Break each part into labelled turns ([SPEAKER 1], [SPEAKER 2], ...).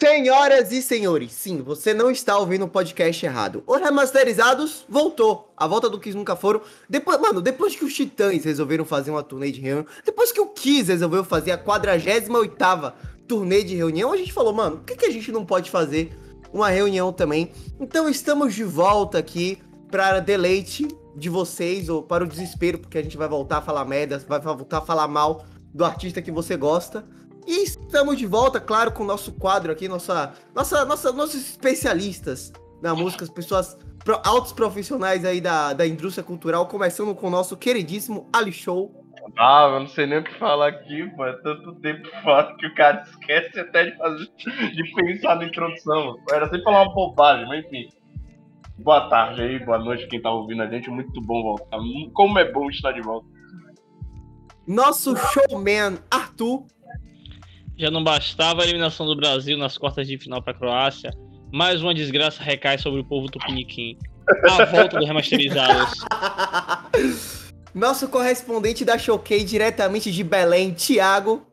[SPEAKER 1] Senhoras e senhores, sim, você não está ouvindo o podcast errado. O Remasterizados voltou. A volta do Kiss nunca foram. Depois, mano, depois que os Titãs resolveram fazer uma turnê de reunião, depois que o Kiss resolveu fazer a 48ª turnê de reunião, a gente falou, mano, por que, que a gente não pode fazer uma reunião também? Então estamos de volta aqui para deleite de vocês ou para o desespero, porque a gente vai voltar a falar merda, vai voltar a falar mal do artista que você gosta. E estamos de volta, claro, com o nosso quadro aqui, nossa, nossa, nossa, nossos especialistas na música, as pessoas pro- altos profissionais aí da, da indústria cultural, começando com o nosso queridíssimo Ali Show.
[SPEAKER 2] Ah, eu não sei nem o que falar aqui, pô. É tanto tempo fora que o cara esquece até de, fazer, de pensar na introdução. Era sempre falar uma bobagem, mas enfim. Boa tarde aí, boa noite quem tá ouvindo a gente. Muito bom voltar. Como é bom estar de volta.
[SPEAKER 1] Nosso showman Arthur.
[SPEAKER 3] Já não bastava a eliminação do Brasil nas quartas de final para a Croácia, mais uma desgraça recai sobre o povo tupiniquim. A volta do remasterizados.
[SPEAKER 1] Nosso correspondente da Showcase diretamente de Belém, Thiago.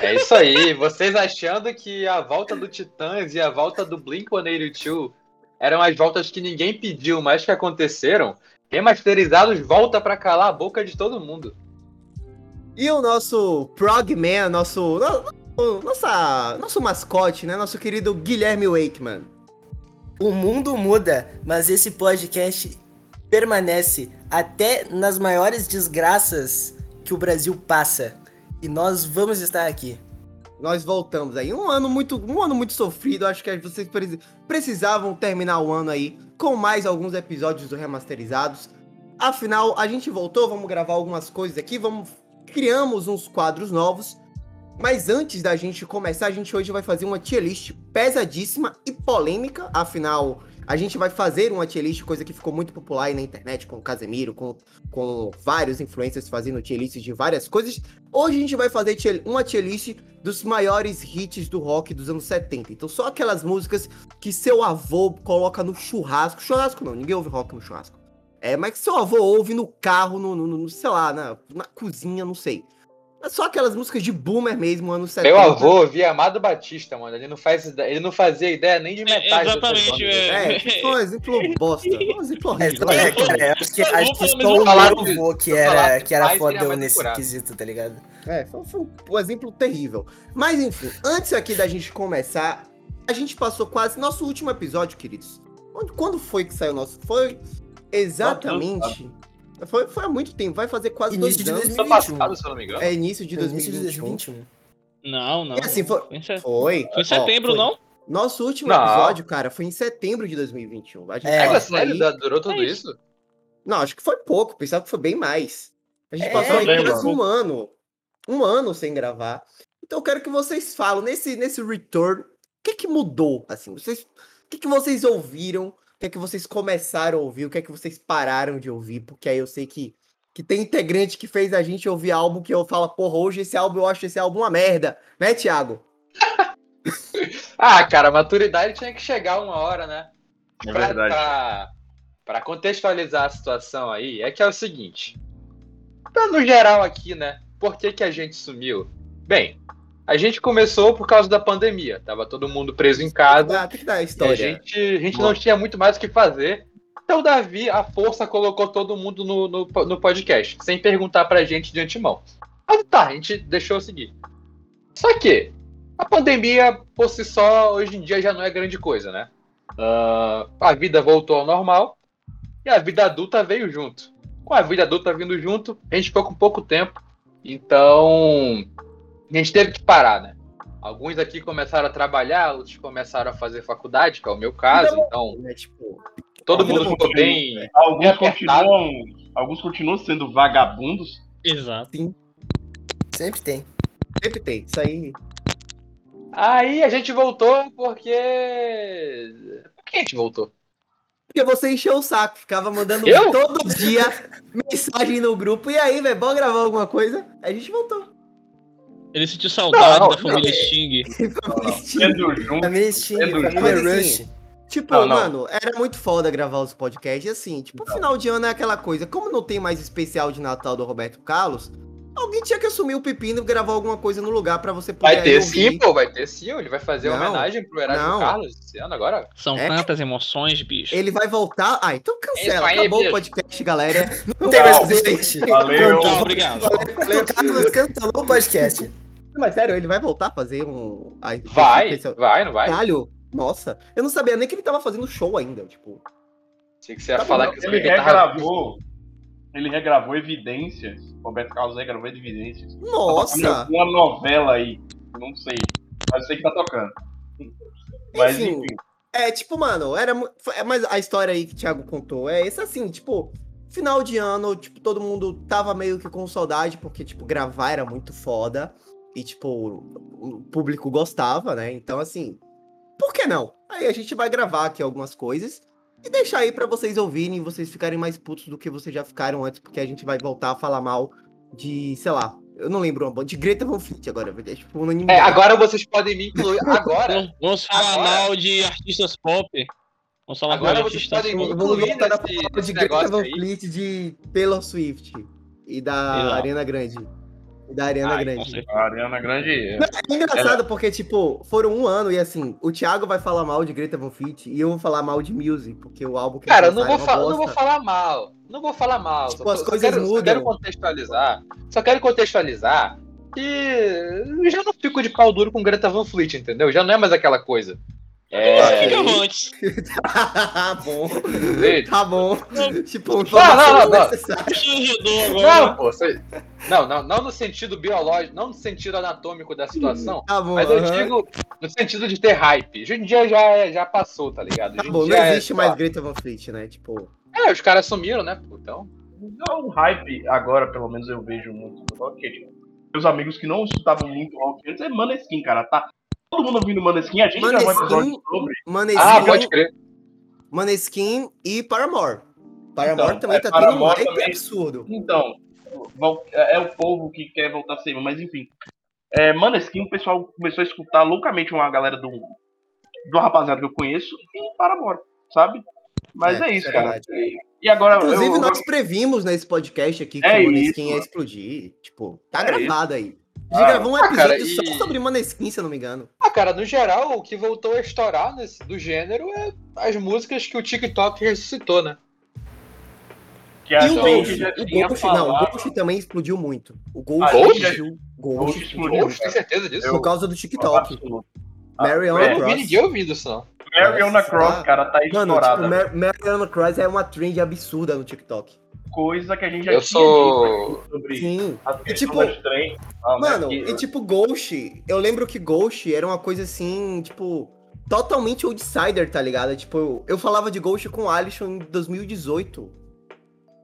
[SPEAKER 4] É isso aí, vocês achando que a volta do Titãs e a volta do Blink-182 eram as voltas que ninguém pediu, mas que aconteceram? Remasterizados volta pra calar a boca de todo mundo.
[SPEAKER 1] E o nosso progman, nosso, no- nossa, nosso mascote, né? Nosso querido Guilherme Wakeman.
[SPEAKER 5] O mundo muda, mas esse podcast permanece até nas maiores desgraças que o Brasil passa. E nós vamos estar aqui.
[SPEAKER 1] Nós voltamos aí. Um ano muito, um ano muito sofrido. Acho que vocês preci- precisavam terminar o ano aí com mais alguns episódios do Remasterizados. Afinal, a gente voltou, vamos gravar algumas coisas aqui, vamos criamos uns quadros novos. Mas antes da gente começar, a gente hoje vai fazer uma tier list pesadíssima e polêmica. Afinal, a gente vai fazer uma tier list, coisa que ficou muito popular aí na internet, com o Casemiro, com, com vários influencers fazendo tier list de várias coisas. Hoje a gente vai fazer tier- uma tier list dos maiores hits do rock dos anos 70. Então, só aquelas músicas que seu avô coloca no churrasco. Churrasco não, ninguém ouve rock no churrasco. É, mas que seu avô ouve no carro, no, no- no- sei lá, na, na cozinha, não sei. É só aquelas músicas de boomer mesmo, anos
[SPEAKER 5] É,
[SPEAKER 1] 70.
[SPEAKER 4] Meu avô via Amado Batista, mano. Ele não, faz, ide- ele não fazia ideia nem de metade. do
[SPEAKER 3] É, exatamente,
[SPEAKER 4] que eu
[SPEAKER 3] é.
[SPEAKER 1] É, foi um exemplo bosta. Foi um exemplo
[SPEAKER 5] É,
[SPEAKER 1] horrível.
[SPEAKER 5] olha, cara, eu acho que,
[SPEAKER 3] Eu
[SPEAKER 5] acho
[SPEAKER 3] vou
[SPEAKER 5] que
[SPEAKER 3] pelo
[SPEAKER 5] só o
[SPEAKER 4] menos falar
[SPEAKER 5] meu
[SPEAKER 4] que-
[SPEAKER 5] avô que
[SPEAKER 4] eu falar
[SPEAKER 5] era,
[SPEAKER 4] que
[SPEAKER 5] que era
[SPEAKER 4] pais seria
[SPEAKER 5] fodão
[SPEAKER 4] mais
[SPEAKER 5] nesse
[SPEAKER 4] curado.
[SPEAKER 5] quesito, tá ligado?
[SPEAKER 1] É, foi, foi um- um exemplo terrível. Mas enfim, antes aqui da gente começar, a gente passou quase nosso último episódio, queridos. Onde- Quando foi que saiu nosso? Foi exatamente. Foi, foi há muito tempo, vai fazer quase
[SPEAKER 5] tá. Início de
[SPEAKER 1] dois anos.
[SPEAKER 4] Ano
[SPEAKER 5] 2021.
[SPEAKER 4] passado, se eu não me engano.
[SPEAKER 1] É início de
[SPEAKER 5] No um. início de
[SPEAKER 1] 2021.
[SPEAKER 5] 2021.
[SPEAKER 3] Não, não.
[SPEAKER 1] E assim, foi-
[SPEAKER 3] Foi em se-
[SPEAKER 1] Foi.
[SPEAKER 3] foi em
[SPEAKER 1] Ó,
[SPEAKER 3] setembro,
[SPEAKER 1] foi-
[SPEAKER 3] não?
[SPEAKER 1] Nosso último
[SPEAKER 4] Não.
[SPEAKER 1] episódio, cara, foi em setembro de 2021. A gente
[SPEAKER 5] É,
[SPEAKER 4] Cara,
[SPEAKER 1] passou
[SPEAKER 4] sério,
[SPEAKER 1] aí-
[SPEAKER 4] du- durou tudo
[SPEAKER 3] É
[SPEAKER 4] isso?
[SPEAKER 1] Não, acho que foi pouco, pensava que foi bem mais. A gente
[SPEAKER 5] É,
[SPEAKER 1] passou aí
[SPEAKER 2] também,
[SPEAKER 1] quase
[SPEAKER 2] mano.
[SPEAKER 1] um ano. Um ano sem gravar. Então eu quero que vocês falem nesse, nesse return. O que, que mudou? Assim, vocês, o que, que vocês ouviram? O que é que vocês começaram a ouvir? O que é que vocês pararam de ouvir? Porque aí eu sei que, que tem integrante que fez a gente ouvir álbum que eu falo, porra, hoje esse álbum eu acho esse álbum uma merda, né, Thiago?
[SPEAKER 4] Ah, cara, a maturidade tinha que chegar uma hora, né?
[SPEAKER 2] É
[SPEAKER 4] pra,
[SPEAKER 2] verdade.
[SPEAKER 4] pra- pra contextualizar a situação aí, é que é o seguinte. Pra no geral aqui, né? Por que, que a gente sumiu? Bem, a gente começou por causa da pandemia. Tava todo mundo preso em casa.
[SPEAKER 1] Ah, tem que dar a
[SPEAKER 4] E a
[SPEAKER 1] história.
[SPEAKER 4] gente, a gente não tinha muito mais o que fazer. Então, Davi, a força colocou todo mundo no, no, po- no podcast, sem perguntar pra gente de antemão. Mas tá, a gente deixou seguir. Só que a pandemia, por si só, hoje em dia já não é grande coisa, né? Ah, a vida voltou ao normal e a vida adulta veio junto. Com a vida adulta vindo junto, a gente ficou com pouco tempo. Então, a gente teve que parar, né? Alguns aqui começaram a trabalhar, outros começaram a fazer faculdade, que é o meu caso, então
[SPEAKER 1] né, tipo,
[SPEAKER 4] todo
[SPEAKER 2] a vida
[SPEAKER 4] mundo ficou
[SPEAKER 2] continua,
[SPEAKER 4] bem.
[SPEAKER 1] né?
[SPEAKER 2] Alguns
[SPEAKER 4] apertado.
[SPEAKER 2] continuam, alguns continuam sendo vagabundos.
[SPEAKER 3] Exato.
[SPEAKER 5] um. Sempre tem.
[SPEAKER 1] sempre tem. Isso aí.
[SPEAKER 4] Aí a gente voltou porque. Por que a gente voltou?
[SPEAKER 1] Porque você encheu o saco, ficava mandando
[SPEAKER 4] Eu?
[SPEAKER 1] todo dia mensagem no grupo. E aí, velho, bora gravar alguma coisa? Aí a gente voltou.
[SPEAKER 3] Ele sentiu saudade
[SPEAKER 4] Não,
[SPEAKER 3] da família
[SPEAKER 1] não.
[SPEAKER 3] Sting.
[SPEAKER 2] Sendo junto.
[SPEAKER 5] Família Sting,
[SPEAKER 2] Sendo
[SPEAKER 5] família
[SPEAKER 1] junto.
[SPEAKER 5] Rush.
[SPEAKER 1] tipo,
[SPEAKER 4] Não, não.
[SPEAKER 1] mano, era muito foda gravar os podcasts. E assim, tipo, final de ano é aquela coisa. Como não tem mais especial de Natal do Roberto Carlos, Alguém tinha que assumir o pepino e gravar alguma coisa no lugar pra você poder
[SPEAKER 4] Vai ter
[SPEAKER 1] ouvir.
[SPEAKER 4] sim, pô, vai ter sim. Ele vai fazer uma
[SPEAKER 1] Não,
[SPEAKER 4] homenagem pro Erasmo
[SPEAKER 1] não.
[SPEAKER 4] Carlos esse ano agora.
[SPEAKER 3] São
[SPEAKER 1] É.
[SPEAKER 3] tantas emoções, bicho.
[SPEAKER 1] Ele vai voltar. Ah, então
[SPEAKER 4] Isso
[SPEAKER 1] cancela.
[SPEAKER 4] aí,
[SPEAKER 1] Acabou
[SPEAKER 4] bicho.
[SPEAKER 1] o podcast, galera.
[SPEAKER 5] Não tem mais
[SPEAKER 2] Não,
[SPEAKER 5] podcast.
[SPEAKER 2] valeu.
[SPEAKER 4] Então,
[SPEAKER 3] Tá, obrigado.
[SPEAKER 5] O Carlos cancelou o podcast.
[SPEAKER 1] Mas sério, ele vai voltar a fazer um. Ah,
[SPEAKER 4] Vai,
[SPEAKER 1] esse é o-
[SPEAKER 4] vai, não vai?
[SPEAKER 1] Caralho, nossa. Eu não sabia nem que ele tava fazendo show ainda, tipo.
[SPEAKER 4] Achei que você ia
[SPEAKER 1] Tá bom,
[SPEAKER 4] falar
[SPEAKER 1] não,
[SPEAKER 4] que esse
[SPEAKER 2] Ele
[SPEAKER 4] bebê tava-
[SPEAKER 2] regravou. Ele regravou evidências. Roberto Carlos regravou evidências.
[SPEAKER 1] Nossa!
[SPEAKER 2] Uma novela aí. Não sei. Mas sei que tá tocando. Mas
[SPEAKER 1] Enfim.
[SPEAKER 2] enfim.
[SPEAKER 1] É, tipo, mano, era. mu- foi- é, Mas a história aí que o Thiago contou é esse assim, tipo, final de ano, tipo, todo mundo tava meio que com saudade, porque, tipo, gravar era muito foda. E, tipo, o o público gostava, né? Então, assim, por que não? Aí a gente vai gravar aqui algumas coisas e deixar aí pra vocês ouvirem e vocês ficarem mais putos do que vocês já ficaram antes, porque a gente vai voltar a falar mal de, sei lá, eu não lembro uma banda, de Greta Van Fleet agora, é tipo, unanimidade.
[SPEAKER 4] É, agora vocês podem me incluir. Agora,
[SPEAKER 3] Vamos- Vamos falar
[SPEAKER 4] Agora-
[SPEAKER 3] mal de artistas pop. Vamos falar mal de
[SPEAKER 4] agora vocês
[SPEAKER 3] artistas
[SPEAKER 4] podem me
[SPEAKER 3] pop.
[SPEAKER 1] Vamos
[SPEAKER 4] incluir
[SPEAKER 1] voltar na
[SPEAKER 4] nesse,
[SPEAKER 1] palavra de
[SPEAKER 4] nesse
[SPEAKER 1] Greta
[SPEAKER 4] negócio
[SPEAKER 1] Van
[SPEAKER 4] aí.
[SPEAKER 1] Fleet de Taylor Swift e da
[SPEAKER 3] Sei lá.
[SPEAKER 1] Ariana Grande. E da
[SPEAKER 4] Ah,
[SPEAKER 1] Ariana
[SPEAKER 2] Ai,
[SPEAKER 3] Com
[SPEAKER 1] Grande.
[SPEAKER 3] certeza.
[SPEAKER 2] A Ariana Grande.
[SPEAKER 1] É engraçado porque, tipo, foram um ano e assim, o Thiago vai falar mal de Greta Van Fleet e eu vou falar mal de Music, porque o álbum que
[SPEAKER 4] Cara, eu
[SPEAKER 1] eles
[SPEAKER 4] não vou,
[SPEAKER 1] lançaram
[SPEAKER 4] fa-
[SPEAKER 1] é uma
[SPEAKER 4] não vou
[SPEAKER 1] bosta.
[SPEAKER 4] falar mal. Não vou falar mal.
[SPEAKER 1] Tipo,
[SPEAKER 4] só,
[SPEAKER 1] as
[SPEAKER 4] só
[SPEAKER 1] coisas
[SPEAKER 4] quero, Só
[SPEAKER 1] mudam.
[SPEAKER 4] quero contextualizar. Só quero contextualizar que eu já não fico de pau duro com Greta Van Fleet, entendeu? Já não é mais aquela coisa.
[SPEAKER 3] Mas
[SPEAKER 4] É.
[SPEAKER 3] fica antes.
[SPEAKER 1] Tá bom.
[SPEAKER 4] Eita.
[SPEAKER 1] Tá bom. tipo, um
[SPEAKER 4] não, não.
[SPEAKER 3] Surgidor agora.
[SPEAKER 4] Não, pô, você- não, não, não no sentido biológico, não no sentido anatômico da situação,
[SPEAKER 1] Tá bom.
[SPEAKER 4] mas eu
[SPEAKER 1] aham.
[SPEAKER 4] digo no sentido de ter hype. Hoje em dia já, é- já passou, tá ligado?
[SPEAKER 1] Tá
[SPEAKER 4] Hoje em
[SPEAKER 1] bom, não
[SPEAKER 4] dia é,
[SPEAKER 1] existe
[SPEAKER 4] sei
[SPEAKER 1] mais
[SPEAKER 4] lá.
[SPEAKER 1] Greta Van Fleet, né? Tipo.
[SPEAKER 4] É, os caras sumiram, né? pô, Então.
[SPEAKER 2] Não, o hype agora, pelo menos eu vejo muito do rock. Tipo, meus amigos que não escutavam muito rock antes é Maneskin, cara. Tá todo mundo ouvindo Maneskin. A gente gravou
[SPEAKER 1] Maneskin-
[SPEAKER 2] episódio sobre.
[SPEAKER 1] Maneskin,
[SPEAKER 4] Ah, pode crer.
[SPEAKER 1] Maneskin e Paramore. Paramore
[SPEAKER 2] Então,
[SPEAKER 1] também
[SPEAKER 2] é,
[SPEAKER 1] tá tendo um
[SPEAKER 2] Paramore
[SPEAKER 1] hype
[SPEAKER 2] também.
[SPEAKER 1] absurdo.
[SPEAKER 2] Então, vol- é é o povo que quer voltar a ser, mas enfim. É, Maneskin, o pessoal começou a escutar loucamente uma galera do, do rapaziada que eu conheço e para embora, sabe? Mas
[SPEAKER 1] É,
[SPEAKER 2] é, isso,
[SPEAKER 1] isso é
[SPEAKER 2] cara.
[SPEAKER 1] verdade.
[SPEAKER 2] E, e agora.
[SPEAKER 1] Inclusive,
[SPEAKER 2] eu-
[SPEAKER 1] nós previmos nesse podcast aqui que
[SPEAKER 2] É
[SPEAKER 1] o Maneskin
[SPEAKER 2] isso.
[SPEAKER 1] ia explodir. Tipo, tá
[SPEAKER 2] É
[SPEAKER 1] gravado aí. A gente
[SPEAKER 2] Ah,
[SPEAKER 1] gravou um
[SPEAKER 4] ah,
[SPEAKER 1] episódio
[SPEAKER 4] cara,
[SPEAKER 1] só
[SPEAKER 4] e-
[SPEAKER 1] sobre Maneskin, se eu não me engano.
[SPEAKER 4] Ah, cara, no geral, o que voltou a estourar nesse, do gênero é as músicas que o TikTok ressuscitou, né?
[SPEAKER 2] que
[SPEAKER 1] e
[SPEAKER 2] a
[SPEAKER 1] o
[SPEAKER 2] gente
[SPEAKER 1] Ghost.
[SPEAKER 2] É, então, já
[SPEAKER 1] O
[SPEAKER 2] tinha
[SPEAKER 1] Ghost, não, o
[SPEAKER 2] falado,
[SPEAKER 1] Ghost também explodiu muito. O
[SPEAKER 2] Ah,
[SPEAKER 1] Ghost,
[SPEAKER 4] Ghost?
[SPEAKER 1] explodiu. Ghost,
[SPEAKER 2] Ghost
[SPEAKER 1] explodiu.
[SPEAKER 2] explodiu.
[SPEAKER 4] Poxa, tem certeza disso?
[SPEAKER 1] Por causa do TikTok.
[SPEAKER 2] absoluto. Ah,
[SPEAKER 1] Mariana
[SPEAKER 2] é.
[SPEAKER 4] Eu não vi
[SPEAKER 1] Cross.
[SPEAKER 4] ninguém ouvindo isso, não.
[SPEAKER 2] Mariana
[SPEAKER 1] Nossa.
[SPEAKER 2] Cross, cara, tá
[SPEAKER 1] Mano, tipo,
[SPEAKER 2] estourada.
[SPEAKER 1] Mar Mariana Cross é uma trend absurda no TikTok.
[SPEAKER 2] Coisa que a gente já
[SPEAKER 4] Eu
[SPEAKER 2] tinha
[SPEAKER 4] sou.
[SPEAKER 2] dito sobre
[SPEAKER 1] Sim.
[SPEAKER 2] a questão
[SPEAKER 1] tipo,
[SPEAKER 2] das trends. Ah, né,
[SPEAKER 1] Mano,
[SPEAKER 2] que-
[SPEAKER 1] e tipo, Ghost, eu lembro que Ghost era uma coisa assim, tipo, totalmente outsider, tá ligado? Tipo, eu, eu falava de Ghost com o Alisson em 2018.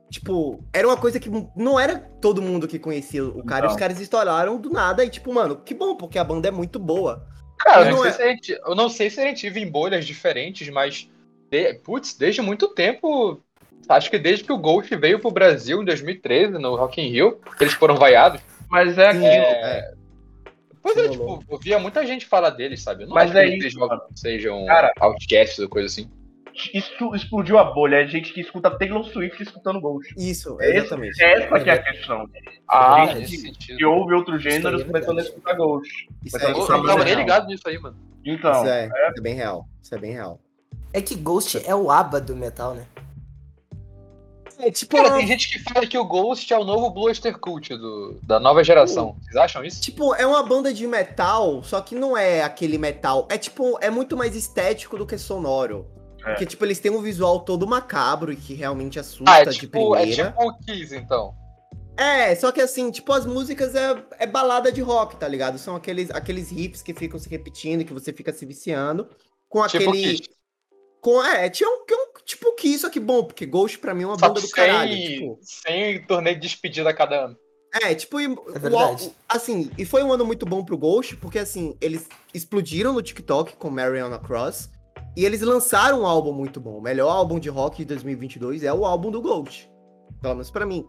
[SPEAKER 1] Tipo, era uma coisa que não era todo mundo que conhecia o cara.
[SPEAKER 2] Não.
[SPEAKER 1] Os caras estouraram do nada e, tipo, mano, que bom, porque a banda é muito boa.
[SPEAKER 4] Cara, eu
[SPEAKER 1] Não
[SPEAKER 4] não,
[SPEAKER 1] é.
[SPEAKER 4] sei se a gente, eu não sei se a gente vive em bolhas diferentes, mas. de- putz, desde muito tempo. Acho que desde que o Ghost veio pro Brasil em 2013, no Rock in Rio, que eles foram vaiados.
[SPEAKER 2] Mas é
[SPEAKER 1] Sim,
[SPEAKER 2] aquilo.
[SPEAKER 1] é.
[SPEAKER 4] Pois é,
[SPEAKER 1] Sim,
[SPEAKER 4] tipo,
[SPEAKER 1] louco.
[SPEAKER 4] eu via muita gente falar deles, sabe? Eu não
[SPEAKER 2] Mas
[SPEAKER 4] acho que
[SPEAKER 2] é
[SPEAKER 4] eles
[SPEAKER 2] isso,
[SPEAKER 4] sejam,
[SPEAKER 2] mano.
[SPEAKER 4] sejam
[SPEAKER 2] Cara.
[SPEAKER 4] outcasts ou coisa assim.
[SPEAKER 2] isso explodiu a bolha. É gente que escuta Taylor Swift escutando Ghost.
[SPEAKER 1] Isso,
[SPEAKER 2] É
[SPEAKER 1] exatamente.
[SPEAKER 2] É essa que é a questão.
[SPEAKER 4] Ah,
[SPEAKER 2] Gente,
[SPEAKER 4] nesse
[SPEAKER 2] Que
[SPEAKER 4] sentido.
[SPEAKER 2] houve outros
[SPEAKER 1] aí é
[SPEAKER 2] gêneros começando a
[SPEAKER 1] verdade.
[SPEAKER 2] escutar Ghost.
[SPEAKER 1] Isso
[SPEAKER 2] Mas
[SPEAKER 1] é,
[SPEAKER 4] Eu,
[SPEAKER 1] isso
[SPEAKER 4] eu
[SPEAKER 1] é,
[SPEAKER 4] não
[SPEAKER 1] bem
[SPEAKER 4] tava nem
[SPEAKER 1] real.
[SPEAKER 4] ligado nisso aí, mano.
[SPEAKER 2] Então,
[SPEAKER 1] Isso é, isso é bem real. Isso é bem real.
[SPEAKER 5] É que Ghost é o aba do metal, né?
[SPEAKER 1] É tipo,
[SPEAKER 4] Cara, tem gente que fala que o Ghost é o novo Bluester Cult do, da nova geração. Vocês acham isso?
[SPEAKER 1] Tipo, é uma banda de metal, só que não é aquele metal. É tipo, é muito mais estético do que sonoro.
[SPEAKER 2] É.
[SPEAKER 1] Porque, tipo, eles têm um visual todo macabro e que realmente assusta
[SPEAKER 4] Ah, é
[SPEAKER 1] de
[SPEAKER 4] tipo, é
[SPEAKER 1] primeira.
[SPEAKER 4] tipo o Kiss, então.
[SPEAKER 1] É, só que assim, tipo, as músicas é, é balada de rock, tá ligado? São aqueles, aqueles riffs que ficam se repetindo, que você fica se viciando. Com
[SPEAKER 4] Tipo o
[SPEAKER 1] aquele.
[SPEAKER 4] Kiss.
[SPEAKER 1] com, é, tinha um, que é um- Tipo, que isso aqui bom, porque Ghost pra mim é uma
[SPEAKER 4] Só
[SPEAKER 1] banda
[SPEAKER 4] que
[SPEAKER 1] do
[SPEAKER 4] sem,
[SPEAKER 1] caralho. Tipo.
[SPEAKER 4] sem torneio de despedida a cada ano.
[SPEAKER 1] É, tipo, e, o, al-
[SPEAKER 5] verdade.
[SPEAKER 1] assim, e foi um ano muito bom pro Ghost, porque assim, eles explodiram no TikTok com Mariana Cross, e eles lançaram um álbum muito bom. O melhor álbum de rock de 2022 é o álbum do Ghost, pelo menos pra mim.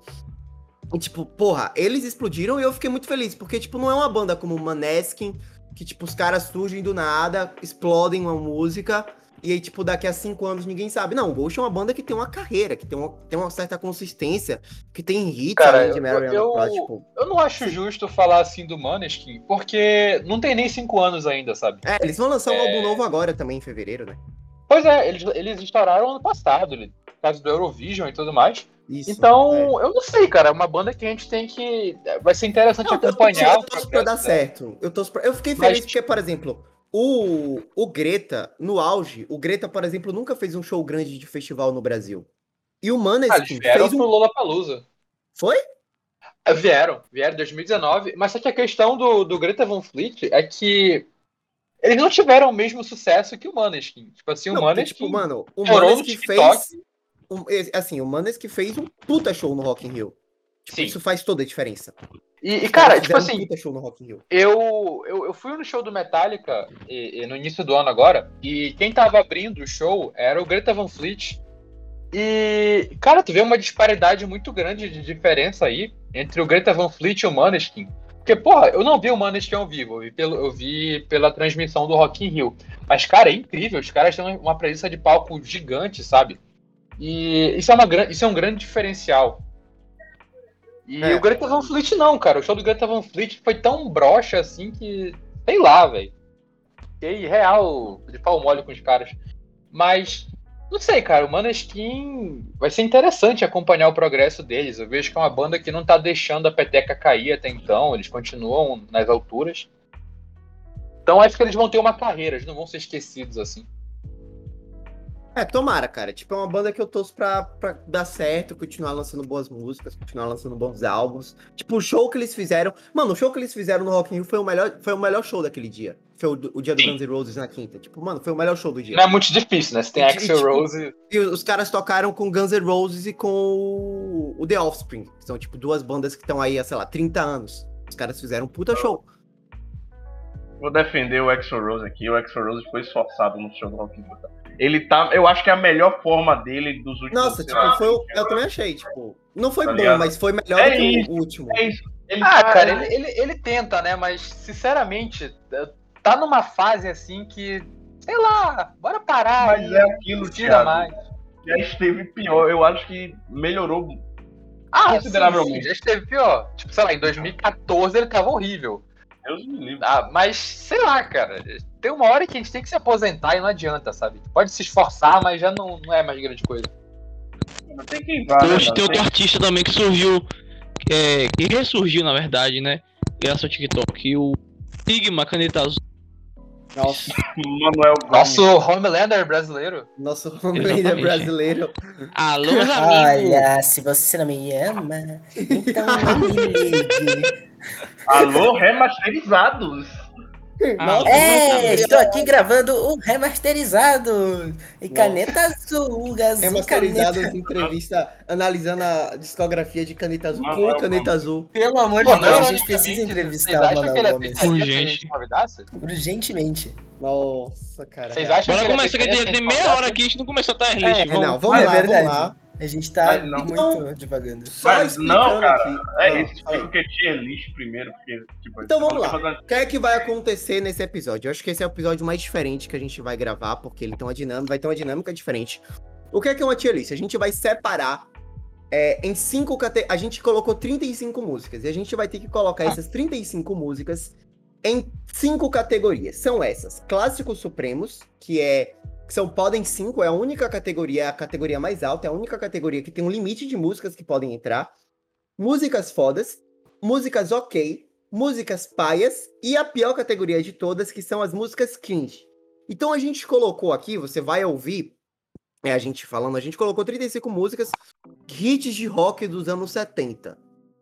[SPEAKER 1] E tipo, porra, eles explodiram e eu fiquei muito feliz, porque tipo, não é uma banda como Maneskin, que tipo, os caras surgem do nada, explodem uma música, e E aí, tipo, daqui a cinco anos ninguém sabe. Não, o Ghost é uma banda que tem uma carreira, que tem uma, tem uma certa consistência, que tem hits
[SPEAKER 4] Cara,
[SPEAKER 1] além de
[SPEAKER 4] eu-
[SPEAKER 1] Mary Ellen
[SPEAKER 4] eu-
[SPEAKER 1] Cross, tipo.
[SPEAKER 4] Eu não acho justo falar assim do Maneskin, porque não tem nem cinco anos ainda, sabe?
[SPEAKER 1] É, eles vão lançar um
[SPEAKER 4] É.
[SPEAKER 1] álbum novo agora também, em fevereiro, né?
[SPEAKER 4] Pois é, eles, eles estouraram ano passado, ele- por causa do Eurovision e tudo mais.
[SPEAKER 1] Isso. é.
[SPEAKER 4] Então, eu não sei, cara, é uma banda que a gente tem que. Vai ser interessante
[SPEAKER 1] Não, eu torço-
[SPEAKER 4] acompanhar.
[SPEAKER 1] Eu torço pra dar certo. Eu, torço pra- eu fiquei
[SPEAKER 4] um Mas- tipo
[SPEAKER 1] feliz porque, por exemplo, o, o Greta, no auge, o Greta, por exemplo, nunca fez um show grande de festival no Brasil. E o
[SPEAKER 4] Ah, eles
[SPEAKER 1] Maneskin
[SPEAKER 4] vieram
[SPEAKER 1] fez
[SPEAKER 4] pro
[SPEAKER 1] um...
[SPEAKER 4] Lollapalooza.
[SPEAKER 1] Foi?
[SPEAKER 4] Ah, Vieram, vieram em 2019, mas só que a questão do, do Greta Van Fleet é que eles não tiveram o mesmo sucesso que o Maneskin. Tipo assim,
[SPEAKER 1] Não,
[SPEAKER 4] o
[SPEAKER 1] porque,
[SPEAKER 4] Maneskin...
[SPEAKER 1] tipo, mano, o
[SPEAKER 4] estourou no
[SPEAKER 1] Maneskin
[SPEAKER 4] TikTok.
[SPEAKER 1] fez... um- é, assim, o Maneskin fez um puta show no Rock in Rio. Tipo,
[SPEAKER 4] Sim.
[SPEAKER 1] isso faz toda a diferença.
[SPEAKER 4] E, e,
[SPEAKER 1] Os
[SPEAKER 4] cara,
[SPEAKER 1] caras
[SPEAKER 4] tipo
[SPEAKER 1] fizeram um
[SPEAKER 4] assim,
[SPEAKER 1] puta show no Rock in Rio.
[SPEAKER 4] eu, eu, eu fui no show do Metallica e- e no início do ano agora, e quem tava abrindo o show era o Greta Van Fleet. E, cara, tu vê uma disparidade muito grande de diferença aí entre o Greta Van Fleet e o Maneskin. Porque, porra, eu não vi o Maneskin ao vivo, eu vi, pelo, eu vi pela transmissão do Rock in Rio. Mas, cara, é incrível, os caras têm uma presença de palco gigante, sabe? E isso é, uma, gran- isso é um grande diferencial. E
[SPEAKER 1] É.
[SPEAKER 4] o Greta Van Fleet não, cara. O show do Greta Van Fleet foi tão broxa assim que. Sei lá, velho. Fiquei real de pau mole com os caras. Mas, não sei, cara. O Maneskin vai ser interessante acompanhar o progresso deles. Eu vejo que é uma banda que não tá deixando a peteca cair até então. Eles continuam nas alturas. Então acho que eles vão ter uma carreira. Eles não vão ser esquecidos assim.
[SPEAKER 1] É, tomara, cara. Tipo, é uma banda que eu torço pra, pra dar certo, continuar lançando boas músicas, continuar lançando bons álbuns. Tipo, o show que eles fizeram. Mano, o show que eles fizeram no Rock in Rio foi o melhor, foi o melhor show daquele dia. Foi o, do- o dia do
[SPEAKER 4] Sim.
[SPEAKER 1] Guns N' Roses na quinta. Tipo, mano, foi o melhor show do dia.
[SPEAKER 4] Não é muito difícil, né? Você tem
[SPEAKER 1] E,
[SPEAKER 4] Axel
[SPEAKER 1] tipo,
[SPEAKER 4] Rose.
[SPEAKER 1] E os caras tocaram com Guns N' Roses e com o, o The Offspring. Que são, tipo, duas bandas que estão aí há, sei lá, 30 anos. Os caras fizeram um puta show.
[SPEAKER 2] Vou defender o Exo Rose aqui. O Exo Rose foi esforçado no show do Rock in Rio. tá? Ele tá. Eu acho que é a melhor forma dele dos últimos
[SPEAKER 1] Nossa,
[SPEAKER 2] sei
[SPEAKER 1] tipo,
[SPEAKER 2] lá,
[SPEAKER 1] foi. o-
[SPEAKER 2] 20
[SPEAKER 1] Eu também achei, tipo. Não foi
[SPEAKER 2] Tá
[SPEAKER 1] bom,
[SPEAKER 2] ligado?
[SPEAKER 1] mas foi melhor
[SPEAKER 2] É
[SPEAKER 1] do que
[SPEAKER 2] isso.
[SPEAKER 1] o último.
[SPEAKER 2] É isso. Ele
[SPEAKER 4] Ah,
[SPEAKER 2] tá-
[SPEAKER 4] cara, ele, ele, ele tenta, né? Mas, sinceramente, tá numa fase assim que. Sei lá, bora parar.
[SPEAKER 2] Mas é aquilo,
[SPEAKER 4] não
[SPEAKER 2] Thiago. É
[SPEAKER 4] tira mais.
[SPEAKER 2] Já esteve pior. Eu acho que melhorou.
[SPEAKER 4] Ah,
[SPEAKER 2] Consideravelmente.
[SPEAKER 4] sim, sim, já esteve pior. Tipo, sei lá, em 2014 ele tava horrível.
[SPEAKER 2] Deus me livre.
[SPEAKER 4] Ah, mas, sei lá, cara. Tem uma hora que a gente tem que se aposentar e não adianta, sabe? Pode se esforçar, mas já não, não é mais grande coisa.
[SPEAKER 2] Não tem quem vá. né,
[SPEAKER 3] Hoje
[SPEAKER 2] cara?
[SPEAKER 3] tem outro
[SPEAKER 2] Tem-
[SPEAKER 3] artista também que surgiu, é, que ressurgiu na verdade, né? Graças ao TikTok. E o Sigma, caneta azul.
[SPEAKER 1] Nossa,
[SPEAKER 2] Manuel Gomes.
[SPEAKER 4] Nosso Homelander brasileiro.
[SPEAKER 1] nosso homelander
[SPEAKER 3] Exatamente.
[SPEAKER 1] brasileiro.
[SPEAKER 3] Alô, meus amigos!
[SPEAKER 5] Olha, se você não me ama, então não me ligue.
[SPEAKER 2] Alô, remasterizados.
[SPEAKER 3] Alô,
[SPEAKER 5] É,
[SPEAKER 3] meus amigos.
[SPEAKER 5] estou aqui gravando o remasterizado. E
[SPEAKER 1] Nossa.
[SPEAKER 5] caneta azul,
[SPEAKER 1] É
[SPEAKER 5] azul, caneta.
[SPEAKER 1] Remasterizadas entrevista analisando a discografia de Caneta Azul
[SPEAKER 2] Não,
[SPEAKER 1] com
[SPEAKER 2] não,
[SPEAKER 1] Caneta Azul.
[SPEAKER 5] Pelo amor de
[SPEAKER 2] é
[SPEAKER 5] Deus, a gente precisa entrevistar o
[SPEAKER 4] é
[SPEAKER 5] Manoel Gomes.
[SPEAKER 3] aceita?
[SPEAKER 4] Urgente.
[SPEAKER 5] Urgentemente.
[SPEAKER 1] Nossa, cara.
[SPEAKER 4] Vocês acham
[SPEAKER 3] Bora
[SPEAKER 4] que ele é
[SPEAKER 3] começar, que
[SPEAKER 4] aceitaria
[SPEAKER 3] tem,
[SPEAKER 4] se
[SPEAKER 3] tem
[SPEAKER 4] a gente
[SPEAKER 3] meia
[SPEAKER 4] falasse?
[SPEAKER 3] hora aqui, a gente não começou a tarde.
[SPEAKER 1] É, não, vamos
[SPEAKER 5] É
[SPEAKER 1] lá,
[SPEAKER 5] verdade.
[SPEAKER 1] vamos lá.
[SPEAKER 5] A gente tá
[SPEAKER 2] Mas não.
[SPEAKER 3] Então,
[SPEAKER 5] muito devagando.
[SPEAKER 1] Só
[SPEAKER 2] Ah, Mas
[SPEAKER 1] explicando
[SPEAKER 2] não, cara,
[SPEAKER 1] aqui.
[SPEAKER 2] É
[SPEAKER 1] Não,
[SPEAKER 2] isso,
[SPEAKER 1] fala aí.
[SPEAKER 2] tipo que é tier list primeiro, porque, tipo,
[SPEAKER 1] Então vamos lá.
[SPEAKER 2] fazendo-
[SPEAKER 1] O que é que vai acontecer nesse episódio? Eu acho que esse é o episódio mais diferente que a gente vai gravar, porque ele tem uma dinâmica, vai ter uma dinâmica diferente. O que é que é uma tier list? A gente vai separar é, em cinco categorias. A gente colocou 35 músicas e a gente vai ter que colocar essas 35 músicas em cinco categorias. São essas: clássicos supremos, que é que são podem cinco, é a única categoria, é a categoria mais alta, é a única categoria que tem um limite de músicas que podem entrar. Músicas fodas, músicas ok, músicas paias e a pior categoria de todas, que são as músicas cringe. Então a gente colocou aqui, você vai ouvir é, a gente falando, a gente colocou 35 músicas, hits de rock dos anos 70,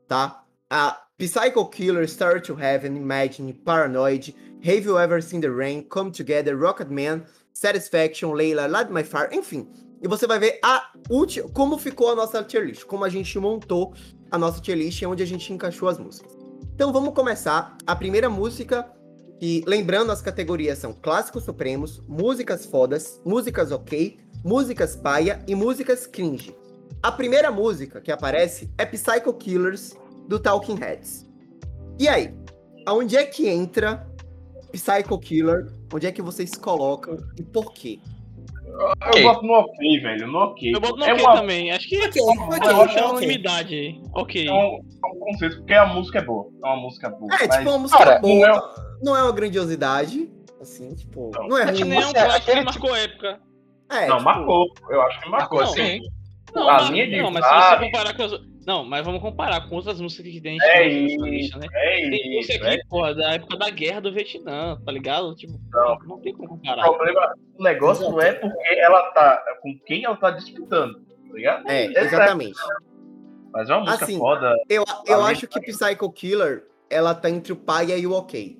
[SPEAKER 1] tá? A Psycho Killer, Star to Heaven, Imagine, Paranoid, Have You Ever Seen the Rain, Come Together, Rocket Man, Satisfaction, Layla, Light My Fire, enfim. E você vai ver a ulti- como ficou a nossa tier list, como a gente montou a nossa tier list e onde a gente encaixou as músicas. Então vamos começar. A primeira música, que lembrando as categorias são clássicos supremos, músicas fodas, músicas ok, músicas paia e músicas cringe. A primeira música que aparece é Psycho Killers do Talking Heads. E aí, aonde é que entra Psycho Killer? Onde é que vocês colocam e por quê?
[SPEAKER 2] Eu
[SPEAKER 4] Ok.
[SPEAKER 2] boto no ok, velho. No ok.
[SPEAKER 3] Eu boto no
[SPEAKER 2] é
[SPEAKER 3] ok
[SPEAKER 2] uma-
[SPEAKER 3] também. Acho que
[SPEAKER 5] Ok, então,
[SPEAKER 3] eu um acho
[SPEAKER 5] ok,
[SPEAKER 3] a
[SPEAKER 5] ok.
[SPEAKER 3] unanimidade aí. Ok.
[SPEAKER 2] É um, é um conceito, porque a música é boa. É uma música boa.
[SPEAKER 1] É,
[SPEAKER 2] mas-
[SPEAKER 1] tipo, uma música
[SPEAKER 4] Cara,
[SPEAKER 1] boa.
[SPEAKER 2] não um-
[SPEAKER 1] Não é... uma grandiosidade. Assim, tipo.
[SPEAKER 2] Não.
[SPEAKER 1] Não, é
[SPEAKER 4] Mas
[SPEAKER 1] ruim.
[SPEAKER 3] Nem é um
[SPEAKER 4] Você-
[SPEAKER 3] clássico que
[SPEAKER 4] aquele
[SPEAKER 3] marcou época.
[SPEAKER 1] É,
[SPEAKER 2] não,
[SPEAKER 1] tipo,
[SPEAKER 2] marcou. Eu acho que marcou. assim,
[SPEAKER 4] Marcou,
[SPEAKER 2] sim.
[SPEAKER 3] Não,
[SPEAKER 2] a
[SPEAKER 3] mas,
[SPEAKER 2] linha de
[SPEAKER 3] não, mas se você
[SPEAKER 2] base-
[SPEAKER 3] comparar com as... Não, mas vamos comparar com outras músicas que tem
[SPEAKER 2] É
[SPEAKER 3] gente, na lista, né?
[SPEAKER 2] É
[SPEAKER 3] Tem
[SPEAKER 2] isso.
[SPEAKER 3] música
[SPEAKER 2] É.
[SPEAKER 3] aqui, pô, da época da guerra do Vietnã, tá ligado? Tipo,
[SPEAKER 2] Não.
[SPEAKER 3] não, tem como
[SPEAKER 2] O
[SPEAKER 3] comparar.
[SPEAKER 2] problema, o negócio não é porque ela tá. Com quem ela tá disputando, tá ligado?
[SPEAKER 1] É, exatamente.
[SPEAKER 2] Mas é uma música
[SPEAKER 1] Assim,
[SPEAKER 2] foda.
[SPEAKER 1] Eu, eu
[SPEAKER 2] Além-
[SPEAKER 1] acho que Psycho Killer, ela tá entre o paia e o ok.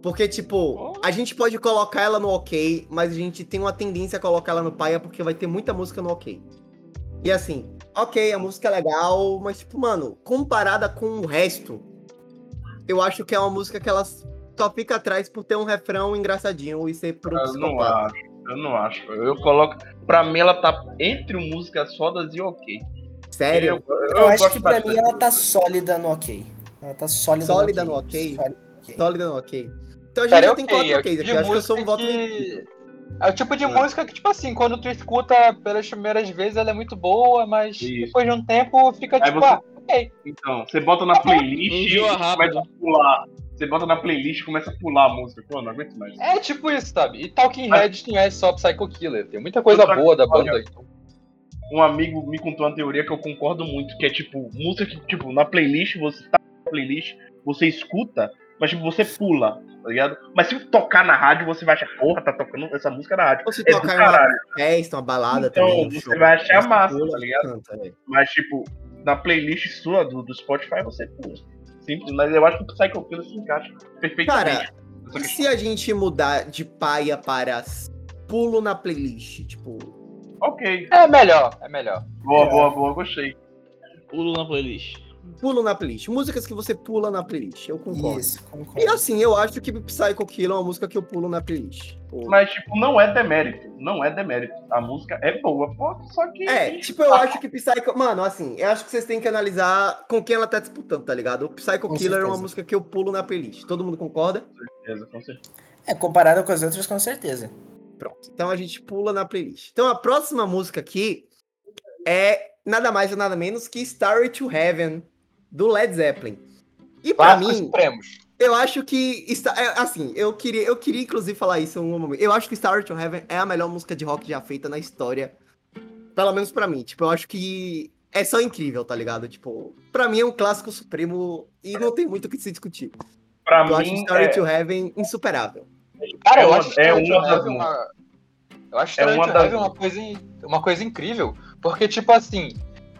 [SPEAKER 1] Porque, tipo, a gente pode colocar ela no ok, mas a gente tem uma tendência a colocar ela no paia porque vai ter muita música no ok. E assim, ok, a música é legal, mas, tipo, mano, comparada com o resto, eu acho que é uma música que ela só fica atrás por ter um refrão engraçadinho e ser por um
[SPEAKER 2] Eu não
[SPEAKER 1] psicopata.
[SPEAKER 2] acho. Eu não acho. Eu coloco. Pra mim, ela tá entre o músicas fodas e o ok.
[SPEAKER 1] Sério?
[SPEAKER 2] Eu, eu
[SPEAKER 5] Eu acho
[SPEAKER 2] gosto
[SPEAKER 5] que pra
[SPEAKER 2] bastante.
[SPEAKER 5] mim ela tá sólida no ok. Ela tá sólida,
[SPEAKER 1] Sólida
[SPEAKER 5] no ok.
[SPEAKER 1] no ok?
[SPEAKER 5] Sólida.
[SPEAKER 1] Sólida no ok. Então a gente
[SPEAKER 4] Cara, é
[SPEAKER 1] já
[SPEAKER 4] ok.
[SPEAKER 1] tem quatro
[SPEAKER 4] é o
[SPEAKER 1] ok's
[SPEAKER 4] tipo
[SPEAKER 1] aqui.
[SPEAKER 4] de
[SPEAKER 1] Acho que eu sou um
[SPEAKER 4] música
[SPEAKER 1] voto em
[SPEAKER 4] que- É o tipo de
[SPEAKER 2] Ah.
[SPEAKER 1] É.
[SPEAKER 4] música que, tipo assim, quando tu escuta pelas primeiras vezes ela é muito boa, mas
[SPEAKER 2] Isso.
[SPEAKER 4] depois de um tempo fica
[SPEAKER 2] Aí
[SPEAKER 4] tipo,
[SPEAKER 2] você-
[SPEAKER 4] ah, ok.
[SPEAKER 2] Então, você bota na playlist e
[SPEAKER 3] Enjoa rápido.
[SPEAKER 2] começa a pular. Você bota na playlist e começa a pular a música. Pô, não aguento mais.
[SPEAKER 4] É tipo isso, sabe? E Talking
[SPEAKER 2] Mas-
[SPEAKER 4] Heads não é só Psycho Killer, tem muita coisa
[SPEAKER 2] Outra
[SPEAKER 4] boa da
[SPEAKER 2] coisa,
[SPEAKER 4] banda. então.
[SPEAKER 2] um amigo me contou uma teoria que eu concordo muito, que é tipo, música que, tipo, na playlist, você tá na playlist, você escuta, mas tipo, você pula, tá ligado? Mas se tocar na rádio, você vai achar, porra, tá tocando essa música na rádio.
[SPEAKER 1] Ou se
[SPEAKER 2] É do
[SPEAKER 1] tocar em uma
[SPEAKER 2] caralho.
[SPEAKER 1] festa, uma balada
[SPEAKER 2] Então,
[SPEAKER 1] também. um
[SPEAKER 2] você
[SPEAKER 1] show.
[SPEAKER 2] vai achar massa,
[SPEAKER 1] pula,
[SPEAKER 2] tá ligado?
[SPEAKER 1] canta, né? velho.
[SPEAKER 2] Mas, tipo, na playlist sua do, do Spotify, você pula. Simples, mas eu acho que o Psycho Killer se encaixa perfeitamente.
[SPEAKER 1] Cara, e se a gente mudar de paia para s- pulo na playlist? Tipo,
[SPEAKER 2] Ok,
[SPEAKER 4] É melhor, é melhor.
[SPEAKER 2] boa, boa, boa, gostei.
[SPEAKER 3] Pulo na playlist.
[SPEAKER 1] pulo na playlist. Músicas que você pula na playlist, eu concordo.
[SPEAKER 5] Isso, concordo.
[SPEAKER 1] E assim, eu acho que Psycho Killer é uma música que eu pulo na playlist. Tipo,
[SPEAKER 2] Mas, tipo, não é demérito, não é demérito. A música é boa, pô, só que...
[SPEAKER 1] É, tipo, eu acho que Psycho. Mano, assim, eu acho que vocês têm que analisar com quem ela tá disputando, tá ligado? O Psycho
[SPEAKER 5] Com
[SPEAKER 1] Killer é uma
[SPEAKER 5] certeza.
[SPEAKER 1] música que eu pulo na playlist. Todo mundo concorda?
[SPEAKER 2] Beleza, com certeza.
[SPEAKER 5] É, comparado com as outras, com certeza.
[SPEAKER 1] Pronto. Então a gente pula na playlist. Então a próxima música aqui é nada mais ou nada menos que Starry to Heaven, do Led Zeppelin. E pra
[SPEAKER 4] Clássicos
[SPEAKER 1] mim,
[SPEAKER 4] supremos.
[SPEAKER 1] eu acho que. Sta- é, Assim, eu queria, eu queria inclusive falar isso em um momento. Eu acho que Starry to Heaven é a melhor música de rock já feita na história. Pelo menos pra mim. Tipo, eu acho que é só incrível, tá ligado? Tipo, pra mim é um clássico supremo e não tem muito o que se discutir.
[SPEAKER 2] Pra
[SPEAKER 1] Eu acho
[SPEAKER 2] mim,
[SPEAKER 1] Starry
[SPEAKER 2] é,
[SPEAKER 1] to Heaven insuperável.
[SPEAKER 4] Cara,
[SPEAKER 2] É
[SPEAKER 4] eu
[SPEAKER 2] uma-
[SPEAKER 4] acho
[SPEAKER 2] é
[SPEAKER 4] Strange
[SPEAKER 2] uma das
[SPEAKER 4] Heaven uma... Eu acho
[SPEAKER 2] É
[SPEAKER 4] Strange
[SPEAKER 2] uma das
[SPEAKER 4] Heaven uma coisa, in- uma coisa incrível, porque, tipo assim,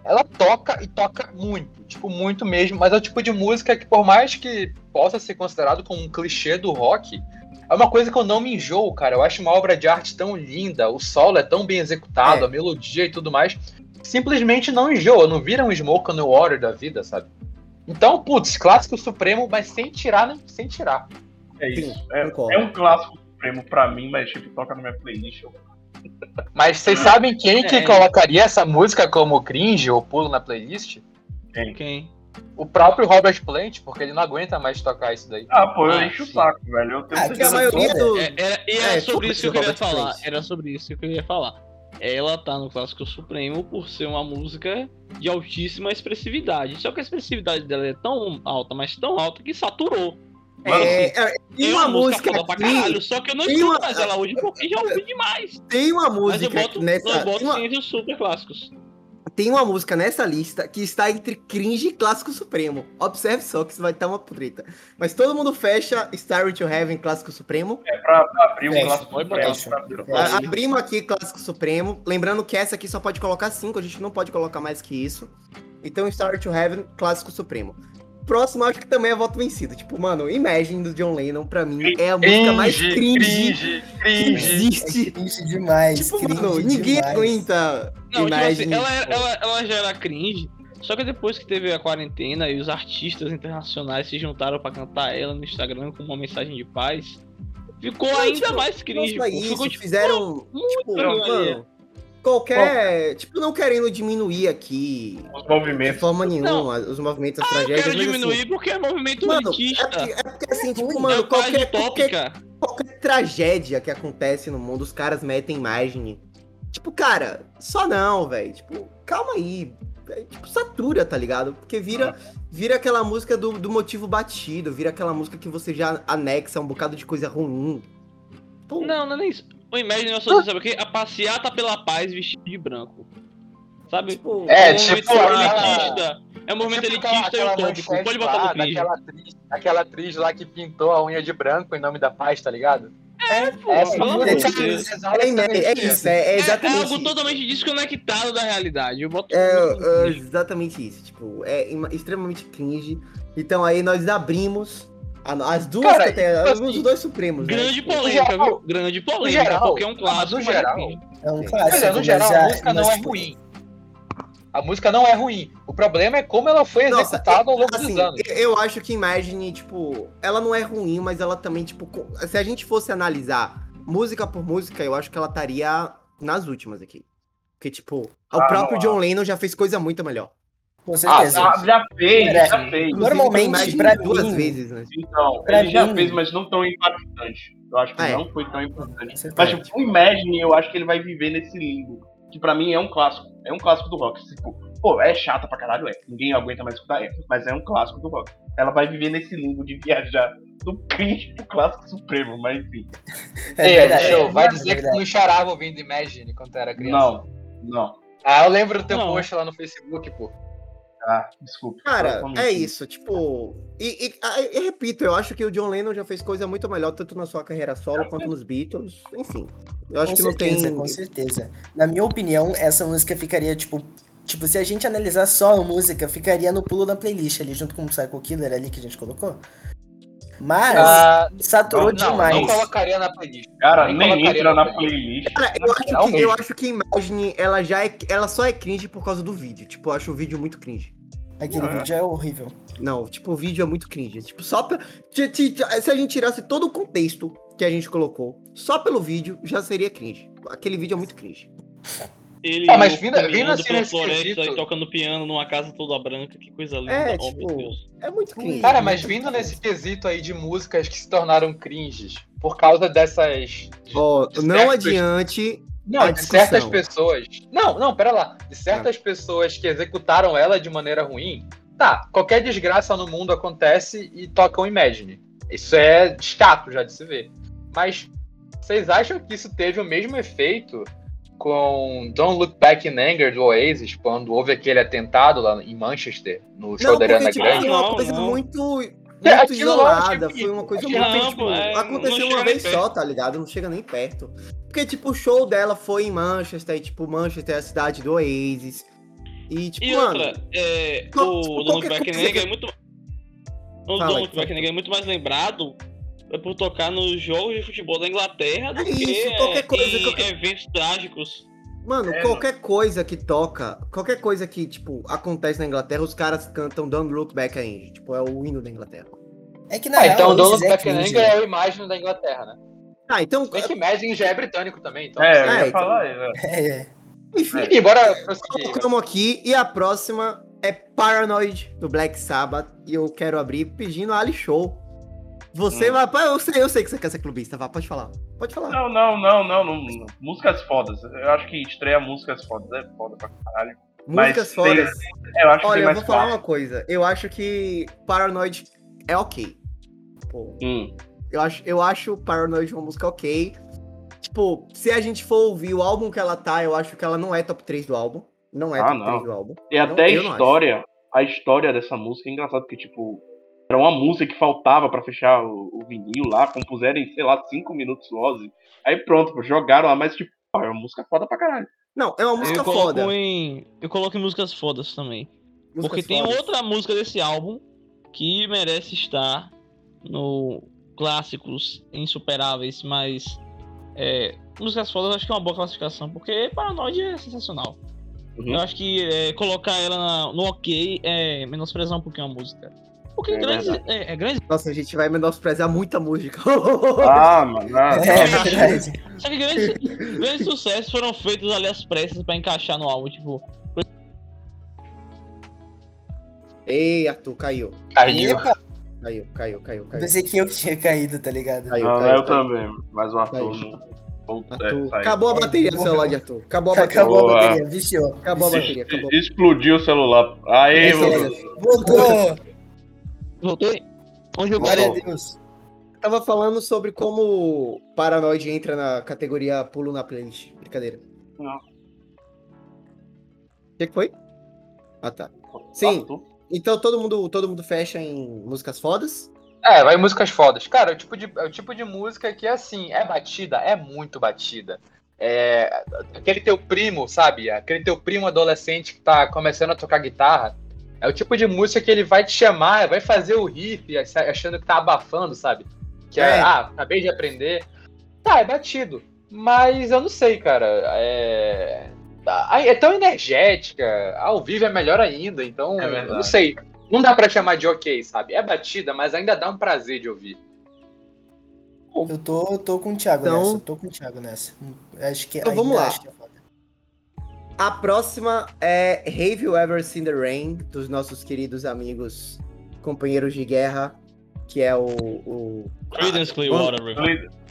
[SPEAKER 4] ela toca e toca muito, tipo, muito mesmo, mas é o tipo de música que, por mais que possa ser considerado como um clichê do rock, é uma coisa que eu não me enjoo, cara. Eu acho uma obra de arte tão linda, o solo é tão bem executado,
[SPEAKER 1] É.
[SPEAKER 4] a melodia e tudo mais, simplesmente não enjoa, não vira um Smoke on the Water da vida, sabe? Então, putz, clássico supremo, mas sem tirar, nem sem tirar.
[SPEAKER 2] é
[SPEAKER 1] Sim,
[SPEAKER 2] isso. É,
[SPEAKER 1] concordo.
[SPEAKER 2] é um clássico supremo pra mim, mas tipo, toca na minha playlist. eu-
[SPEAKER 4] Mas vocês sabem quem que
[SPEAKER 3] É.
[SPEAKER 4] colocaria essa música como cringe ou pulo na playlist?
[SPEAKER 3] Quem?
[SPEAKER 4] O próprio Robert Plant, porque ele não aguenta mais tocar isso daí.
[SPEAKER 2] Ah, pô, eu
[SPEAKER 3] Ah,
[SPEAKER 2] encho o
[SPEAKER 3] sim.
[SPEAKER 2] saco, velho. Eu tenho
[SPEAKER 5] Ah,
[SPEAKER 1] Porque a maioria
[SPEAKER 5] Toda-
[SPEAKER 1] do.
[SPEAKER 3] É, era, e era
[SPEAKER 1] É,
[SPEAKER 3] sobre isso que eu
[SPEAKER 1] tudo
[SPEAKER 3] queria
[SPEAKER 1] Robert
[SPEAKER 3] falar.
[SPEAKER 1] Plant.
[SPEAKER 3] Era sobre isso que eu queria falar. Ela tá no Clássico Supremo por ser uma música de altíssima expressividade. Só que a expressividade dela é tão alta, mas tão alta que saturou. Mano,
[SPEAKER 1] É,
[SPEAKER 3] assim,
[SPEAKER 1] é, tem uma música
[SPEAKER 3] foda pra
[SPEAKER 1] aqui,
[SPEAKER 3] caralho, só que eu não
[SPEAKER 1] tem
[SPEAKER 3] escuto
[SPEAKER 1] uma-
[SPEAKER 3] mais ela hoje porque já ouvi demais.
[SPEAKER 1] tem uma
[SPEAKER 3] Mas eu
[SPEAKER 1] música
[SPEAKER 3] boto, eu
[SPEAKER 1] nessa,
[SPEAKER 3] boto
[SPEAKER 1] tem uma-
[SPEAKER 3] sim entre os super clássicos.
[SPEAKER 1] tem uma música nessa lista que está entre cringe e clássico supremo. Observe só que isso vai estar uma treta. Mas todo mundo fecha Starry to Heaven, clássico supremo.
[SPEAKER 2] É pra pra abrir um
[SPEAKER 5] Fecha,
[SPEAKER 2] clássico
[SPEAKER 3] pode
[SPEAKER 2] supremo.
[SPEAKER 5] botar.
[SPEAKER 2] pra abrir um
[SPEAKER 1] A-
[SPEAKER 2] clássico.
[SPEAKER 1] Abrimos aqui clássico supremo, lembrando que essa aqui só pode colocar cinco, a gente não pode colocar mais que isso. Então Starry to Heaven, clássico supremo. Próximo, acho que também é voto vencido. Tipo, mano, Imagine do John Lennon, pra mim, é a música mais cringe
[SPEAKER 4] cringe,
[SPEAKER 1] que existe.
[SPEAKER 5] É cringe demais.
[SPEAKER 1] Tipo,
[SPEAKER 5] cringe
[SPEAKER 1] mano, ninguém
[SPEAKER 5] demais.
[SPEAKER 1] aguenta
[SPEAKER 3] Não, tipo
[SPEAKER 1] Imagine.
[SPEAKER 3] assim, ela, era- ela, ela já era cringe, só que depois que teve a quarentena e os artistas internacionais se juntaram pra cantar ela no Instagram com uma mensagem de paz, ficou
[SPEAKER 1] Não,
[SPEAKER 3] ainda
[SPEAKER 1] tipo,
[SPEAKER 3] mais
[SPEAKER 1] não
[SPEAKER 3] cringe.
[SPEAKER 1] só
[SPEAKER 3] pô.
[SPEAKER 1] isso,
[SPEAKER 3] ficou tipo,
[SPEAKER 1] fizeram,
[SPEAKER 3] muito
[SPEAKER 1] tipo,
[SPEAKER 3] legal. né?
[SPEAKER 1] mano, Qualquer. Tipo, não querendo diminuir aqui.
[SPEAKER 2] Os
[SPEAKER 1] De
[SPEAKER 2] movimentos.
[SPEAKER 1] forma nenhuma, os movimentos, as tragédias.
[SPEAKER 3] Ah,
[SPEAKER 1] mas
[SPEAKER 3] Quero
[SPEAKER 1] assim,
[SPEAKER 3] diminuir porque é movimento
[SPEAKER 1] Mano, é
[SPEAKER 3] elitista.
[SPEAKER 1] porque, é porque assim,
[SPEAKER 5] ruim,
[SPEAKER 1] tipo,
[SPEAKER 3] Mano,
[SPEAKER 1] mano, qualquer, qualquer, tipo-
[SPEAKER 3] tópica.
[SPEAKER 1] qualquer tragédia que acontece no mundo, os caras metem margem. Tipo, cara, só não, velho. Tipo, calma aí. É, Tipo, satura, tá ligado? Porque vira, vira aquela música do, do motivo batido, vira aquela música que você já anexa um bocado de coisa ruim. Então, Pô,
[SPEAKER 3] Não, não é nem isso. O Imagine só diz, sabe o quê? A passeata pela paz vestido de branco. Sabe?
[SPEAKER 1] tipo,
[SPEAKER 4] É,
[SPEAKER 3] um movimento
[SPEAKER 4] tipo a-
[SPEAKER 3] elitista. É um movimento
[SPEAKER 4] Tipo aquela-
[SPEAKER 3] elitista e
[SPEAKER 4] aquela
[SPEAKER 3] utópico. Pode
[SPEAKER 4] manchete
[SPEAKER 3] botar
[SPEAKER 4] lá,
[SPEAKER 3] no cringe.
[SPEAKER 4] daquela atriz, aquela atriz lá que pintou a unha de branco em nome da paz, tá ligado?
[SPEAKER 3] É, Pô,
[SPEAKER 4] Essa
[SPEAKER 3] pelo amor
[SPEAKER 4] música
[SPEAKER 3] de
[SPEAKER 1] música-
[SPEAKER 3] Deus.
[SPEAKER 1] é, é, é isso, é, é
[SPEAKER 3] É,
[SPEAKER 1] exatamente
[SPEAKER 3] é algo
[SPEAKER 1] isso.
[SPEAKER 3] totalmente desconectado da realidade. Eu boto
[SPEAKER 1] É, é exatamente isso. Tipo, é ima- extremamente cringe. Então aí nós abrimos a- as duas
[SPEAKER 4] Cara,
[SPEAKER 1] categorias,
[SPEAKER 4] tipo
[SPEAKER 1] os
[SPEAKER 4] assim,
[SPEAKER 1] dois supremos. né?
[SPEAKER 3] Grande
[SPEAKER 1] Tipo,
[SPEAKER 3] polêmica,
[SPEAKER 4] geral-
[SPEAKER 3] viu? Grande polêmica,
[SPEAKER 4] geral-
[SPEAKER 3] porque é um clássico.
[SPEAKER 4] no
[SPEAKER 3] mas
[SPEAKER 4] geral-
[SPEAKER 3] enfim.
[SPEAKER 5] É um
[SPEAKER 4] Pois
[SPEAKER 5] clássico.
[SPEAKER 4] é, no geral,
[SPEAKER 5] mas já-
[SPEAKER 4] a música
[SPEAKER 5] mas,
[SPEAKER 4] não é
[SPEAKER 5] tipo,
[SPEAKER 4] ruim. A música não é ruim. O problema é como ela foi
[SPEAKER 1] Nossa,
[SPEAKER 4] executada ao longo
[SPEAKER 1] Assim,
[SPEAKER 4] dos anos.
[SPEAKER 1] eu- eu acho que Imagine, tipo, ela não é ruim, mas ela também, tipo, co- se a gente fosse analisar música por música, eu acho que ela estaria nas últimas aqui. Porque, tipo, o
[SPEAKER 2] Ah,
[SPEAKER 1] próprio
[SPEAKER 2] não,
[SPEAKER 1] John Lennon já fez coisa muito melhor.
[SPEAKER 5] Com
[SPEAKER 4] Ah,
[SPEAKER 5] certeza.
[SPEAKER 2] Ah, já fez, já
[SPEAKER 5] Merece.
[SPEAKER 2] fez.
[SPEAKER 1] Inclusive,
[SPEAKER 5] Normalmente,
[SPEAKER 1] Imagine
[SPEAKER 5] pra
[SPEAKER 1] duas
[SPEAKER 5] mim-
[SPEAKER 1] vezes, né?
[SPEAKER 2] Então,
[SPEAKER 5] Pra
[SPEAKER 2] ele já
[SPEAKER 5] mim-
[SPEAKER 2] fez, mas não tão impactante. Eu acho que
[SPEAKER 1] É.
[SPEAKER 2] não foi tão impactante.
[SPEAKER 5] Você
[SPEAKER 2] Mas
[SPEAKER 6] É.
[SPEAKER 5] tá-
[SPEAKER 2] tipo, o Imagine, eu acho que ele vai viver nesse limbo. Que pra mim é um clássico. É um clássico do rock. Tipo, pô, é chata pra caralho, é. Ninguém aguenta mais escutar ela. Mas é um clássico do rock. Ela vai viver nesse limbo de viajar do cringe pro clássico supremo, mas enfim.
[SPEAKER 5] é
[SPEAKER 4] Ei,
[SPEAKER 5] verdade,
[SPEAKER 4] show, vai
[SPEAKER 5] é
[SPEAKER 4] dizer que tu
[SPEAKER 5] verdade.
[SPEAKER 4] não chorava ouvindo Imagine quando tu era criança.
[SPEAKER 2] Não, não.
[SPEAKER 4] Ah, eu lembro do teu
[SPEAKER 3] Não.
[SPEAKER 4] post lá no Facebook, pô.
[SPEAKER 2] Ah, desculpa.
[SPEAKER 1] Cara,
[SPEAKER 2] Só um
[SPEAKER 1] é
[SPEAKER 2] minutinho.
[SPEAKER 1] isso, tipo. E, e- a- e repito, eu acho que o John Lennon já fez coisa muito melhor, tanto na sua carreira solo quanto nos Beatles. Enfim. Eu acho
[SPEAKER 5] com
[SPEAKER 1] que
[SPEAKER 5] certeza,
[SPEAKER 1] não
[SPEAKER 5] com
[SPEAKER 1] tem.
[SPEAKER 5] certeza. Na minha opinião, essa música ficaria, tipo. Tipo, se a gente analisar só a música, ficaria no pulo da playlist ali, junto com o Psycho Killer ali que a gente colocou.
[SPEAKER 6] É,
[SPEAKER 5] Mas
[SPEAKER 4] Ah,
[SPEAKER 5] saturou
[SPEAKER 4] não,
[SPEAKER 5] demais.
[SPEAKER 4] não colocaria na playlist.
[SPEAKER 2] Cara,
[SPEAKER 4] Nem
[SPEAKER 2] nem
[SPEAKER 4] colocaria
[SPEAKER 2] entra
[SPEAKER 4] na
[SPEAKER 2] na playlist.
[SPEAKER 1] Cara, eu acho, que,
[SPEAKER 4] Realmente.
[SPEAKER 1] eu acho que Imagine, ela já é. Ela só é cringe por causa do vídeo. Tipo, eu acho o vídeo muito cringe.
[SPEAKER 5] Aquele vídeo é horrível.
[SPEAKER 1] Não, tipo, o vídeo é muito cringe. Tipo, só pe- ti- ti- ti- Se a gente tirasse todo o contexto que a gente colocou, só pelo vídeo, já seria cringe. Aquele vídeo é muito cringe.
[SPEAKER 3] Ele
[SPEAKER 4] Ah, mas vindo-
[SPEAKER 3] caminhando
[SPEAKER 4] vindo assim
[SPEAKER 3] pela
[SPEAKER 4] nesse
[SPEAKER 3] floresta
[SPEAKER 4] quesito-
[SPEAKER 3] e tocando piano numa casa toda branca, que coisa linda,
[SPEAKER 1] É,
[SPEAKER 3] oh
[SPEAKER 1] tipo,
[SPEAKER 3] meu Deus.
[SPEAKER 1] É muito cringe.
[SPEAKER 4] Cara, mas vindo nesse quesito aí de músicas que se tornaram cringes por causa dessas. de-
[SPEAKER 1] Ó,
[SPEAKER 4] de
[SPEAKER 1] não
[SPEAKER 4] certas-
[SPEAKER 1] adiante a
[SPEAKER 4] Não, de certas
[SPEAKER 1] discussão. É.
[SPEAKER 4] pessoas. Não, não, pera lá. De certas pessoas que executaram ela de maneira ruim. Tá, qualquer desgraça no mundo acontece e tocam Imagine. Isso é chato já de se ver. Mas vocês acham que isso teve o mesmo efeito com Don't Look Back in Anger do Oasis, quando houve aquele atentado lá em Manchester, no show
[SPEAKER 1] Não,
[SPEAKER 4] da Ariana
[SPEAKER 1] porque, tipo,
[SPEAKER 4] é Grande?
[SPEAKER 1] foi uma
[SPEAKER 3] Não,
[SPEAKER 1] coisa
[SPEAKER 3] não.
[SPEAKER 1] muito, muito
[SPEAKER 4] É, aquilo lá,
[SPEAKER 1] isolada,
[SPEAKER 4] tipo,
[SPEAKER 1] foi uma coisa
[SPEAKER 4] aquilo
[SPEAKER 1] muito,
[SPEAKER 3] lá,
[SPEAKER 1] tipo,
[SPEAKER 3] pô, é, não
[SPEAKER 1] aconteceu
[SPEAKER 3] chega
[SPEAKER 1] uma
[SPEAKER 3] nem
[SPEAKER 1] vez
[SPEAKER 3] perto.
[SPEAKER 1] só, tá ligado? Não chega nem perto. Porque, tipo, o show dela foi em Manchester, e, tipo, Manchester é a cidade do Oasis. E, tipo,
[SPEAKER 3] E
[SPEAKER 1] mano,
[SPEAKER 3] outra, é,
[SPEAKER 1] não,
[SPEAKER 3] o
[SPEAKER 1] tipo,
[SPEAKER 3] Donald
[SPEAKER 1] qualquer
[SPEAKER 3] Beckenegger
[SPEAKER 1] coisa-
[SPEAKER 3] é muito. O
[SPEAKER 1] Fala,
[SPEAKER 3] Donald
[SPEAKER 1] Hector.
[SPEAKER 3] Beckenegger é muito mais lembrado é por tocar nos jogos de futebol da Inglaterra do
[SPEAKER 1] É
[SPEAKER 3] que
[SPEAKER 1] isso, qualquer coisa,
[SPEAKER 3] em
[SPEAKER 1] qualquer-
[SPEAKER 3] eventos trágicos.
[SPEAKER 1] mano,
[SPEAKER 2] É,
[SPEAKER 1] qualquer coisa que toca, qualquer coisa que, tipo, acontece na Inglaterra, os caras cantam Don't Look Back at Angie. Tipo, é o hino da Inglaterra.
[SPEAKER 5] É que na
[SPEAKER 4] Ah,
[SPEAKER 5] real,
[SPEAKER 4] então
[SPEAKER 5] esses
[SPEAKER 4] Donald
[SPEAKER 5] é
[SPEAKER 4] Duck
[SPEAKER 5] cringe,
[SPEAKER 4] Anger é o Imagine da Inglaterra, né?
[SPEAKER 1] Ah, então,
[SPEAKER 4] Bem que Imagine já é britânico também, então.
[SPEAKER 2] É, eu
[SPEAKER 1] É,
[SPEAKER 2] ia
[SPEAKER 1] então.
[SPEAKER 2] falar isso. é.
[SPEAKER 5] né? É.
[SPEAKER 1] enfim,
[SPEAKER 4] Enfim, bora prosseguir.
[SPEAKER 1] Colocamos Então, aqui e a próxima é Paranoid do Black Sabbath e eu quero abrir pedindo a Ali Show. Você
[SPEAKER 2] Hum.
[SPEAKER 1] vai, pá, eu sei, eu sei que você quer ser clubista, vá, pode falar. Pode falar.
[SPEAKER 2] Não, não, não, não, não. Músicas fodas. Eu acho que estreia músicas fodas. É foda pra caralho. Mas
[SPEAKER 1] Músicas
[SPEAKER 2] tem-
[SPEAKER 1] fodas.
[SPEAKER 2] É, eu acho que
[SPEAKER 1] Olha,
[SPEAKER 2] tem
[SPEAKER 1] eu
[SPEAKER 2] mais
[SPEAKER 1] vou falar
[SPEAKER 2] fácil.
[SPEAKER 1] uma coisa. Eu acho que Paranoid é ok. Pô,
[SPEAKER 2] Hum.
[SPEAKER 1] eu acho, eu acho Paranoid uma música ok. Tipo, se a gente for ouvir o álbum que ela tá, eu acho que ela não é top 3 do álbum. Não é
[SPEAKER 2] Ah,
[SPEAKER 1] top
[SPEAKER 2] não.
[SPEAKER 1] 3 do álbum.
[SPEAKER 2] E
[SPEAKER 1] Não,
[SPEAKER 2] até a
[SPEAKER 1] eu não acho.
[SPEAKER 2] história, a história dessa música é engraçado porque, tipo, era uma música que faltava pra fechar o, o vinil lá, compuseram em, sei lá, cinco minutos Ozzy. Aí pronto, pô, jogaram lá, mas tipo, pô, é uma música foda pra caralho.
[SPEAKER 1] Não, é uma
[SPEAKER 3] Eu
[SPEAKER 1] música
[SPEAKER 3] coloco, um
[SPEAKER 1] foda.
[SPEAKER 3] em, eu coloco em músicas fodas também.
[SPEAKER 1] Músicas
[SPEAKER 3] porque tem
[SPEAKER 1] fodas.
[SPEAKER 3] outra música desse álbum que merece estar no clássicos insuperáveis, mas é, músicas fodas eu acho que é uma boa classificação, porque Paranoid é sensacional.
[SPEAKER 2] Uhum.
[SPEAKER 3] Eu acho que é, colocar ela na- no ok é menosprezar um pouquinho a música. Porque
[SPEAKER 2] É
[SPEAKER 3] grandes,
[SPEAKER 2] verdade.
[SPEAKER 3] é, é, grandes.
[SPEAKER 1] Nossa, a gente vai menosprezar muita música.
[SPEAKER 2] Ah, mano. ah,
[SPEAKER 5] É,
[SPEAKER 2] tá.
[SPEAKER 5] verdade.
[SPEAKER 3] Só que grandes, grandes sucessos foram feitos ali às pressas pra encaixar no álbum. Tipo,
[SPEAKER 1] Ei, Arthur, caiu. É.
[SPEAKER 4] Caiu.
[SPEAKER 5] Epa,
[SPEAKER 1] Caiu, caiu, caiu, caiu.
[SPEAKER 5] pensei que eu que tinha caído, tá ligado?
[SPEAKER 1] Caiu,
[SPEAKER 2] Não,
[SPEAKER 1] caiu,
[SPEAKER 2] Ah, eu também. Mas o Arthur.
[SPEAKER 1] Caiu.
[SPEAKER 2] não- É,
[SPEAKER 1] Tá Arthur,
[SPEAKER 2] saiu.
[SPEAKER 1] acabou a bateria do celular de Arthur. Acabou a bateria.
[SPEAKER 5] Acabou
[SPEAKER 2] Boa.
[SPEAKER 5] a bateria, viciou.
[SPEAKER 1] Acabou a
[SPEAKER 5] viciou.
[SPEAKER 1] bateria. Acabou.
[SPEAKER 2] Explodiu o celular. Aê,
[SPEAKER 1] Esse é
[SPEAKER 2] mano.
[SPEAKER 5] Voltou!
[SPEAKER 3] voltei. Onde é eu
[SPEAKER 5] Glória a
[SPEAKER 3] parei?
[SPEAKER 5] Deus.
[SPEAKER 1] Eu tava falando sobre como Paranoid entra na categoria pulo na playlist. Brincadeira.
[SPEAKER 2] Não.
[SPEAKER 1] O que que foi? Ah, tá. Sim.
[SPEAKER 2] Arthur.
[SPEAKER 1] Então todo mundo, todo mundo fecha em músicas fodas.
[SPEAKER 4] É, vai músicas fodas. Cara, é o tipo de, é o tipo de música que, assim, é batida, é muito batida. É, aquele teu primo, sabe? Aquele teu primo adolescente que tá começando a tocar guitarra. É o tipo de música que ele vai te chamar, vai fazer o riff, ach- achando que tá abafando, sabe? Que é,
[SPEAKER 1] É.
[SPEAKER 4] ah, acabei de aprender. Tá, é batido. Mas eu não sei, cara. É, a- é tão energética. Ao vivo é melhor ainda, então.
[SPEAKER 2] É
[SPEAKER 4] eu não
[SPEAKER 2] verdade.
[SPEAKER 4] sei. Não dá pra chamar de ok, sabe? É batida, mas ainda dá um prazer de ouvir.
[SPEAKER 5] Eu tô, eu tô com o Thiago
[SPEAKER 1] Então-
[SPEAKER 5] nessa, eu tô com o Thiago nessa. Acho que
[SPEAKER 1] Então,
[SPEAKER 5] ainda
[SPEAKER 1] vamos lá.
[SPEAKER 5] acho que é foda.
[SPEAKER 1] A próxima é Have You Ever Seen the Rain, dos nossos queridos amigos, companheiros de guerra, que é o. o...
[SPEAKER 3] Creedence Clearwater Revival.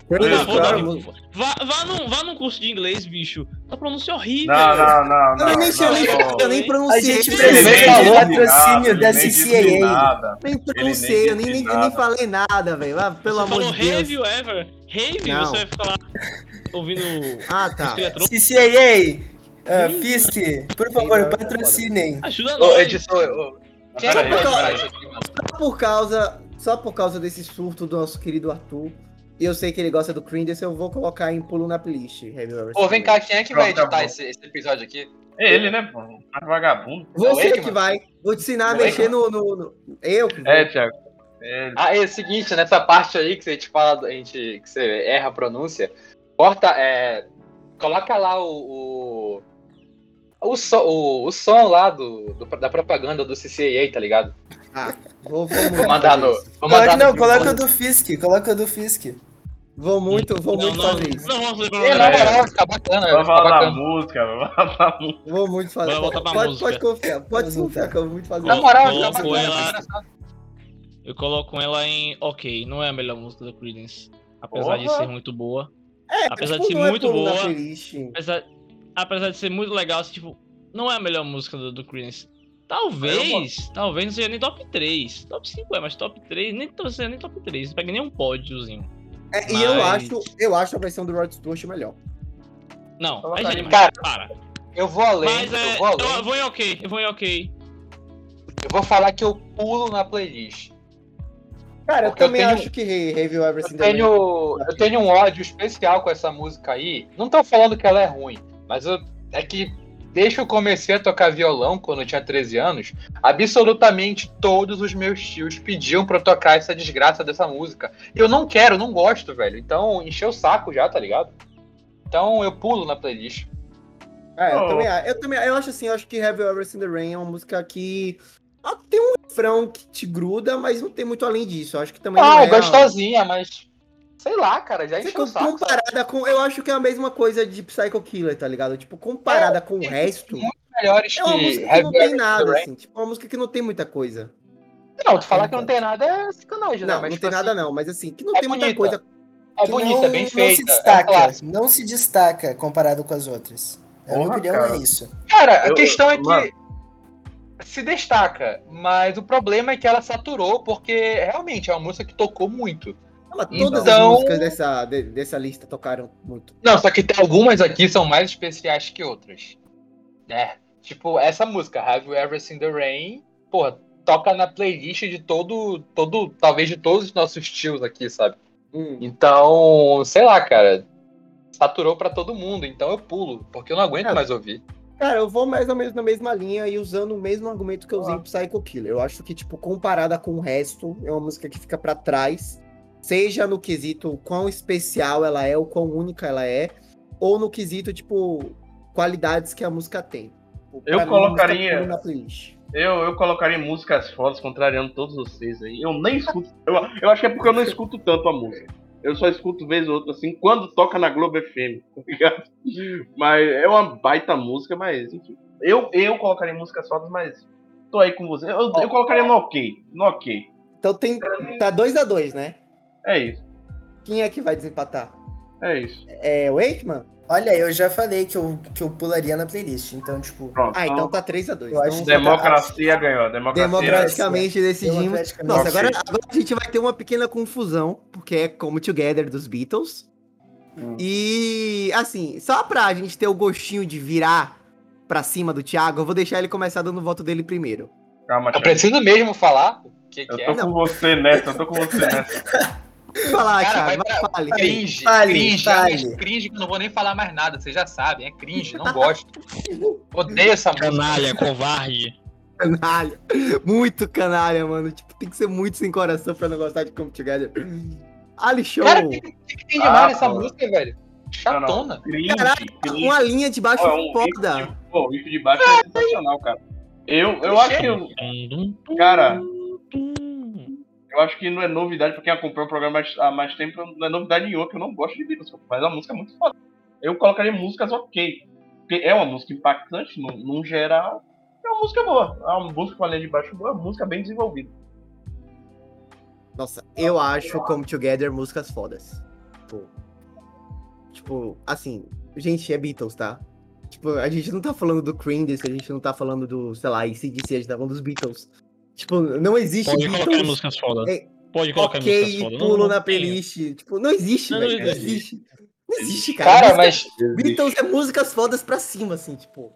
[SPEAKER 1] Creedence
[SPEAKER 3] vou dar-
[SPEAKER 1] Clearwater-
[SPEAKER 3] Vá, vá, num, vá num curso de inglês, bicho. A pronúncia é horrível.
[SPEAKER 2] Não, não, não.
[SPEAKER 1] Eu nem mencionei,
[SPEAKER 3] não, não.
[SPEAKER 1] eu nem
[SPEAKER 5] A
[SPEAKER 1] pronunciei. tipo,
[SPEAKER 5] gente
[SPEAKER 1] esse
[SPEAKER 5] precisa
[SPEAKER 1] nome.
[SPEAKER 5] de patrocínio da
[SPEAKER 2] CCA.
[SPEAKER 5] CCAA.
[SPEAKER 1] Nem
[SPEAKER 2] nem
[SPEAKER 1] pronunciei, eu nem,
[SPEAKER 2] disse
[SPEAKER 1] nem, nem
[SPEAKER 2] nada.
[SPEAKER 1] falei nada, velho. Ah, Pelo
[SPEAKER 3] Você
[SPEAKER 1] amor
[SPEAKER 3] falou
[SPEAKER 1] de Deus.
[SPEAKER 3] have you ever? Have,
[SPEAKER 1] Não.
[SPEAKER 3] você vai ficar lá ouvindo
[SPEAKER 1] Ah, tá.
[SPEAKER 3] música eletrônica.
[SPEAKER 5] CCAA, ah,
[SPEAKER 3] Ih.
[SPEAKER 5] Fisk, por
[SPEAKER 1] Ih,
[SPEAKER 5] favor,
[SPEAKER 1] não,
[SPEAKER 5] patrocinem.
[SPEAKER 3] Ajuda
[SPEAKER 4] Ô,
[SPEAKER 3] nós.
[SPEAKER 4] edição, ô, quem é que
[SPEAKER 2] Peraí,
[SPEAKER 4] pode
[SPEAKER 1] peraí.
[SPEAKER 4] falar isso aqui, mano?
[SPEAKER 1] Só por causa, só por causa desse surto do nosso querido Arthur, e eu sei que ele gosta do Creedence, eu vou colocar em pulo na playlist. Have You Ever
[SPEAKER 4] Pô,
[SPEAKER 1] Seen
[SPEAKER 4] vem
[SPEAKER 1] the
[SPEAKER 4] cá, quem é que vai
[SPEAKER 2] Pronto, tá
[SPEAKER 4] editar
[SPEAKER 2] bom.
[SPEAKER 4] esse, esse episódio aqui?
[SPEAKER 2] É ele, né, pô? Mais vagabundo.
[SPEAKER 1] Você
[SPEAKER 4] É o
[SPEAKER 1] que
[SPEAKER 4] Ekman?
[SPEAKER 1] vai. Vou te ensinar a
[SPEAKER 4] É o
[SPEAKER 1] mexer no, no, no- Eu que vou.
[SPEAKER 2] É, Thiago. É,
[SPEAKER 4] Ah, é o seguinte, nessa parte aí que a gente fala, a gente, que você erra a pronúncia, corta, é, coloca lá o, o, o, so- o, o som lá do, do- da propaganda do CCAA, tá ligado?
[SPEAKER 1] Ah, vou, vou muito
[SPEAKER 4] Vou mandar no...
[SPEAKER 1] fazer isso.
[SPEAKER 4] Vou mandar
[SPEAKER 5] Coloca- não,
[SPEAKER 4] no-
[SPEAKER 5] coloca o do Fisk, coloca o do Fisk.
[SPEAKER 1] Vou muito, vou
[SPEAKER 3] Não,
[SPEAKER 1] muito
[SPEAKER 3] não,
[SPEAKER 1] fazer isso.
[SPEAKER 3] não vamos fazer
[SPEAKER 4] É, na
[SPEAKER 3] problema.
[SPEAKER 4] moral, fica bacana,
[SPEAKER 2] vai
[SPEAKER 4] fica
[SPEAKER 2] falar da
[SPEAKER 4] bacana.
[SPEAKER 2] música, vai falar da música.
[SPEAKER 1] Vou muito fazer.
[SPEAKER 3] Vai voltar pra
[SPEAKER 1] Pode,
[SPEAKER 3] música.
[SPEAKER 1] pode confiar, pode
[SPEAKER 5] Vamos
[SPEAKER 1] confiar
[SPEAKER 5] voltar.
[SPEAKER 1] que eu vou muito fazer
[SPEAKER 4] Na
[SPEAKER 1] isso.
[SPEAKER 4] moral, fica
[SPEAKER 3] Vamos com
[SPEAKER 4] bacana.
[SPEAKER 3] ela.
[SPEAKER 4] olha só.
[SPEAKER 3] Eu coloco ela em ok, não é a melhor música do Creedence. Apesar de
[SPEAKER 2] Porra.
[SPEAKER 3] ser muito boa.
[SPEAKER 1] É,
[SPEAKER 3] Apesar
[SPEAKER 1] tipo,
[SPEAKER 3] de ser
[SPEAKER 1] não é
[SPEAKER 3] muito
[SPEAKER 1] pulo na
[SPEAKER 3] boa.
[SPEAKER 1] playlist.
[SPEAKER 3] Apesar, apesar de ser muito legal, assim, tipo, não é a melhor música do, do Creedence. Talvez, talvez não seja nem top 3. Top 5 é, mas top 3, nem, talvez seja nem top 3. Não pega nem um pódiozinho.
[SPEAKER 1] É, E eu
[SPEAKER 3] Mas-
[SPEAKER 1] acho, eu acho a versão do Rod Stewart melhor.
[SPEAKER 3] Não, aí
[SPEAKER 4] Colocaria.
[SPEAKER 3] já é demais.
[SPEAKER 4] Cara,
[SPEAKER 3] para.
[SPEAKER 4] Eu vou além,
[SPEAKER 3] Mas é,
[SPEAKER 4] eu vou além.
[SPEAKER 3] eu vou em ok, eu vou em ok.
[SPEAKER 4] Eu vou falar que eu pulo na playlist.
[SPEAKER 1] Cara, eu
[SPEAKER 4] Porque eu
[SPEAKER 1] também
[SPEAKER 4] tenho-
[SPEAKER 1] acho que Re- Have You Ever
[SPEAKER 4] Eu
[SPEAKER 1] Seen the Rain.
[SPEAKER 4] tenho, eu tenho um ódio especial com essa música aí. Não tô falando que ela é ruim, mas eu- é que desde que eu comecei a tocar violão quando eu tinha 13 anos, absolutamente todos os meus tios pediam pra eu tocar essa desgraça dessa música. E eu não quero, não gosto, velho. Então encheu o saco já, tá ligado? Então eu pulo na playlist.
[SPEAKER 1] É, eu,
[SPEAKER 2] Oh.
[SPEAKER 1] também, eu também eu acho assim, eu acho que Have You Ever Seen the Rain é uma música que ah, tem um refrão que te gruda, mas não tem muito além disso. Eu acho que também não
[SPEAKER 4] Ah,
[SPEAKER 1] é a-
[SPEAKER 4] gostosinha, mas sei lá, cara, já
[SPEAKER 1] Você
[SPEAKER 4] encheu o
[SPEAKER 1] com-
[SPEAKER 4] saco.
[SPEAKER 1] comparada com. Eu acho que é a mesma coisa de Psycho Killer, tá ligado? Tipo, comparada
[SPEAKER 3] É,
[SPEAKER 1] com o resto,
[SPEAKER 4] Melhores
[SPEAKER 1] é uma
[SPEAKER 4] que
[SPEAKER 1] música que não
[SPEAKER 4] Tipo, Heavy
[SPEAKER 1] tem
[SPEAKER 4] Rain.
[SPEAKER 1] nada, assim. Tipo, uma música que não tem muita coisa.
[SPEAKER 4] Não, tu falar que não tem nada é sacanagem, né?
[SPEAKER 1] Não, não
[SPEAKER 4] Mas,
[SPEAKER 1] tem
[SPEAKER 4] tipo assim,
[SPEAKER 1] nada, não, mas assim, que não
[SPEAKER 4] é
[SPEAKER 1] tem muita
[SPEAKER 4] bonita.
[SPEAKER 1] coisa.
[SPEAKER 4] É
[SPEAKER 5] que
[SPEAKER 4] bonita,
[SPEAKER 5] não-
[SPEAKER 4] bem
[SPEAKER 5] Não
[SPEAKER 4] feita.
[SPEAKER 5] se
[SPEAKER 4] é um
[SPEAKER 5] destaca,
[SPEAKER 4] clássico.
[SPEAKER 5] não se destaca comparado com as outras. Na minha
[SPEAKER 2] Porra,
[SPEAKER 5] opinião
[SPEAKER 2] cara.
[SPEAKER 5] é isso.
[SPEAKER 4] Cara, a
[SPEAKER 2] Eu-
[SPEAKER 4] questão é que
[SPEAKER 2] mano.
[SPEAKER 4] se destaca, mas o problema é que ela saturou, porque realmente é uma música que tocou muito.
[SPEAKER 1] Ela- Todas
[SPEAKER 4] Então-
[SPEAKER 1] as músicas dessa, de- dessa lista tocaram muito.
[SPEAKER 4] Não, só que tem algumas aqui que são mais especiais que outras. Né? Tipo, essa música, Have You Ever Seen the Rain, porra, toca na playlist de todo, todo, talvez de todos os nossos tios aqui, sabe?
[SPEAKER 1] Hum.
[SPEAKER 4] Então, sei lá, cara. Saturou pra todo mundo, então eu pulo, porque eu não aguento
[SPEAKER 1] É.
[SPEAKER 4] mais ouvir.
[SPEAKER 1] Cara, eu vou mais ou menos na mesma linha e usando o mesmo argumento que eu usei em Psycho Killer. Eu acho que, tipo, comparada com o resto, é uma música que fica pra trás, seja no quesito quão especial ela é, ou quão única ela é, ou no quesito, tipo, qualidades que a música tem. Tipo, pra mim,
[SPEAKER 2] Eu
[SPEAKER 1] a música
[SPEAKER 2] colocaria-
[SPEAKER 1] pula na playlist.
[SPEAKER 2] Eu, eu colocaria músicas fodas, contrariando todos vocês aí. Eu nem escuto. Eu, eu acho que é porque eu não escuto tanto a música. Eu só escuto vez ou outra, assim, quando toca na Globo FM, tá ligado? Mas é uma baita música, mas enfim. Eu, eu colocaria músicas fodas, mas tô aí com você. Eu, eu colocaria no ok. No ok.
[SPEAKER 1] Então tem, tá 2 a 2 né?
[SPEAKER 2] É isso.
[SPEAKER 1] Quem é que vai desempatar?
[SPEAKER 2] É isso.
[SPEAKER 1] É o Aikman?
[SPEAKER 5] Olha, eu já falei que eu, que eu pularia na playlist, então, tipo,
[SPEAKER 2] Pronto.
[SPEAKER 1] Ah, então tá 3 a 2
[SPEAKER 5] Eu acho que-
[SPEAKER 2] Democracia ganhou. Democracia.
[SPEAKER 1] Democraticamente decidimos.
[SPEAKER 5] democraticamente.
[SPEAKER 1] Nossa, agora, agora a gente vai ter uma pequena confusão, porque é Come Together dos Beatles.
[SPEAKER 2] Hum.
[SPEAKER 1] E, assim, só pra gente ter o gostinho de virar pra cima do Thiago, eu vou deixar ele começar dando o voto dele primeiro.
[SPEAKER 2] Calma,
[SPEAKER 4] Eu
[SPEAKER 2] Thiago.
[SPEAKER 4] preciso mesmo falar o que,
[SPEAKER 2] Eu
[SPEAKER 4] que
[SPEAKER 2] tô
[SPEAKER 4] é.
[SPEAKER 2] com você nessa, eu tô com você nessa.
[SPEAKER 1] Vai lá,
[SPEAKER 4] Cara,
[SPEAKER 1] Thiago,
[SPEAKER 4] vai um
[SPEAKER 1] vai, fale.
[SPEAKER 4] Cringe,
[SPEAKER 5] Fale,
[SPEAKER 4] cringe,
[SPEAKER 5] fale.
[SPEAKER 4] realmente cringe, que eu não vou nem falar mais nada, vocês já sabem, é cringe, não gosto. Odeio essa música.
[SPEAKER 3] Canalha, covarde.
[SPEAKER 1] Canalha. Muito canalha, mano. Tipo, tem que ser muito sem coração pra não gostar de Come Together. Ali Show.
[SPEAKER 4] Cara, o que, o que que tem de
[SPEAKER 2] Ah,
[SPEAKER 4] mal nessa
[SPEAKER 2] pô.
[SPEAKER 4] música, velho?
[SPEAKER 2] Não,
[SPEAKER 4] Chatona.
[SPEAKER 2] não. Cringe,
[SPEAKER 1] Caralho,
[SPEAKER 2] cringe.
[SPEAKER 1] Uma linha de baixo
[SPEAKER 2] um Ó, um
[SPEAKER 1] foda.
[SPEAKER 2] riff de- Pô, o riff de baixo é sensacional, cara. Eu, eu acho que eu, Cara. eu acho que não é novidade pra quem acompanha o programa mais- há mais tempo, não é novidade nenhuma, que eu não gosto de Beatles, mas a música é muito foda. Eu colocaria músicas ok. Porque é uma música impactante, num, num geral. É uma música boa. É uma música com a linha de baixo boa, é uma música bem desenvolvida.
[SPEAKER 1] Nossa, eu acho Come Together músicas fodas. Tipo, tipo, assim, gente, é Beatles, tá? Tipo, a gente não tá falando do Creedence, a gente não tá falando do, sei lá, ICDC, a gente tá falando dos Beatles. Tipo, não existe
[SPEAKER 3] Pode colocar
[SPEAKER 1] Beatles,
[SPEAKER 3] músicas fodas.
[SPEAKER 1] É,
[SPEAKER 3] Pode colocar
[SPEAKER 1] ok,
[SPEAKER 3] músicas fodas.
[SPEAKER 1] e
[SPEAKER 3] Não,
[SPEAKER 1] pulo
[SPEAKER 3] não
[SPEAKER 1] na
[SPEAKER 3] tem.
[SPEAKER 1] playlist. Tipo, não existe,
[SPEAKER 3] Não,
[SPEAKER 1] velho,
[SPEAKER 3] não
[SPEAKER 1] não,
[SPEAKER 3] existe.
[SPEAKER 1] existe. Não existe, cara.
[SPEAKER 4] Cara,
[SPEAKER 1] Música-
[SPEAKER 4] mas
[SPEAKER 1] Beatles é músicas fodas pra cima, assim, tipo.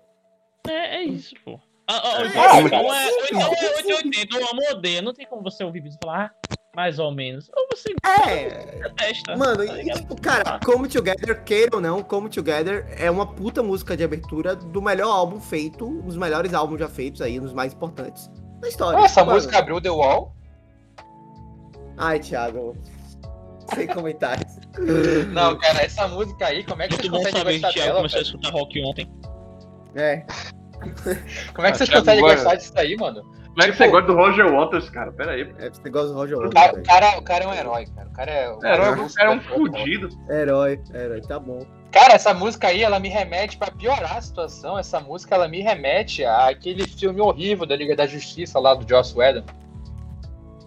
[SPEAKER 3] É, é isso, pô. Ah, ah, ou
[SPEAKER 1] Ah,
[SPEAKER 3] então, ou é,
[SPEAKER 1] cara.
[SPEAKER 3] ou então é 880, ou amor odeia. Não tem como você ouvir isso e falar, ah, mais ou menos. Ou você
[SPEAKER 1] É,
[SPEAKER 3] testa.
[SPEAKER 1] Mano,
[SPEAKER 3] tá
[SPEAKER 1] e,
[SPEAKER 3] ligado?
[SPEAKER 1] tipo, cara, Come Together, queira ou não, Come Together é uma puta música de abertura do melhor álbum feito, um dos melhores álbuns já feitos aí, um dos mais importantes da história.
[SPEAKER 4] essa
[SPEAKER 1] Mano,
[SPEAKER 4] música abriu The Wall.
[SPEAKER 1] Ai, Thiago. Sem comentários.
[SPEAKER 4] Não, cara, essa música aí, como é que
[SPEAKER 3] Muito
[SPEAKER 4] vocês
[SPEAKER 3] bom
[SPEAKER 4] conseguem
[SPEAKER 3] saber que o
[SPEAKER 4] gostar
[SPEAKER 3] Thiago
[SPEAKER 4] dela?
[SPEAKER 3] começou a
[SPEAKER 4] velho?
[SPEAKER 3] escutar rock ontem.
[SPEAKER 1] É.
[SPEAKER 4] Como é que vocês
[SPEAKER 2] Ah, Thiago,
[SPEAKER 4] conseguem
[SPEAKER 2] bora.
[SPEAKER 4] gostar disso aí, mano?
[SPEAKER 2] Como é que
[SPEAKER 4] Tipo-
[SPEAKER 2] você gosta do Roger Waters, cara? Pera aí.
[SPEAKER 1] É esse negócio do Roger
[SPEAKER 4] O
[SPEAKER 1] Waters.
[SPEAKER 4] cara, o
[SPEAKER 1] velho.
[SPEAKER 4] cara- o cara é um herói, cara. O cara é, o cara
[SPEAKER 2] Era,
[SPEAKER 4] é
[SPEAKER 2] um- era um
[SPEAKER 4] músico, cara.
[SPEAKER 2] fudido.
[SPEAKER 1] Herói, herói, tá bom.
[SPEAKER 4] Cara, essa música aí, ela me remete pra piorar a situação. Essa música, ela me remete àquele filme horrível da Liga da Justiça lá do Joss Whedon.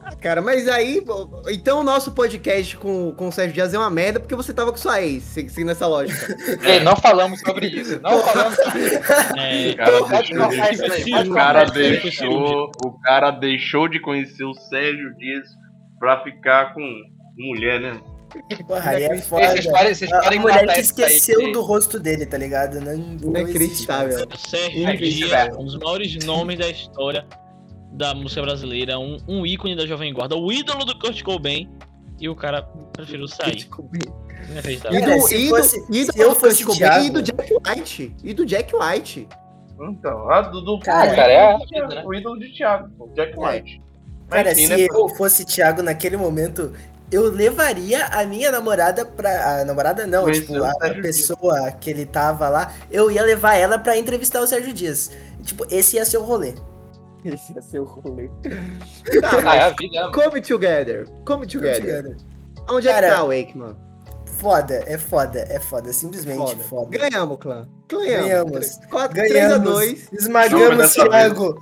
[SPEAKER 1] Ah, Cara, mas aí, pô, então o nosso podcast com, com o Sérgio Dias é uma merda porque você tava com sua ex, se- seguindo essa lógica.
[SPEAKER 4] Ei, não falamos sobre isso. Não falamos sobre isso.
[SPEAKER 3] É,
[SPEAKER 2] O cara
[SPEAKER 4] Pode
[SPEAKER 2] deixou
[SPEAKER 4] cortar
[SPEAKER 2] de-
[SPEAKER 4] isso aí,
[SPEAKER 3] Sim,
[SPEAKER 4] pode
[SPEAKER 2] O
[SPEAKER 4] cortar
[SPEAKER 2] cara
[SPEAKER 4] isso aí.
[SPEAKER 2] deixou, o cara deixou de conhecer o Sérgio Dias pra ficar com mulher, né?
[SPEAKER 5] porra, aí é
[SPEAKER 4] Ei, Vocês
[SPEAKER 5] foda.
[SPEAKER 4] parem, vocês
[SPEAKER 5] A,
[SPEAKER 4] parem
[SPEAKER 5] a mulher
[SPEAKER 4] matar
[SPEAKER 5] que
[SPEAKER 4] isso aí,
[SPEAKER 5] esqueceu
[SPEAKER 4] que-
[SPEAKER 5] do rosto dele, tá ligado? Não, não existe, mano.
[SPEAKER 1] Inacreditável.
[SPEAKER 3] Sérgio
[SPEAKER 4] É isso,
[SPEAKER 3] Dias,
[SPEAKER 4] velho.
[SPEAKER 3] um dos maiores nomes da história da música brasileira, um, um ícone da Jovem Guarda, o ídolo do Kurt Cobain, e o cara preferiu sair.
[SPEAKER 4] Tá
[SPEAKER 3] Inacreditável.
[SPEAKER 1] E
[SPEAKER 5] Cara,
[SPEAKER 1] do,
[SPEAKER 5] É, se
[SPEAKER 1] e
[SPEAKER 5] fosse-
[SPEAKER 1] do, e do,
[SPEAKER 5] se eu
[SPEAKER 1] Kurt
[SPEAKER 5] fosse
[SPEAKER 1] Cobain,
[SPEAKER 5] Thiago-
[SPEAKER 1] e do Jack White. E do Jack White.
[SPEAKER 2] Então, a do, do
[SPEAKER 5] Cara,
[SPEAKER 2] o
[SPEAKER 4] cara, é
[SPEAKER 2] ídolo de Thiago,
[SPEAKER 4] né?
[SPEAKER 2] o ídolo de Thiago, o Jack
[SPEAKER 1] É.
[SPEAKER 2] White. Mas
[SPEAKER 5] Cara,
[SPEAKER 2] enfim,
[SPEAKER 5] se
[SPEAKER 2] né?
[SPEAKER 5] eu fosse Thiago naquele momento, eu levaria a minha namorada pra. A namorada não,
[SPEAKER 2] Conhecer
[SPEAKER 5] tipo,
[SPEAKER 2] é o
[SPEAKER 5] a, a
[SPEAKER 2] Sérgio
[SPEAKER 5] pessoa que ele tava lá, eu ia levar ela pra entrevistar o Sérgio Dias. Tipo, esse ia ser o rolê.
[SPEAKER 1] Esse ia ser o rolê. Tá,
[SPEAKER 4] Ah, é a vida, né, mano?
[SPEAKER 1] Come together. Come
[SPEAKER 5] Tá
[SPEAKER 1] together. Onde é que
[SPEAKER 5] Cara,
[SPEAKER 1] tá o Wakeman?
[SPEAKER 5] Foda, é foda, é foda, simplesmente
[SPEAKER 1] Foda.
[SPEAKER 5] foda.
[SPEAKER 1] Ganhamos, clã.
[SPEAKER 5] Ganhamos.
[SPEAKER 1] Ganhamos. 3x2.
[SPEAKER 5] Ganhamos,
[SPEAKER 2] Não, mas
[SPEAKER 5] esmagamos
[SPEAKER 2] dessa
[SPEAKER 5] Thiago.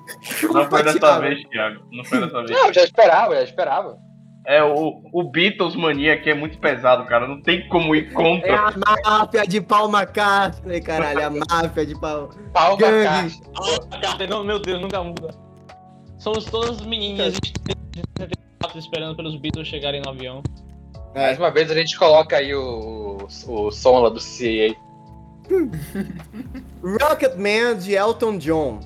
[SPEAKER 2] Não foi dessa vez, Thiago. Não foi dessa vez.
[SPEAKER 4] Não, eu já esperava, eu já esperava.
[SPEAKER 2] É, o, o Beatles mania aqui é muito pesado, cara. Não tem como ir
[SPEAKER 1] É
[SPEAKER 2] contra.
[SPEAKER 1] a máfia de Paul McCartney, caralho. É A máfia de Paul.
[SPEAKER 4] Palma,
[SPEAKER 1] Gangue.
[SPEAKER 4] caixa.
[SPEAKER 3] Ah, cara, não, meu Deus, nunca muda. Somos todas menininhas de 74 esperando pelos Beatles chegarem no avião.
[SPEAKER 4] Mais uma vez a gente coloca aí o, o som lá do CA.
[SPEAKER 1] Rocketman de Elton John.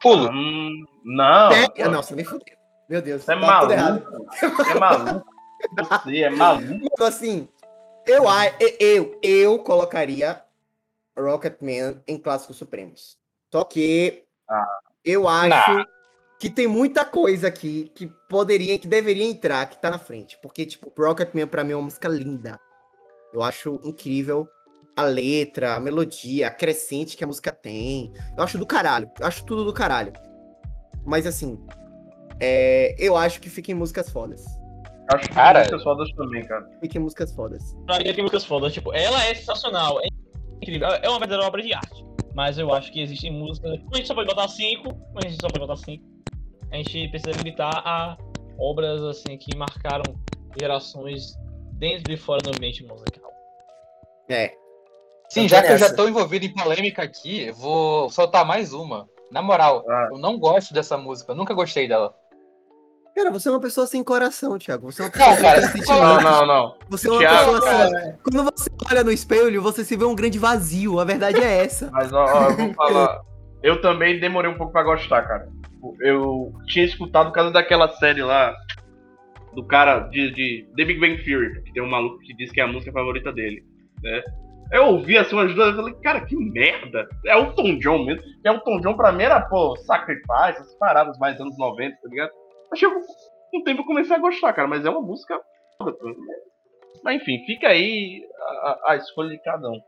[SPEAKER 4] Pulo.
[SPEAKER 2] Hum, não.
[SPEAKER 1] Te-
[SPEAKER 2] pô,
[SPEAKER 1] Nossa, nem fudeu. Meu Deus.
[SPEAKER 2] Você é
[SPEAKER 1] É, tá tudo errado.
[SPEAKER 2] maluco. Você é maluco. Você é maluco.
[SPEAKER 1] Então, assim, eu, a- e- eu, eu colocaria Rocketman em Clássicos Supremos. Só que eu acho que tem muita coisa aqui que poderia, que deveria entrar, que tá na frente. Porque, tipo, Rocketman pra mim é uma música linda. Eu acho incrível. a letra, a melodia, a crescente que a música tem. Eu acho do caralho. Eu acho tudo do caralho. Mas assim, é, eu acho que fica em músicas fodas.
[SPEAKER 2] Acho que
[SPEAKER 4] Cara.
[SPEAKER 2] músicas fodas também, cara.
[SPEAKER 1] Fica em músicas fodas.
[SPEAKER 3] Pra mim, tem músicas fodas. Tipo, ela é sensacional. É incrível. É uma verdadeira obra de arte. Mas eu acho que existem músicas. A gente só pode botar cinco, mas a gente só pode botar cinco. A gente precisa limitar a obras assim que marcaram gerações dentro e fora do ambiente musical.
[SPEAKER 1] É.
[SPEAKER 4] Sim,
[SPEAKER 5] Então
[SPEAKER 4] já
[SPEAKER 5] tá
[SPEAKER 4] que eu já
[SPEAKER 5] nessa.
[SPEAKER 4] tô envolvido em polêmica aqui, eu vou soltar mais uma. Na moral,
[SPEAKER 2] Ah.
[SPEAKER 4] eu não gosto dessa música, eu nunca gostei dela.
[SPEAKER 1] Cara, você é uma pessoa sem coração, Thiago. Você é uma pessoa
[SPEAKER 4] Não, cara,
[SPEAKER 1] sem
[SPEAKER 2] Não,
[SPEAKER 1] sentimento.
[SPEAKER 2] não, não.
[SPEAKER 1] Você é uma
[SPEAKER 2] Thiago,
[SPEAKER 1] pessoa assim. Quando você olha no espelho, você se vê um grande vazio. A verdade é essa.
[SPEAKER 2] Mas ó, ó, eu vou falar. Eu também demorei um pouco pra gostar, cara. Eu tinha escutado por causa daquela série lá do cara de, de The Big Bang Theory, que tem um maluco que diz que é a música favorita dele, né? Eu ouvi assim umas duas e falei, cara, que merda! É o Tom John mesmo. E o Tom John pra mim era, pô, Sacrifice, essas paradas mais anos 90, tá ligado? Mas chegou um tempo eu comecei a gostar, cara, mas é uma música. foda, pô. Mas enfim, fica aí a, a- a escolha de cada um.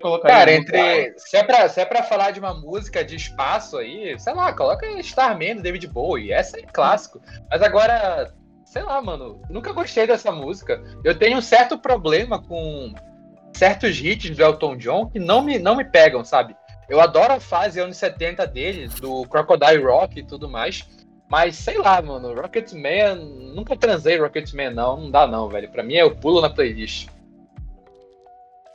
[SPEAKER 2] Colocaria
[SPEAKER 4] Cara,
[SPEAKER 2] a
[SPEAKER 4] entre. Se é, pra, se é pra falar de uma música de espaço aí, sei lá, coloca Starman do David Bowie. Essa é clássico. Mas agora, sei lá, mano, nunca gostei dessa música. Eu tenho um certo problema com certos hits do Elton John que não me, não me pegam, sabe? Eu adoro a fase anos 70 dele, do Crocodile Rock e tudo mais. Mas sei lá, mano, Rocketman, nunca transei Rocketman não, não dá não, velho. Pra mim eu pulo na playlist.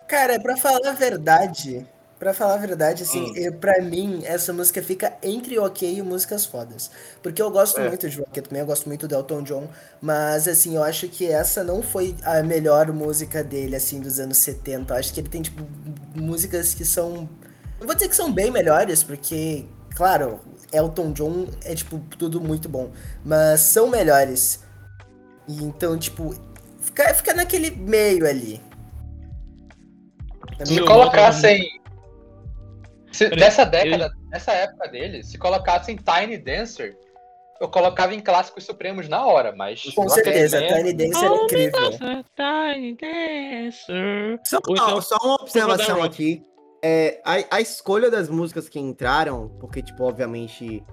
[SPEAKER 5] Cara, pra falar a verdade, pra falar a verdade, assim, eh, pra mim, essa música fica entre ok e músicas fodas. Porque eu gosto
[SPEAKER 2] É.
[SPEAKER 5] muito de Rocketman, eu gosto muito do Elton John, mas, assim, eu acho que essa não foi a melhor música dele, assim, dos anos 70. Eu acho que ele tem, tipo, músicas que são. Não vou dizer que são bem melhores, porque, claro, Elton John é, tipo, tudo muito bom, mas são melhores. E então, tipo, fica, fica naquele meio ali.
[SPEAKER 4] Se
[SPEAKER 3] Eu
[SPEAKER 4] colocassem. Se,
[SPEAKER 3] Peraí,
[SPEAKER 4] nessa década, nessa época dele, se colocassem Tiny Dancer, eu colocava em clássicos supremos na hora, mas.
[SPEAKER 5] Com
[SPEAKER 4] Rocket
[SPEAKER 5] certeza,
[SPEAKER 4] Man-
[SPEAKER 5] Tiny Dancer é incrível.
[SPEAKER 3] tá, Tiny Dancer.
[SPEAKER 1] Só,
[SPEAKER 3] Ou então,
[SPEAKER 1] ó, só uma observação
[SPEAKER 3] Rock.
[SPEAKER 1] aqui. É, a, a escolha das músicas que entraram, porque, tipo, obviamente,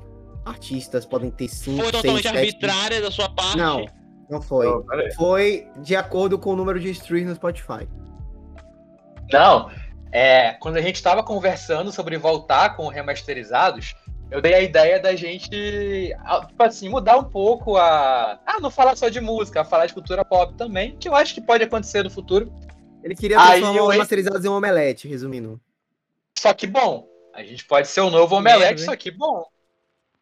[SPEAKER 1] artistas podem ter cinco,
[SPEAKER 3] Foi
[SPEAKER 1] seis,
[SPEAKER 3] totalmente
[SPEAKER 1] sete...
[SPEAKER 3] arbitrária da sua parte.
[SPEAKER 1] Não, não foi.
[SPEAKER 2] Não, pera aí.
[SPEAKER 1] Foi de acordo com o número de streams no Spotify.
[SPEAKER 4] Não, é, quando a gente estava conversando sobre voltar com remasterizados, eu dei a ideia da gente, ah, tipo assim, mudar um pouco a. Ah, não falar só de música, falar de cultura pop também, que eu acho que pode acontecer no futuro.
[SPEAKER 1] Ele queria
[SPEAKER 4] Aí
[SPEAKER 1] transformar
[SPEAKER 4] eu
[SPEAKER 1] os
[SPEAKER 4] en-
[SPEAKER 1] masterizados em um omelete, resumindo.
[SPEAKER 4] Só que bom, a gente pode ser o novo
[SPEAKER 3] Merda,
[SPEAKER 4] Omelete,
[SPEAKER 3] hein?
[SPEAKER 4] só que bom.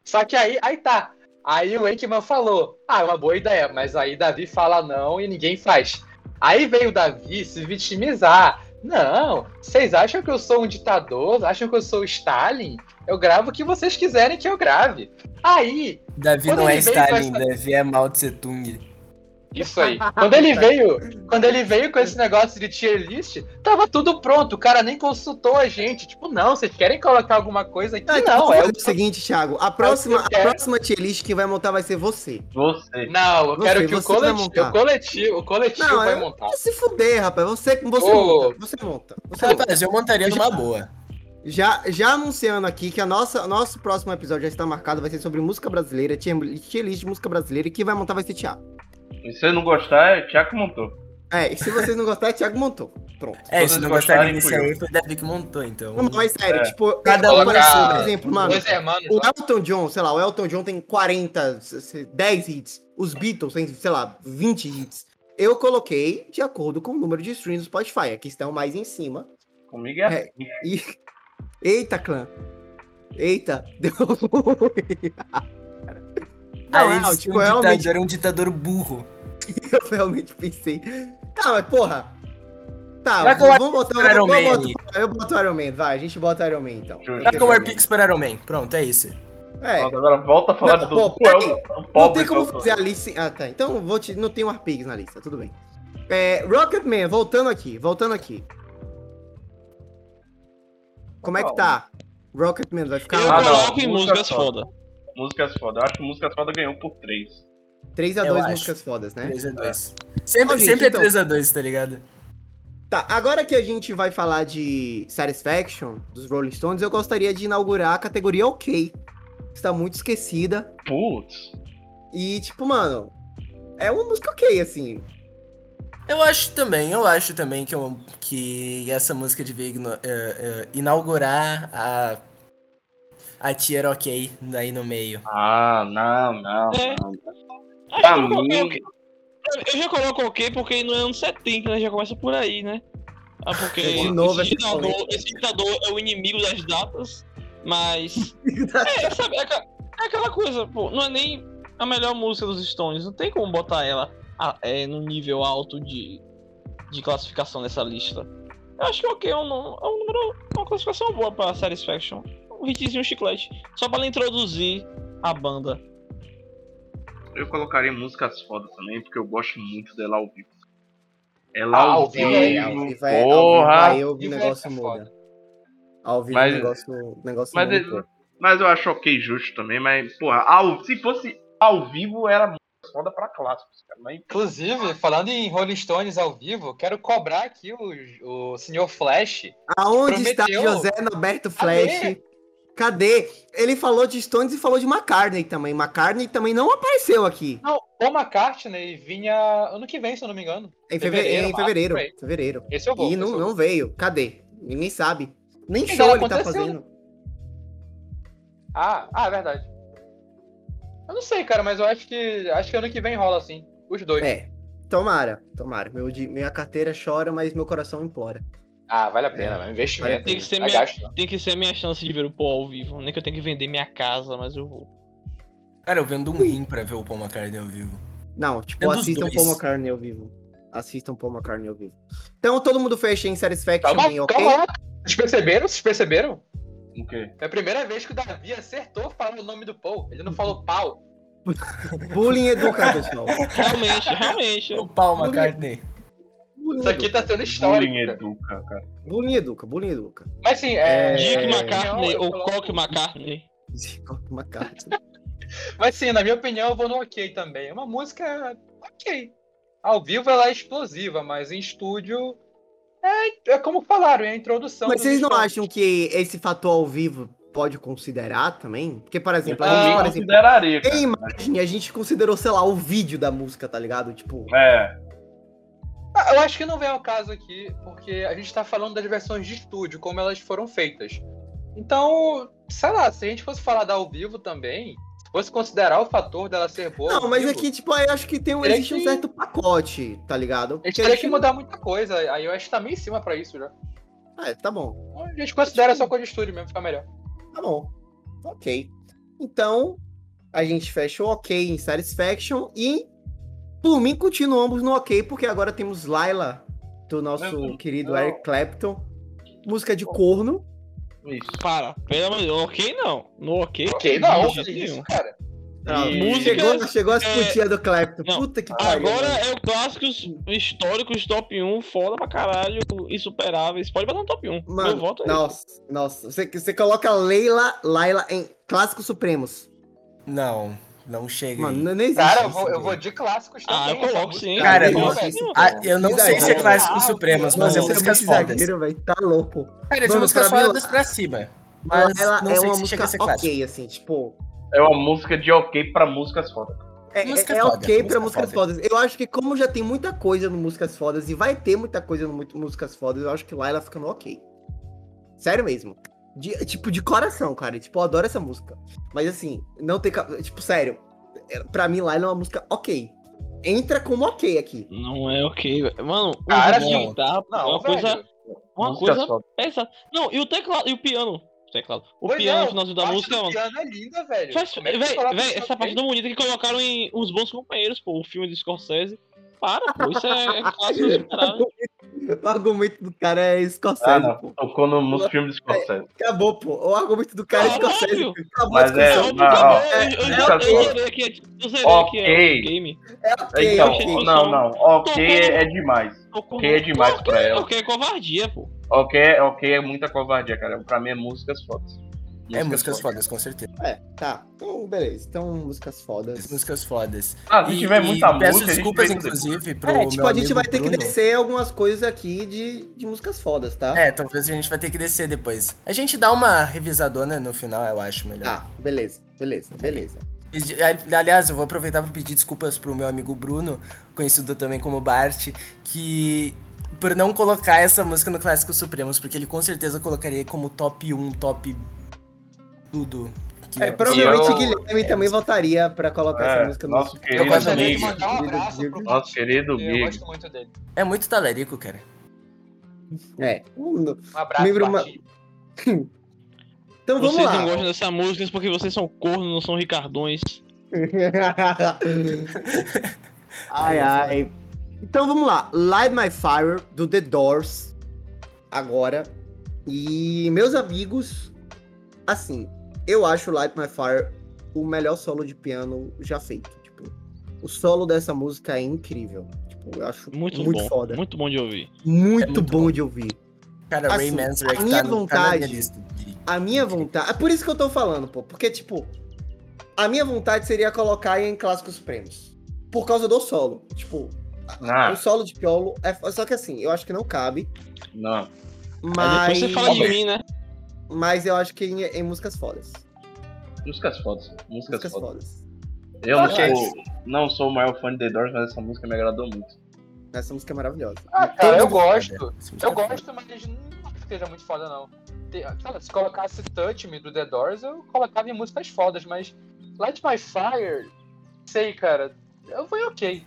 [SPEAKER 4] Só que aí, aí tá. Aí o Enkman falou, ah, é uma boa ideia, mas aí Davi fala não e ninguém faz. Aí veio o Davi se vitimizar. Não, vocês acham que eu sou um ditador? Acham que eu sou o Stalin? Eu gravo o que vocês quiserem que eu grave. Aí,
[SPEAKER 5] Davi
[SPEAKER 4] Quando
[SPEAKER 5] não é
[SPEAKER 4] ele veio com
[SPEAKER 5] Stalin,
[SPEAKER 4] essa-
[SPEAKER 5] Davi é Mao Tse Tung.
[SPEAKER 4] Isso aí. Quando ele veio, quando ele veio com esse negócio de tier list, tava tudo pronto. O cara nem consultou a gente. Tipo, não, vocês querem colocar alguma coisa aqui?
[SPEAKER 1] Ah, então
[SPEAKER 4] não,
[SPEAKER 1] vamos
[SPEAKER 4] é
[SPEAKER 1] fazer
[SPEAKER 4] o
[SPEAKER 1] o seguinte, Thiago. A próxima, a
[SPEAKER 4] quero.
[SPEAKER 1] próxima tier list que vai montar vai ser você.
[SPEAKER 2] Você.
[SPEAKER 4] Não, eu
[SPEAKER 1] Você-
[SPEAKER 4] quero que o
[SPEAKER 1] você vai
[SPEAKER 4] coletivo,
[SPEAKER 1] montar.
[SPEAKER 4] o coletivo, o coletivo
[SPEAKER 1] Não,
[SPEAKER 4] vai
[SPEAKER 1] eu-
[SPEAKER 4] montar.
[SPEAKER 1] Se fuder, rapaz. Você, você
[SPEAKER 4] Ô.
[SPEAKER 1] monta. Você monta. Você monta.
[SPEAKER 5] Rapaz, eu tá, montaria numa boa.
[SPEAKER 1] Já, já anunciando aqui que a nossa, nosso próximo episódio já está marcado, vai ser sobre música brasileira, tier tier list de música brasileira, e quem vai montar vai ser Thiago.
[SPEAKER 2] E se você não gostar, é o Thiago que montou.
[SPEAKER 1] É, e se vocês não gostarem, Thiago montou. Pronto.
[SPEAKER 5] É,
[SPEAKER 2] Todos
[SPEAKER 5] se não gostarem
[SPEAKER 2] gostarem,
[SPEAKER 5] disso
[SPEAKER 2] fui eu.
[SPEAKER 5] aí, foi o Davi que montou, então.
[SPEAKER 1] Não, mas sério,
[SPEAKER 2] É.
[SPEAKER 1] tipo,
[SPEAKER 5] Cada
[SPEAKER 1] eu
[SPEAKER 5] um
[SPEAKER 1] apareci,
[SPEAKER 4] colocar
[SPEAKER 1] por exemplo, mano.
[SPEAKER 4] Dois hermanos.
[SPEAKER 1] O
[SPEAKER 4] lá.
[SPEAKER 1] Elton John, sei lá, o Elton John tem 40, se- se- 10 hits. Os Beatles têm, sei lá, 20 hits. Eu coloquei de acordo com o número de streams do Spotify. Aqui estão mais em cima.
[SPEAKER 2] Comigo é assim.
[SPEAKER 1] E. Eita, clã. Eita, deu ruim. Não,
[SPEAKER 5] Aí
[SPEAKER 1] é,
[SPEAKER 5] disse que
[SPEAKER 1] tipo,
[SPEAKER 5] um
[SPEAKER 1] realmente-
[SPEAKER 5] ditador é um ditador burro.
[SPEAKER 1] Eu realmente pensei. Tá, mas porra. Tá,
[SPEAKER 5] Vai
[SPEAKER 1] vamos botar
[SPEAKER 5] pro Iron
[SPEAKER 1] eu
[SPEAKER 5] Man
[SPEAKER 1] boto-
[SPEAKER 5] aí.
[SPEAKER 1] Eu boto o Iron Man, vai. A gente bota o Iron Man então.
[SPEAKER 2] Justo.
[SPEAKER 5] Tá
[SPEAKER 2] Vai
[SPEAKER 5] com War Pix para Iron Man. Pronto, é isso.
[SPEAKER 1] É.
[SPEAKER 2] Pronto, agora volta a falar
[SPEAKER 1] Não,
[SPEAKER 2] do
[SPEAKER 1] pô,
[SPEAKER 2] tu é o-
[SPEAKER 1] peraí.
[SPEAKER 2] o
[SPEAKER 1] Não
[SPEAKER 2] pobre
[SPEAKER 1] tem como
[SPEAKER 2] que eu sou.
[SPEAKER 1] fazer a lista. sem- Ah, tá. Então eu vou te... não tem um Arpigs na lista, tudo bem. É, Rocketman, voltando aqui, voltando aqui. Como é que tá? Rocketman vai
[SPEAKER 3] Eu
[SPEAKER 1] ficar
[SPEAKER 2] Ah, não.
[SPEAKER 3] coloco em músicas
[SPEAKER 2] Música
[SPEAKER 3] foda.
[SPEAKER 2] Músicas foda. Eu acho que músicas foda ganhou por 3.
[SPEAKER 1] 3 a
[SPEAKER 5] Eu
[SPEAKER 1] 2
[SPEAKER 5] acho.
[SPEAKER 1] músicas fodas, né?
[SPEAKER 5] 3x2. Sempre,
[SPEAKER 1] Ó, gente,
[SPEAKER 5] sempre
[SPEAKER 1] então-
[SPEAKER 5] é 3x2, tá ligado?
[SPEAKER 1] Tá, agora que a gente vai falar de Satisfaction, dos Rolling Stones, eu gostaria de inaugurar a categoria OK. Está muito esquecida.
[SPEAKER 2] Putz.
[SPEAKER 1] E, tipo, mano, é uma música ok, assim.
[SPEAKER 5] Eu acho também, eu acho também que, eu- que essa música devia igno- eh, eh, inaugurar a, a tier ok aí no meio.
[SPEAKER 2] Ah, não, não.
[SPEAKER 3] É.
[SPEAKER 2] não.
[SPEAKER 3] Acho que um
[SPEAKER 2] Pra
[SPEAKER 3] eu, coloquei
[SPEAKER 2] mim,
[SPEAKER 3] ok. eu já coloco ok porque no ano 70 né, já começa por aí, né? Ah, porque
[SPEAKER 1] É De novo esse
[SPEAKER 3] esse ditador, esse ditador é o inimigo das datas, mas. É, sabe, é, aqua- é aquela coisa, pô, não é nem a melhor música dos Stones, não tem como botar ela ah, é, no nível alto de, de classificação nessa lista. Eu acho que ok, é um, nu- é um número, uma classificação boa pra Satisfaction. Um hitzinho chiclete. Só pra ela introduzir a banda.
[SPEAKER 2] eu colocaria músicas fodas também, porque eu gosto muito dela ao vivo. Ela
[SPEAKER 4] Ah,
[SPEAKER 2] ao
[SPEAKER 4] ao
[SPEAKER 2] vivo.
[SPEAKER 4] vivo é- ao
[SPEAKER 1] vivo é-
[SPEAKER 2] Porra!
[SPEAKER 1] Aí o
[SPEAKER 4] Vivo é
[SPEAKER 1] negócio
[SPEAKER 4] foda.
[SPEAKER 1] muda. Ao vivo
[SPEAKER 2] Mas-
[SPEAKER 1] o negócio, o negócio
[SPEAKER 2] mas-
[SPEAKER 1] muda. um pouco.
[SPEAKER 2] Mas eu acho ok justo também, mas, porra, ao, se fosse ao vivo, era música foda pra clássicos, cara. Mas
[SPEAKER 4] Inclusive, falando em Rolling Stones ao vivo, quero cobrar aqui o, o senhor Flash.
[SPEAKER 1] Aonde está
[SPEAKER 4] Prometeu.
[SPEAKER 1] José Norberto Flash?
[SPEAKER 4] Cadê?
[SPEAKER 1] Cadê? Ele falou de Stones e falou de McCartney também. McCartney também não apareceu aqui.
[SPEAKER 4] Não, o McCartney vinha ano que vem, se eu não me engano.
[SPEAKER 1] Em fevereiro.
[SPEAKER 4] Fevereiro,
[SPEAKER 1] Em fevereiro.
[SPEAKER 4] março,
[SPEAKER 1] fevereiro.
[SPEAKER 4] Esse eu vou.
[SPEAKER 1] E
[SPEAKER 4] esse
[SPEAKER 1] não,
[SPEAKER 4] eu vou.
[SPEAKER 1] não veio. Cadê? Ninguém sabe. Nem
[SPEAKER 4] Então,
[SPEAKER 1] show ele tá
[SPEAKER 4] aconteceu,
[SPEAKER 1] fazendo.
[SPEAKER 4] Ah, ah, é verdade. Eu não sei, cara, mas eu acho que acho que ano que vem rola assim. Os dois.
[SPEAKER 1] É. Tomara, tomara. Meu, di- minha carteira chora, mas meu coração implora.
[SPEAKER 4] Ah, vale a pena, é. investimento.
[SPEAKER 3] Tem que ser
[SPEAKER 4] É
[SPEAKER 3] minha-
[SPEAKER 4] gasto.
[SPEAKER 3] Tem que ser a minha chance de ver o Paul ao vivo. Nem que eu tenha que vender minha casa, mas eu vou.
[SPEAKER 5] Cara, eu vendo um rim pra ver o Paul McCartney ao vivo.
[SPEAKER 1] Não, tipo,
[SPEAKER 5] É dos
[SPEAKER 1] assistam
[SPEAKER 5] dois.
[SPEAKER 1] Paul McCartney ao vivo. Assistam Paul McCartney ao vivo. Então todo mundo fecha em Satisfaction,
[SPEAKER 4] Calma,
[SPEAKER 1] em ok?
[SPEAKER 4] calma lá. Vocês perceberam? Vocês perceberam?
[SPEAKER 2] o quê?
[SPEAKER 4] É a primeira vez que o Davi acertou falando o nome do Paul. Ele não falou pau.
[SPEAKER 1] Bullying educa, pessoal.
[SPEAKER 3] Realmente, realmente.
[SPEAKER 5] O Paul McCartney.
[SPEAKER 1] Bullying,
[SPEAKER 4] Isso aqui
[SPEAKER 1] educa.
[SPEAKER 4] tá sendo histórico.
[SPEAKER 2] Bullying
[SPEAKER 4] cara.
[SPEAKER 2] educa, cara.
[SPEAKER 1] bullying educa, bullying educa.
[SPEAKER 4] Mas sim, é.
[SPEAKER 3] Dick
[SPEAKER 1] É,
[SPEAKER 3] McCartney
[SPEAKER 4] eu
[SPEAKER 3] ou
[SPEAKER 4] coloco-
[SPEAKER 3] Cock McCartney.
[SPEAKER 1] Desculpa, McCartney.
[SPEAKER 4] Mas sim, na minha opinião, eu vou no ok também. É uma música ok. Ao vivo ela é explosiva, mas em estúdio é, é como falaram, é a introdução.
[SPEAKER 1] Mas
[SPEAKER 4] dos
[SPEAKER 1] vocês não
[SPEAKER 4] Stones.
[SPEAKER 1] acham que esse fator ao vivo pode considerar também? Porque, por exemplo, a
[SPEAKER 4] Ah,
[SPEAKER 1] gente,
[SPEAKER 2] Eu
[SPEAKER 1] por
[SPEAKER 2] nem
[SPEAKER 1] exemplo,
[SPEAKER 2] Então, consideraria, cara.
[SPEAKER 1] tem imagem, a gente considerou, sei lá, o vídeo da música, tá ligado? Tipo,
[SPEAKER 2] É,
[SPEAKER 4] Ah, Eu acho que não vem ao caso aqui, porque a gente tá falando das versões de estúdio, como elas foram feitas. Então, sei lá, se a gente fosse falar da ao vivo também, se fosse considerar o fator dela ser boa.
[SPEAKER 1] não,
[SPEAKER 4] ao
[SPEAKER 1] mas
[SPEAKER 4] vivo,
[SPEAKER 1] aqui, tipo, eu acho que tem um,
[SPEAKER 4] Teria
[SPEAKER 1] existe um
[SPEAKER 4] que-
[SPEAKER 1] certo pacote, tá ligado?
[SPEAKER 4] A gente
[SPEAKER 1] Porque
[SPEAKER 4] teria
[SPEAKER 1] gente
[SPEAKER 4] que mudar muita coisa. A iOS tá meio em cima pra isso já.
[SPEAKER 1] não- É, tá bom,
[SPEAKER 4] Então, A gente considera só coisa de estúdio mesmo, fica melhor.
[SPEAKER 1] tá bom. Ok. Então, a gente fecha o ok em Satisfaction e, por mim, continuamos no ok, porque agora temos Laila, do nosso
[SPEAKER 2] Não,
[SPEAKER 1] querido
[SPEAKER 2] não.
[SPEAKER 1] Eric Clapton. Música de corno.
[SPEAKER 2] isso.
[SPEAKER 3] Para, pelo amor de Deus. Ok, não. No ok.
[SPEAKER 4] Ok,
[SPEAKER 3] de
[SPEAKER 4] não, que
[SPEAKER 3] jeito
[SPEAKER 4] isso,
[SPEAKER 3] nenhum.
[SPEAKER 4] cara.
[SPEAKER 2] Não,
[SPEAKER 1] E-
[SPEAKER 3] música-
[SPEAKER 1] Chegou, chegou as
[SPEAKER 3] é,
[SPEAKER 1] putinhas do Clapton.
[SPEAKER 3] não,
[SPEAKER 1] Puta que pariu.
[SPEAKER 3] Agora
[SPEAKER 1] mano.
[SPEAKER 3] é o clássico histórico top 1, foda pra caralho, insuperáveis. Pode botar no top 1. Meu
[SPEAKER 1] Mano,
[SPEAKER 3] voto é
[SPEAKER 1] nossa, nossa. Você, você coloca Leila, Laila em Clássicos Supremos.
[SPEAKER 5] Não, não chega.
[SPEAKER 1] Mano,
[SPEAKER 5] aí.
[SPEAKER 1] não, não existe.
[SPEAKER 4] Cara, eu
[SPEAKER 1] isso,
[SPEAKER 4] vou, eu
[SPEAKER 1] velho.
[SPEAKER 4] vou de clássicos
[SPEAKER 3] Ah,
[SPEAKER 4] também.
[SPEAKER 3] eu coloco
[SPEAKER 4] essa
[SPEAKER 3] sim,
[SPEAKER 4] música.
[SPEAKER 5] cara,
[SPEAKER 4] Não,
[SPEAKER 1] eu-
[SPEAKER 4] velho.
[SPEAKER 5] Ah, eu não sei se é
[SPEAKER 1] Não,
[SPEAKER 5] clássico
[SPEAKER 4] não.
[SPEAKER 5] Supremos, mas é
[SPEAKER 1] Mano, você
[SPEAKER 5] músicas
[SPEAKER 1] muito
[SPEAKER 5] fodas.
[SPEAKER 1] exagero, velho. Tá louco.
[SPEAKER 5] Cara, são
[SPEAKER 1] Mano,
[SPEAKER 5] músicas
[SPEAKER 1] pra mim,
[SPEAKER 6] tá
[SPEAKER 5] fodas pra cima. Mas
[SPEAKER 1] Mas ela
[SPEAKER 5] não
[SPEAKER 1] é
[SPEAKER 5] sei
[SPEAKER 1] uma
[SPEAKER 5] se chega
[SPEAKER 1] música
[SPEAKER 5] a ser
[SPEAKER 1] ok, assim, tipo.
[SPEAKER 2] É uma música de ok pra músicas fodas.
[SPEAKER 1] É, é-
[SPEAKER 5] Música
[SPEAKER 1] é
[SPEAKER 5] foda,
[SPEAKER 1] ok
[SPEAKER 5] música
[SPEAKER 1] pra músicas
[SPEAKER 5] foda.
[SPEAKER 1] fodas. Eu acho que como já tem muita coisa no Músicas Fodas e vai ter muita coisa no mu- Músicas Fodas, eu acho que Laila fica no ok. Sério mesmo. De- tipo, de coração, cara. Tipo, eu adoro essa música. Mas assim, não tem... ca- Tipo, sério. é, Pra mim, Laila é uma música ok. Entra como ok aqui.
[SPEAKER 3] Não é ok, velho. Mano, o
[SPEAKER 4] Cara,
[SPEAKER 3] jogo de
[SPEAKER 4] não.
[SPEAKER 3] guitarra é
[SPEAKER 4] Não,
[SPEAKER 3] uma
[SPEAKER 4] velho. tá
[SPEAKER 3] coisa, uma
[SPEAKER 2] músicas
[SPEAKER 3] coisa
[SPEAKER 2] fodas.
[SPEAKER 3] pesada. Não, e o teclado, e o piano. O teclado. O
[SPEAKER 4] Pois
[SPEAKER 3] piano
[SPEAKER 4] é,
[SPEAKER 3] no finalzinho da
[SPEAKER 4] parte
[SPEAKER 3] música,
[SPEAKER 4] do
[SPEAKER 3] mano.
[SPEAKER 4] piano é linda, velho.
[SPEAKER 3] Faz,
[SPEAKER 4] Como é que
[SPEAKER 3] véi,
[SPEAKER 4] você fala que
[SPEAKER 3] véi,
[SPEAKER 4] isso é
[SPEAKER 3] essa
[SPEAKER 4] ok?
[SPEAKER 3] parte tão bonita que colocaram em Os Bons Companheiros, pô, o filme do Scorsese. Para, pô, isso é, é clássico superável.
[SPEAKER 1] O argumento do cara é escocese,
[SPEAKER 2] Ah, não.
[SPEAKER 1] pô.
[SPEAKER 2] Tocou no, nos filmes escoceses.
[SPEAKER 1] Acabou, pô. O argumento do cara é
[SPEAKER 3] Caralho!
[SPEAKER 1] escocese. Acabou a
[SPEAKER 2] Mas é,
[SPEAKER 1] discussão.
[SPEAKER 3] Não,
[SPEAKER 2] não,
[SPEAKER 3] acabou,
[SPEAKER 2] é,
[SPEAKER 3] eu- eu
[SPEAKER 2] é,
[SPEAKER 3] já- eu
[SPEAKER 2] é,
[SPEAKER 3] zerei aqui, eu zerei aqui,
[SPEAKER 2] Ok.
[SPEAKER 3] é, o game.
[SPEAKER 1] É ok,
[SPEAKER 2] Então,
[SPEAKER 1] ok.
[SPEAKER 2] não, não. Ok é é demais.
[SPEAKER 3] Tocou
[SPEAKER 2] Ok é
[SPEAKER 3] no-
[SPEAKER 2] demais
[SPEAKER 3] Ok,
[SPEAKER 2] pra ela.
[SPEAKER 3] Ok, é covardia, pô.
[SPEAKER 2] Ok, ok, é muita covardia, cara. Pra mim é músicas fodas.
[SPEAKER 6] É músicas fodas, com certeza.
[SPEAKER 1] É, tá. Então, beleza. Então, músicas fodas.
[SPEAKER 6] As músicas fodas.
[SPEAKER 2] Ah, se
[SPEAKER 6] E-
[SPEAKER 2] tiver
[SPEAKER 6] e
[SPEAKER 2] muita
[SPEAKER 6] peço
[SPEAKER 2] música,
[SPEAKER 6] desculpas,
[SPEAKER 2] a gente fez...
[SPEAKER 6] inclusive, pro
[SPEAKER 1] É, tipo,
[SPEAKER 6] meu
[SPEAKER 1] a gente
[SPEAKER 6] amigo
[SPEAKER 1] vai ter que
[SPEAKER 6] Bruno.
[SPEAKER 1] descer algumas coisas aqui de, de músicas fodas, tá?
[SPEAKER 6] É, talvez a gente vai ter que descer depois. A gente dá uma revisadona no final, eu acho melhor.
[SPEAKER 1] Ah, beleza, beleza, beleza.
[SPEAKER 6] Pedi- ali- Aliás, eu vou aproveitar para pedir desculpas pro meu amigo Bruno, conhecido também como Bart, que por não colocar essa música no Clássico Supremos, porque ele com certeza colocaria como top 1, top tudo. que
[SPEAKER 1] É,
[SPEAKER 2] provavelmente
[SPEAKER 1] provavelmente
[SPEAKER 2] eu-
[SPEAKER 1] Guilherme também votaria pra colocar
[SPEAKER 2] É,
[SPEAKER 1] essa música no.
[SPEAKER 2] nosso
[SPEAKER 6] Eu
[SPEAKER 2] querido
[SPEAKER 6] gostaria de
[SPEAKER 2] amigo.
[SPEAKER 4] mandar um abraço pro-
[SPEAKER 2] Nosso querido
[SPEAKER 4] Eu
[SPEAKER 2] amigo.
[SPEAKER 4] gosto muito dele.
[SPEAKER 6] É muito talarico, cara.
[SPEAKER 1] É.
[SPEAKER 4] Um abraço,
[SPEAKER 1] Membro ma-
[SPEAKER 4] Bartinho.
[SPEAKER 1] Então vamos
[SPEAKER 3] Vocês
[SPEAKER 1] lá.
[SPEAKER 3] não gostam dessa música porque vocês são cornos, não são ricardões.
[SPEAKER 1] ai, ai. Então vamos lá. Light My Fire, do The Doors. Agora. E, meus amigos, assim, eu acho Light My Fire o melhor solo de piano já feito. Tipo, o solo dessa música é incrível. Tipo, eu acho
[SPEAKER 3] Muito,
[SPEAKER 1] muito,
[SPEAKER 3] bom.
[SPEAKER 1] foda.
[SPEAKER 3] Muito bom de ouvir.
[SPEAKER 1] Muito,
[SPEAKER 6] muito
[SPEAKER 1] bom,
[SPEAKER 6] bom.
[SPEAKER 1] de ouvir.
[SPEAKER 6] Cara,
[SPEAKER 1] Assim,
[SPEAKER 6] Ray
[SPEAKER 1] a
[SPEAKER 6] Manzarek
[SPEAKER 1] minha
[SPEAKER 6] tá, no- tá na
[SPEAKER 1] vontade-
[SPEAKER 6] minha lista. de-
[SPEAKER 1] A minha vontade. É por isso que eu tô falando, pô. Porque, tipo, a minha vontade seria colocar em Clássicos Prêmios. Por causa do solo. Tipo,
[SPEAKER 2] Ah,
[SPEAKER 1] o solo de piolo é. f- Só que assim, eu acho que não cabe.
[SPEAKER 2] não.
[SPEAKER 3] Aí
[SPEAKER 1] Mas.
[SPEAKER 3] depois você fala de
[SPEAKER 4] Roberto.
[SPEAKER 3] mim, né?
[SPEAKER 1] Mas eu acho que em, em músicas fodas.
[SPEAKER 2] Músicas fodas. Músicas
[SPEAKER 1] Músicas
[SPEAKER 2] fodas.
[SPEAKER 1] fodas.
[SPEAKER 2] Eu não
[SPEAKER 1] Fodas.
[SPEAKER 2] sou, não sou o maior fã de The Doors, mas essa música me agradou muito.
[SPEAKER 1] Essa música é maravilhosa.
[SPEAKER 4] Ah,
[SPEAKER 1] Não
[SPEAKER 4] cara,
[SPEAKER 1] tem
[SPEAKER 4] eu
[SPEAKER 1] dúvida.
[SPEAKER 4] gosto.
[SPEAKER 6] Essa música
[SPEAKER 4] Eu
[SPEAKER 6] é foda.
[SPEAKER 4] gosto, mas não acho que seja muito foda, não. Tem- Cara, se colocasse Touch Me do The Doors, eu colocava em músicas fodas, mas Light My Fire, sei, cara, eu fui ok.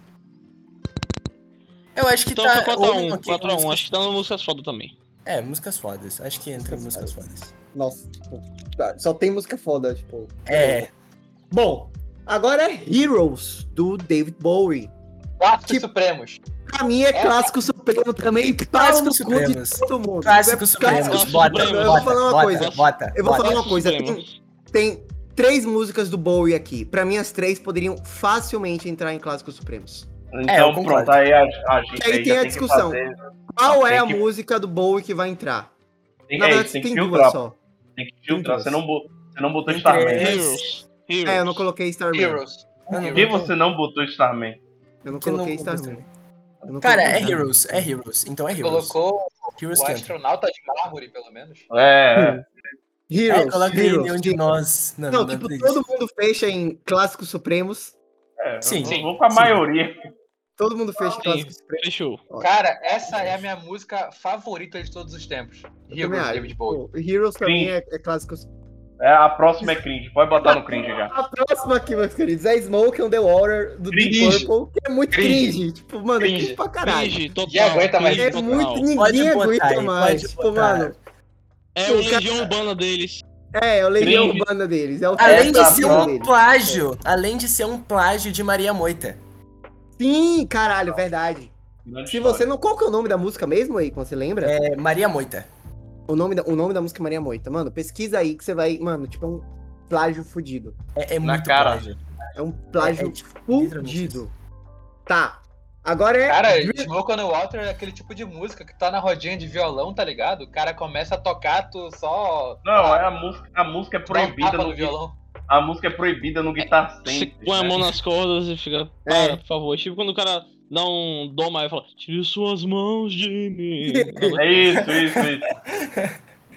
[SPEAKER 6] Eu acho que
[SPEAKER 3] Então
[SPEAKER 6] tá.
[SPEAKER 3] foi 4x1,
[SPEAKER 6] ok,
[SPEAKER 3] 4x1.
[SPEAKER 6] músicas-
[SPEAKER 3] Acho que tá no músicas foda também.
[SPEAKER 6] É, músicas fodas. Acho que entra
[SPEAKER 1] Músicas
[SPEAKER 6] músicas fodas.
[SPEAKER 1] Nossa, tipo, só tem música foda, tipo.
[SPEAKER 6] É,
[SPEAKER 1] Bom, agora é Heroes, do David Bowie.
[SPEAKER 4] Quartos
[SPEAKER 1] Que-
[SPEAKER 4] Supremos.
[SPEAKER 1] Pra mim é clássico supremo também.
[SPEAKER 6] Clássico
[SPEAKER 1] Clássico supremo.
[SPEAKER 6] Supremos.
[SPEAKER 1] Todo mundo.
[SPEAKER 6] Clássico
[SPEAKER 1] É
[SPEAKER 6] Supremos.
[SPEAKER 3] Clássico
[SPEAKER 6] Bota,
[SPEAKER 3] Supremo.
[SPEAKER 6] bota,
[SPEAKER 1] Eu vou falar uma
[SPEAKER 6] bota,
[SPEAKER 1] coisa.
[SPEAKER 6] bota.
[SPEAKER 1] Eu vou
[SPEAKER 6] bota.
[SPEAKER 1] falar uma
[SPEAKER 3] Acho
[SPEAKER 1] coisa.
[SPEAKER 3] supremo.
[SPEAKER 1] Tem, tem três músicas do Bowie aqui. Pra mim, as três poderiam facilmente entrar em Clássicos Supremos.
[SPEAKER 2] Então,
[SPEAKER 6] eu concordo.
[SPEAKER 2] pronto, aí a, a gente
[SPEAKER 1] Aí
[SPEAKER 2] já
[SPEAKER 1] tem a
[SPEAKER 2] que
[SPEAKER 1] discussão.
[SPEAKER 2] fazer-
[SPEAKER 1] Qual
[SPEAKER 2] Ah, Tem
[SPEAKER 1] é a
[SPEAKER 2] que-
[SPEAKER 1] música do Bowie que vai entrar?
[SPEAKER 2] tem,
[SPEAKER 1] Na
[SPEAKER 2] é
[SPEAKER 1] verdade,
[SPEAKER 2] isso, tem
[SPEAKER 1] tem,
[SPEAKER 2] que
[SPEAKER 1] duas
[SPEAKER 2] filtrar.
[SPEAKER 1] só.
[SPEAKER 2] Tem que filtrar.
[SPEAKER 1] duas.
[SPEAKER 2] Você não, bo- você não botou
[SPEAKER 6] Tem
[SPEAKER 2] Starman.
[SPEAKER 6] três.
[SPEAKER 3] Heroes. Heroes.
[SPEAKER 1] É, eu não coloquei Starman.
[SPEAKER 4] Heroes.
[SPEAKER 6] Eu não
[SPEAKER 2] Por que
[SPEAKER 6] vou-
[SPEAKER 2] você não botou Starman?
[SPEAKER 1] Eu não
[SPEAKER 6] Porque
[SPEAKER 1] coloquei
[SPEAKER 6] não-
[SPEAKER 1] Starman. Eu não
[SPEAKER 6] Cara,
[SPEAKER 1] coloquei
[SPEAKER 6] é
[SPEAKER 1] Starman.
[SPEAKER 6] Heroes, é Heroes. Então é Heroes.
[SPEAKER 4] Colocou
[SPEAKER 6] Heroes
[SPEAKER 4] é o
[SPEAKER 6] que entra.
[SPEAKER 4] astronauta de mármore, pelo menos.
[SPEAKER 2] É,
[SPEAKER 1] Heroes.
[SPEAKER 6] É, coloca ele
[SPEAKER 1] Heroes.
[SPEAKER 6] nenhum de é nós. na-
[SPEAKER 1] Não,
[SPEAKER 6] na
[SPEAKER 1] tipo,
[SPEAKER 6] playlist.
[SPEAKER 1] todo mundo fecha em Clássicos Supremos.
[SPEAKER 2] é.
[SPEAKER 6] Sim,
[SPEAKER 2] eu
[SPEAKER 6] sim,
[SPEAKER 2] vou com a
[SPEAKER 6] sim.
[SPEAKER 2] maioria.
[SPEAKER 1] Todo mundo fecha em
[SPEAKER 3] Sim.
[SPEAKER 1] Clássicos Supremos.
[SPEAKER 3] Fechou.
[SPEAKER 4] Cara, essa é a minha música favorita de todos os tempos.
[SPEAKER 1] Eu
[SPEAKER 4] Heroes, David Bowie.
[SPEAKER 1] Pô, Heroes pra
[SPEAKER 2] Sim.
[SPEAKER 1] mim é, é Clássicos
[SPEAKER 2] É, a próxima é cringe. Pode botar no cringe já.
[SPEAKER 1] A próxima aqui, meus queridos, é Smoke on the Water, do
[SPEAKER 2] Cringe.
[SPEAKER 1] Deep Purple, que é muito
[SPEAKER 4] Cringe.
[SPEAKER 1] cringe. Tipo, mano, é cringe
[SPEAKER 4] Cringe.
[SPEAKER 1] pra caralho.
[SPEAKER 3] Finge, total.
[SPEAKER 4] Ninguém aguenta mais
[SPEAKER 3] finge
[SPEAKER 1] É
[SPEAKER 4] isso.
[SPEAKER 3] total.
[SPEAKER 1] muito,
[SPEAKER 6] Pode
[SPEAKER 1] ninguém
[SPEAKER 6] botar
[SPEAKER 1] aguenta
[SPEAKER 6] aí,
[SPEAKER 1] mais.
[SPEAKER 6] pode
[SPEAKER 1] Tipo,
[SPEAKER 6] botar.
[SPEAKER 1] mano,
[SPEAKER 3] É o
[SPEAKER 1] O cara-
[SPEAKER 3] legião urbana deles.
[SPEAKER 1] é, é o Legião
[SPEAKER 2] Cringe.
[SPEAKER 1] Urbana deles. É o
[SPEAKER 6] Além
[SPEAKER 1] Festa
[SPEAKER 6] de ser
[SPEAKER 1] Urbana
[SPEAKER 6] um
[SPEAKER 1] deles.
[SPEAKER 6] plágio, além de ser um plágio de Maria Moita.
[SPEAKER 1] Sim, caralho, verdade.
[SPEAKER 2] Grande
[SPEAKER 1] Se
[SPEAKER 2] história.
[SPEAKER 1] você não. Qual que é o nome da música mesmo aí, quando você lembra?
[SPEAKER 6] É, Maria Moita.
[SPEAKER 1] O, nome da, o nome da música é Maria Moita. Mano, pesquisa aí que você vai. Mano, tipo, é um plágio fudido.
[SPEAKER 6] É, é
[SPEAKER 2] Na
[SPEAKER 6] muito
[SPEAKER 2] cara.
[SPEAKER 6] plágio.
[SPEAKER 1] É um
[SPEAKER 6] É, é,
[SPEAKER 1] plágio
[SPEAKER 6] tipo, literalmente
[SPEAKER 1] fudido. Tá. Agora é.
[SPEAKER 4] Cara,
[SPEAKER 1] Dream-
[SPEAKER 4] Smoke on the Water é aquele tipo de música que tá na rodinha de violão, tá ligado? O cara começa a tocar, tu só.
[SPEAKER 2] Não, é a música, a música é
[SPEAKER 4] dá um
[SPEAKER 2] proibida
[SPEAKER 4] tapa
[SPEAKER 2] no
[SPEAKER 4] no violão.
[SPEAKER 2] A música é proibida no Guitar
[SPEAKER 3] Você
[SPEAKER 2] Center.
[SPEAKER 3] põe a
[SPEAKER 2] né?
[SPEAKER 3] mão nas cordas e fica. Para, por favor. Tipo quando o cara dá um dó maior e fala: Tire suas mãos de mim.
[SPEAKER 2] É isso, isso, isso.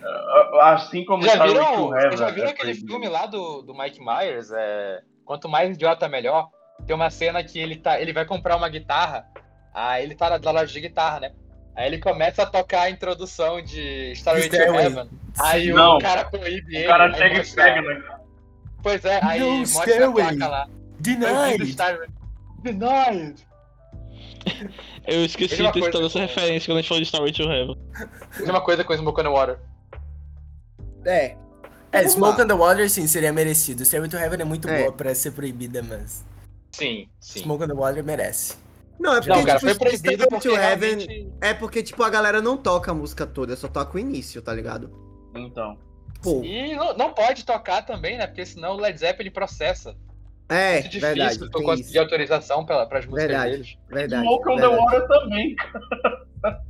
[SPEAKER 2] Ah, ah, Assim como
[SPEAKER 4] Já
[SPEAKER 2] Star Way
[SPEAKER 4] viram,
[SPEAKER 2] to Heaven
[SPEAKER 4] vocês já viram
[SPEAKER 2] é
[SPEAKER 4] aquele
[SPEAKER 2] proibido.
[SPEAKER 4] filme lá do, do Mike Myers? É... Quanto mais idiota, melhor. Tem uma cena que ele, tá, ele vai comprar uma guitarra. Aí ele tá na na loja de guitarra, né? Aí ele começa a tocar a introdução de Starway to
[SPEAKER 6] Stairway.
[SPEAKER 4] Heaven. Aí
[SPEAKER 2] Não.
[SPEAKER 4] o cara proíbe ele.
[SPEAKER 2] O cara
[SPEAKER 4] aí
[SPEAKER 2] chega e
[SPEAKER 4] mostra-
[SPEAKER 2] pega, né?
[SPEAKER 4] Pois é, aí
[SPEAKER 6] No
[SPEAKER 4] mostra
[SPEAKER 6] Stairway.
[SPEAKER 4] a placa lá. é, Proibido
[SPEAKER 6] Denied.
[SPEAKER 4] Starway. Denied!
[SPEAKER 3] Eu esqueci
[SPEAKER 4] Mesma
[SPEAKER 3] de
[SPEAKER 4] coisa.
[SPEAKER 3] toda essa referência quando a gente falou de Star Wars to Heaven.
[SPEAKER 4] Mesma coisa com Smoke on the Water.
[SPEAKER 1] É.
[SPEAKER 6] É,
[SPEAKER 1] Vamos
[SPEAKER 6] Smoke
[SPEAKER 1] lá.
[SPEAKER 6] on the Water, sim, seria merecido. Stairway to Heaven é muito
[SPEAKER 1] É.
[SPEAKER 6] boa pra ser proibida, mas
[SPEAKER 4] Sim, sim.
[SPEAKER 6] Smoke on the Water merece.
[SPEAKER 1] Não, é porque,
[SPEAKER 4] Não, cara, foi
[SPEAKER 1] tipo,
[SPEAKER 4] proibido
[SPEAKER 1] Stairway
[SPEAKER 4] porque
[SPEAKER 1] to Heaven
[SPEAKER 4] realmente...
[SPEAKER 1] É porque, tipo, a galera não toca a música toda, só toca o início, tá ligado?
[SPEAKER 2] Então.
[SPEAKER 1] Pô,
[SPEAKER 4] E não, não pode tocar também, né? Porque senão o Led Zeppelin processa.
[SPEAKER 1] é,
[SPEAKER 4] É difícil
[SPEAKER 1] verdade,
[SPEAKER 4] tu
[SPEAKER 1] tem
[SPEAKER 4] conseguir
[SPEAKER 1] isso,
[SPEAKER 4] autorização para as músicas
[SPEAKER 1] Verdade.
[SPEAKER 4] deles.
[SPEAKER 1] verdade.
[SPEAKER 2] Smoke on the
[SPEAKER 1] verdade.
[SPEAKER 2] Water também, cara.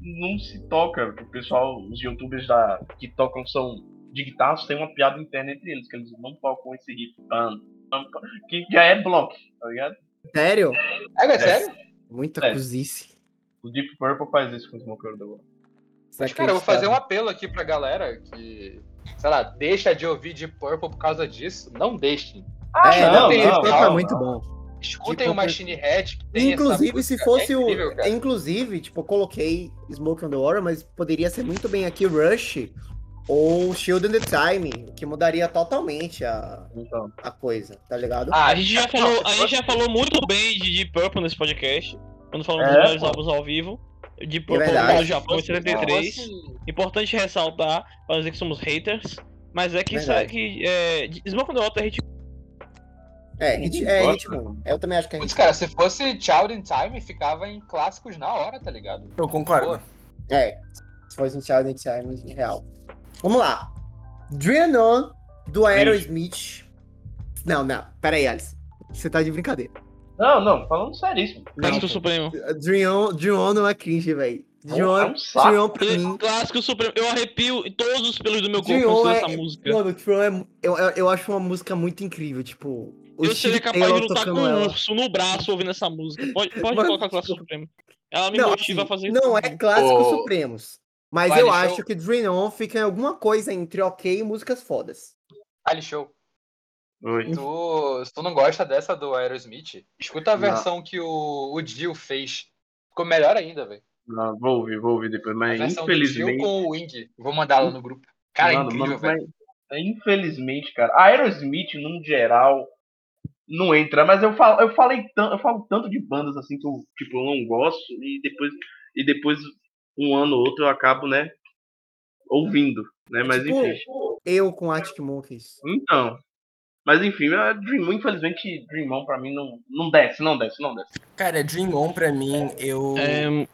[SPEAKER 2] Não se toca, porque o pessoal, os youtubers da, que tocam são de guitarras tem uma piada interna entre eles, que eles não tocam esse riff pam, pam, pam, que já é bloco, tá ligado?
[SPEAKER 1] Sério?
[SPEAKER 4] É, é sério?
[SPEAKER 1] Muita
[SPEAKER 2] Sério.
[SPEAKER 1] cozice.
[SPEAKER 2] O Deep Purple faz isso com o Smoke on the Water.
[SPEAKER 4] Mas, cara, eu vou
[SPEAKER 1] né?
[SPEAKER 4] fazer um apelo aqui pra galera que, sei lá, deixa de ouvir de Purple por causa disso. Não deixem.
[SPEAKER 2] Ah,
[SPEAKER 1] É,
[SPEAKER 4] não,
[SPEAKER 1] não,
[SPEAKER 4] tem
[SPEAKER 1] Deep
[SPEAKER 4] isso,
[SPEAKER 1] Purple
[SPEAKER 4] não,
[SPEAKER 1] é
[SPEAKER 4] não.
[SPEAKER 1] muito bom.
[SPEAKER 4] Escutem
[SPEAKER 1] Deep
[SPEAKER 4] o
[SPEAKER 1] Purple-
[SPEAKER 4] Machine Head. Que tem essa
[SPEAKER 1] Inclusive, se
[SPEAKER 4] música,
[SPEAKER 1] fosse
[SPEAKER 4] é
[SPEAKER 1] o.
[SPEAKER 4] incrível, cara.
[SPEAKER 1] Inclusive, tipo, eu coloquei Smoke on the Water, mas poderia ser muito bem aqui Rush ou Shield in the Time, que mudaria totalmente a,
[SPEAKER 2] Então,
[SPEAKER 1] a coisa, tá ligado?
[SPEAKER 4] Ah,
[SPEAKER 3] A gente já falou, a gente já falou muito bem de Deep Purple nesse podcast. Quando falamos
[SPEAKER 2] É,
[SPEAKER 3] dos melhores
[SPEAKER 2] pô.
[SPEAKER 3] álbuns ao vivo. Deep
[SPEAKER 1] É
[SPEAKER 3] Purple
[SPEAKER 1] verdade.
[SPEAKER 3] do Japão em 73.
[SPEAKER 4] Fosse-
[SPEAKER 3] Importante ressaltar, para dizer que somos haters, mas é que, isso é
[SPEAKER 1] Verdade.
[SPEAKER 3] que é, Smoke on the Water é hit
[SPEAKER 1] é, hit, é
[SPEAKER 2] gosta.
[SPEAKER 1] ritmo. Eu também acho que é
[SPEAKER 4] Putz,
[SPEAKER 1] ritmo.
[SPEAKER 4] cara, se fosse Child in Time, ficava em clássicos na hora, tá ligado?
[SPEAKER 5] Eu concordo.
[SPEAKER 1] É, se fosse um Shield in the Time real. Vamos lá. Drenon do Aerosmith. Não, não, pera aí, Alice. Você tá de brincadeira.
[SPEAKER 2] não, não, falando seríssimo.
[SPEAKER 1] Não,
[SPEAKER 3] clássico supremo.
[SPEAKER 1] Dreon, Dreon não é cringe, velho.
[SPEAKER 2] É
[SPEAKER 1] Dreon,
[SPEAKER 2] um saco.
[SPEAKER 1] Dreon
[SPEAKER 4] né?
[SPEAKER 1] pra mim.
[SPEAKER 3] Ele- Clássico supremo. Eu arrepio em todos os pelos do meu corpo
[SPEAKER 1] Sim,
[SPEAKER 3] quando
[SPEAKER 1] ou
[SPEAKER 3] eu
[SPEAKER 1] Hum. é-
[SPEAKER 3] essa música.
[SPEAKER 1] Mano, Tron é. Eu, eu, eu acho uma música muito incrível, tipo. O
[SPEAKER 3] eu seria
[SPEAKER 1] Steve
[SPEAKER 3] capaz de
[SPEAKER 1] Taylor
[SPEAKER 3] lutar com
[SPEAKER 1] tocando
[SPEAKER 3] um
[SPEAKER 1] ela.
[SPEAKER 3] urso no braço ouvindo essa música. Pode, pode
[SPEAKER 1] Mano,
[SPEAKER 3] colocar Clássico Supremo. Ela me
[SPEAKER 1] Não,
[SPEAKER 3] motiva
[SPEAKER 1] assim,
[SPEAKER 3] a fazer
[SPEAKER 1] não é clássicos
[SPEAKER 4] Ô,
[SPEAKER 1] supremos. Mas
[SPEAKER 4] Vale,
[SPEAKER 1] eu
[SPEAKER 4] deixa eu-
[SPEAKER 1] acho que Dream On fica em alguma coisa entre ok e músicas fodas.
[SPEAKER 4] Ali, show.
[SPEAKER 1] Hum.
[SPEAKER 2] Oi.
[SPEAKER 4] Tu, se tu não gosta dessa do Aerosmith, escuta a
[SPEAKER 2] Não.
[SPEAKER 4] versão que o, o Dio fez. Ficou melhor ainda, velho.
[SPEAKER 2] Não, vou ouvir, vou ouvir depois,
[SPEAKER 4] A
[SPEAKER 2] mas
[SPEAKER 4] versão do Dio
[SPEAKER 2] infelizmente.
[SPEAKER 4] com o Wing. Vou mandar ela no grupo. Cara, é
[SPEAKER 2] Mano,
[SPEAKER 4] incrível,
[SPEAKER 2] mano,
[SPEAKER 4] velho.
[SPEAKER 2] mas- é, Infelizmente, cara. A Aerosmith, num geral, não entra. Mas eu falo, eu falei tanto, eu falo tanto de bandas assim que eu, tipo, eu não gosto. E depois, e depois, um ano ou outro, eu acabo, né? Ouvindo, né? Mas
[SPEAKER 1] Tipo,
[SPEAKER 2] enfim.
[SPEAKER 1] Eu com Arctic Monkeys.
[SPEAKER 2] Então. Mas enfim, a Dream On, infelizmente, Dream On pra mim não, não desce, não desce, não desce.
[SPEAKER 5] Cara, Dream On pra mim, eu.
[SPEAKER 3] É,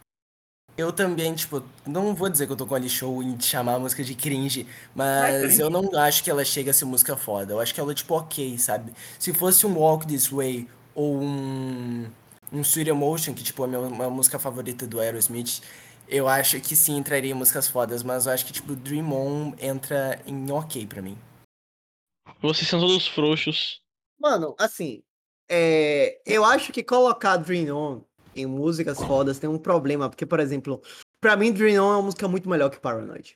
[SPEAKER 5] Eu também, tipo, não vou dizer que eu tô com a Show em chamar a música de cringe,
[SPEAKER 2] é
[SPEAKER 5] mas
[SPEAKER 2] cringe.
[SPEAKER 5] eu não acho que ela chega a ser música foda. Eu acho que ela, tipo, ok, sabe? Se fosse um Walk This Way ou um, um Sweet Emotion, que, tipo, é a minha uma música favorita do Aerosmith, eu acho que sim entraria em músicas fodas, mas eu acho que, tipo, Dream On entra em ok pra mim.
[SPEAKER 3] vocês são todos frouxos.
[SPEAKER 1] Mano, assim. é, eu acho que colocar Dream On em músicas fodas tem um problema. Porque, por exemplo, pra mim, Dream On é uma música muito melhor que Paranoid.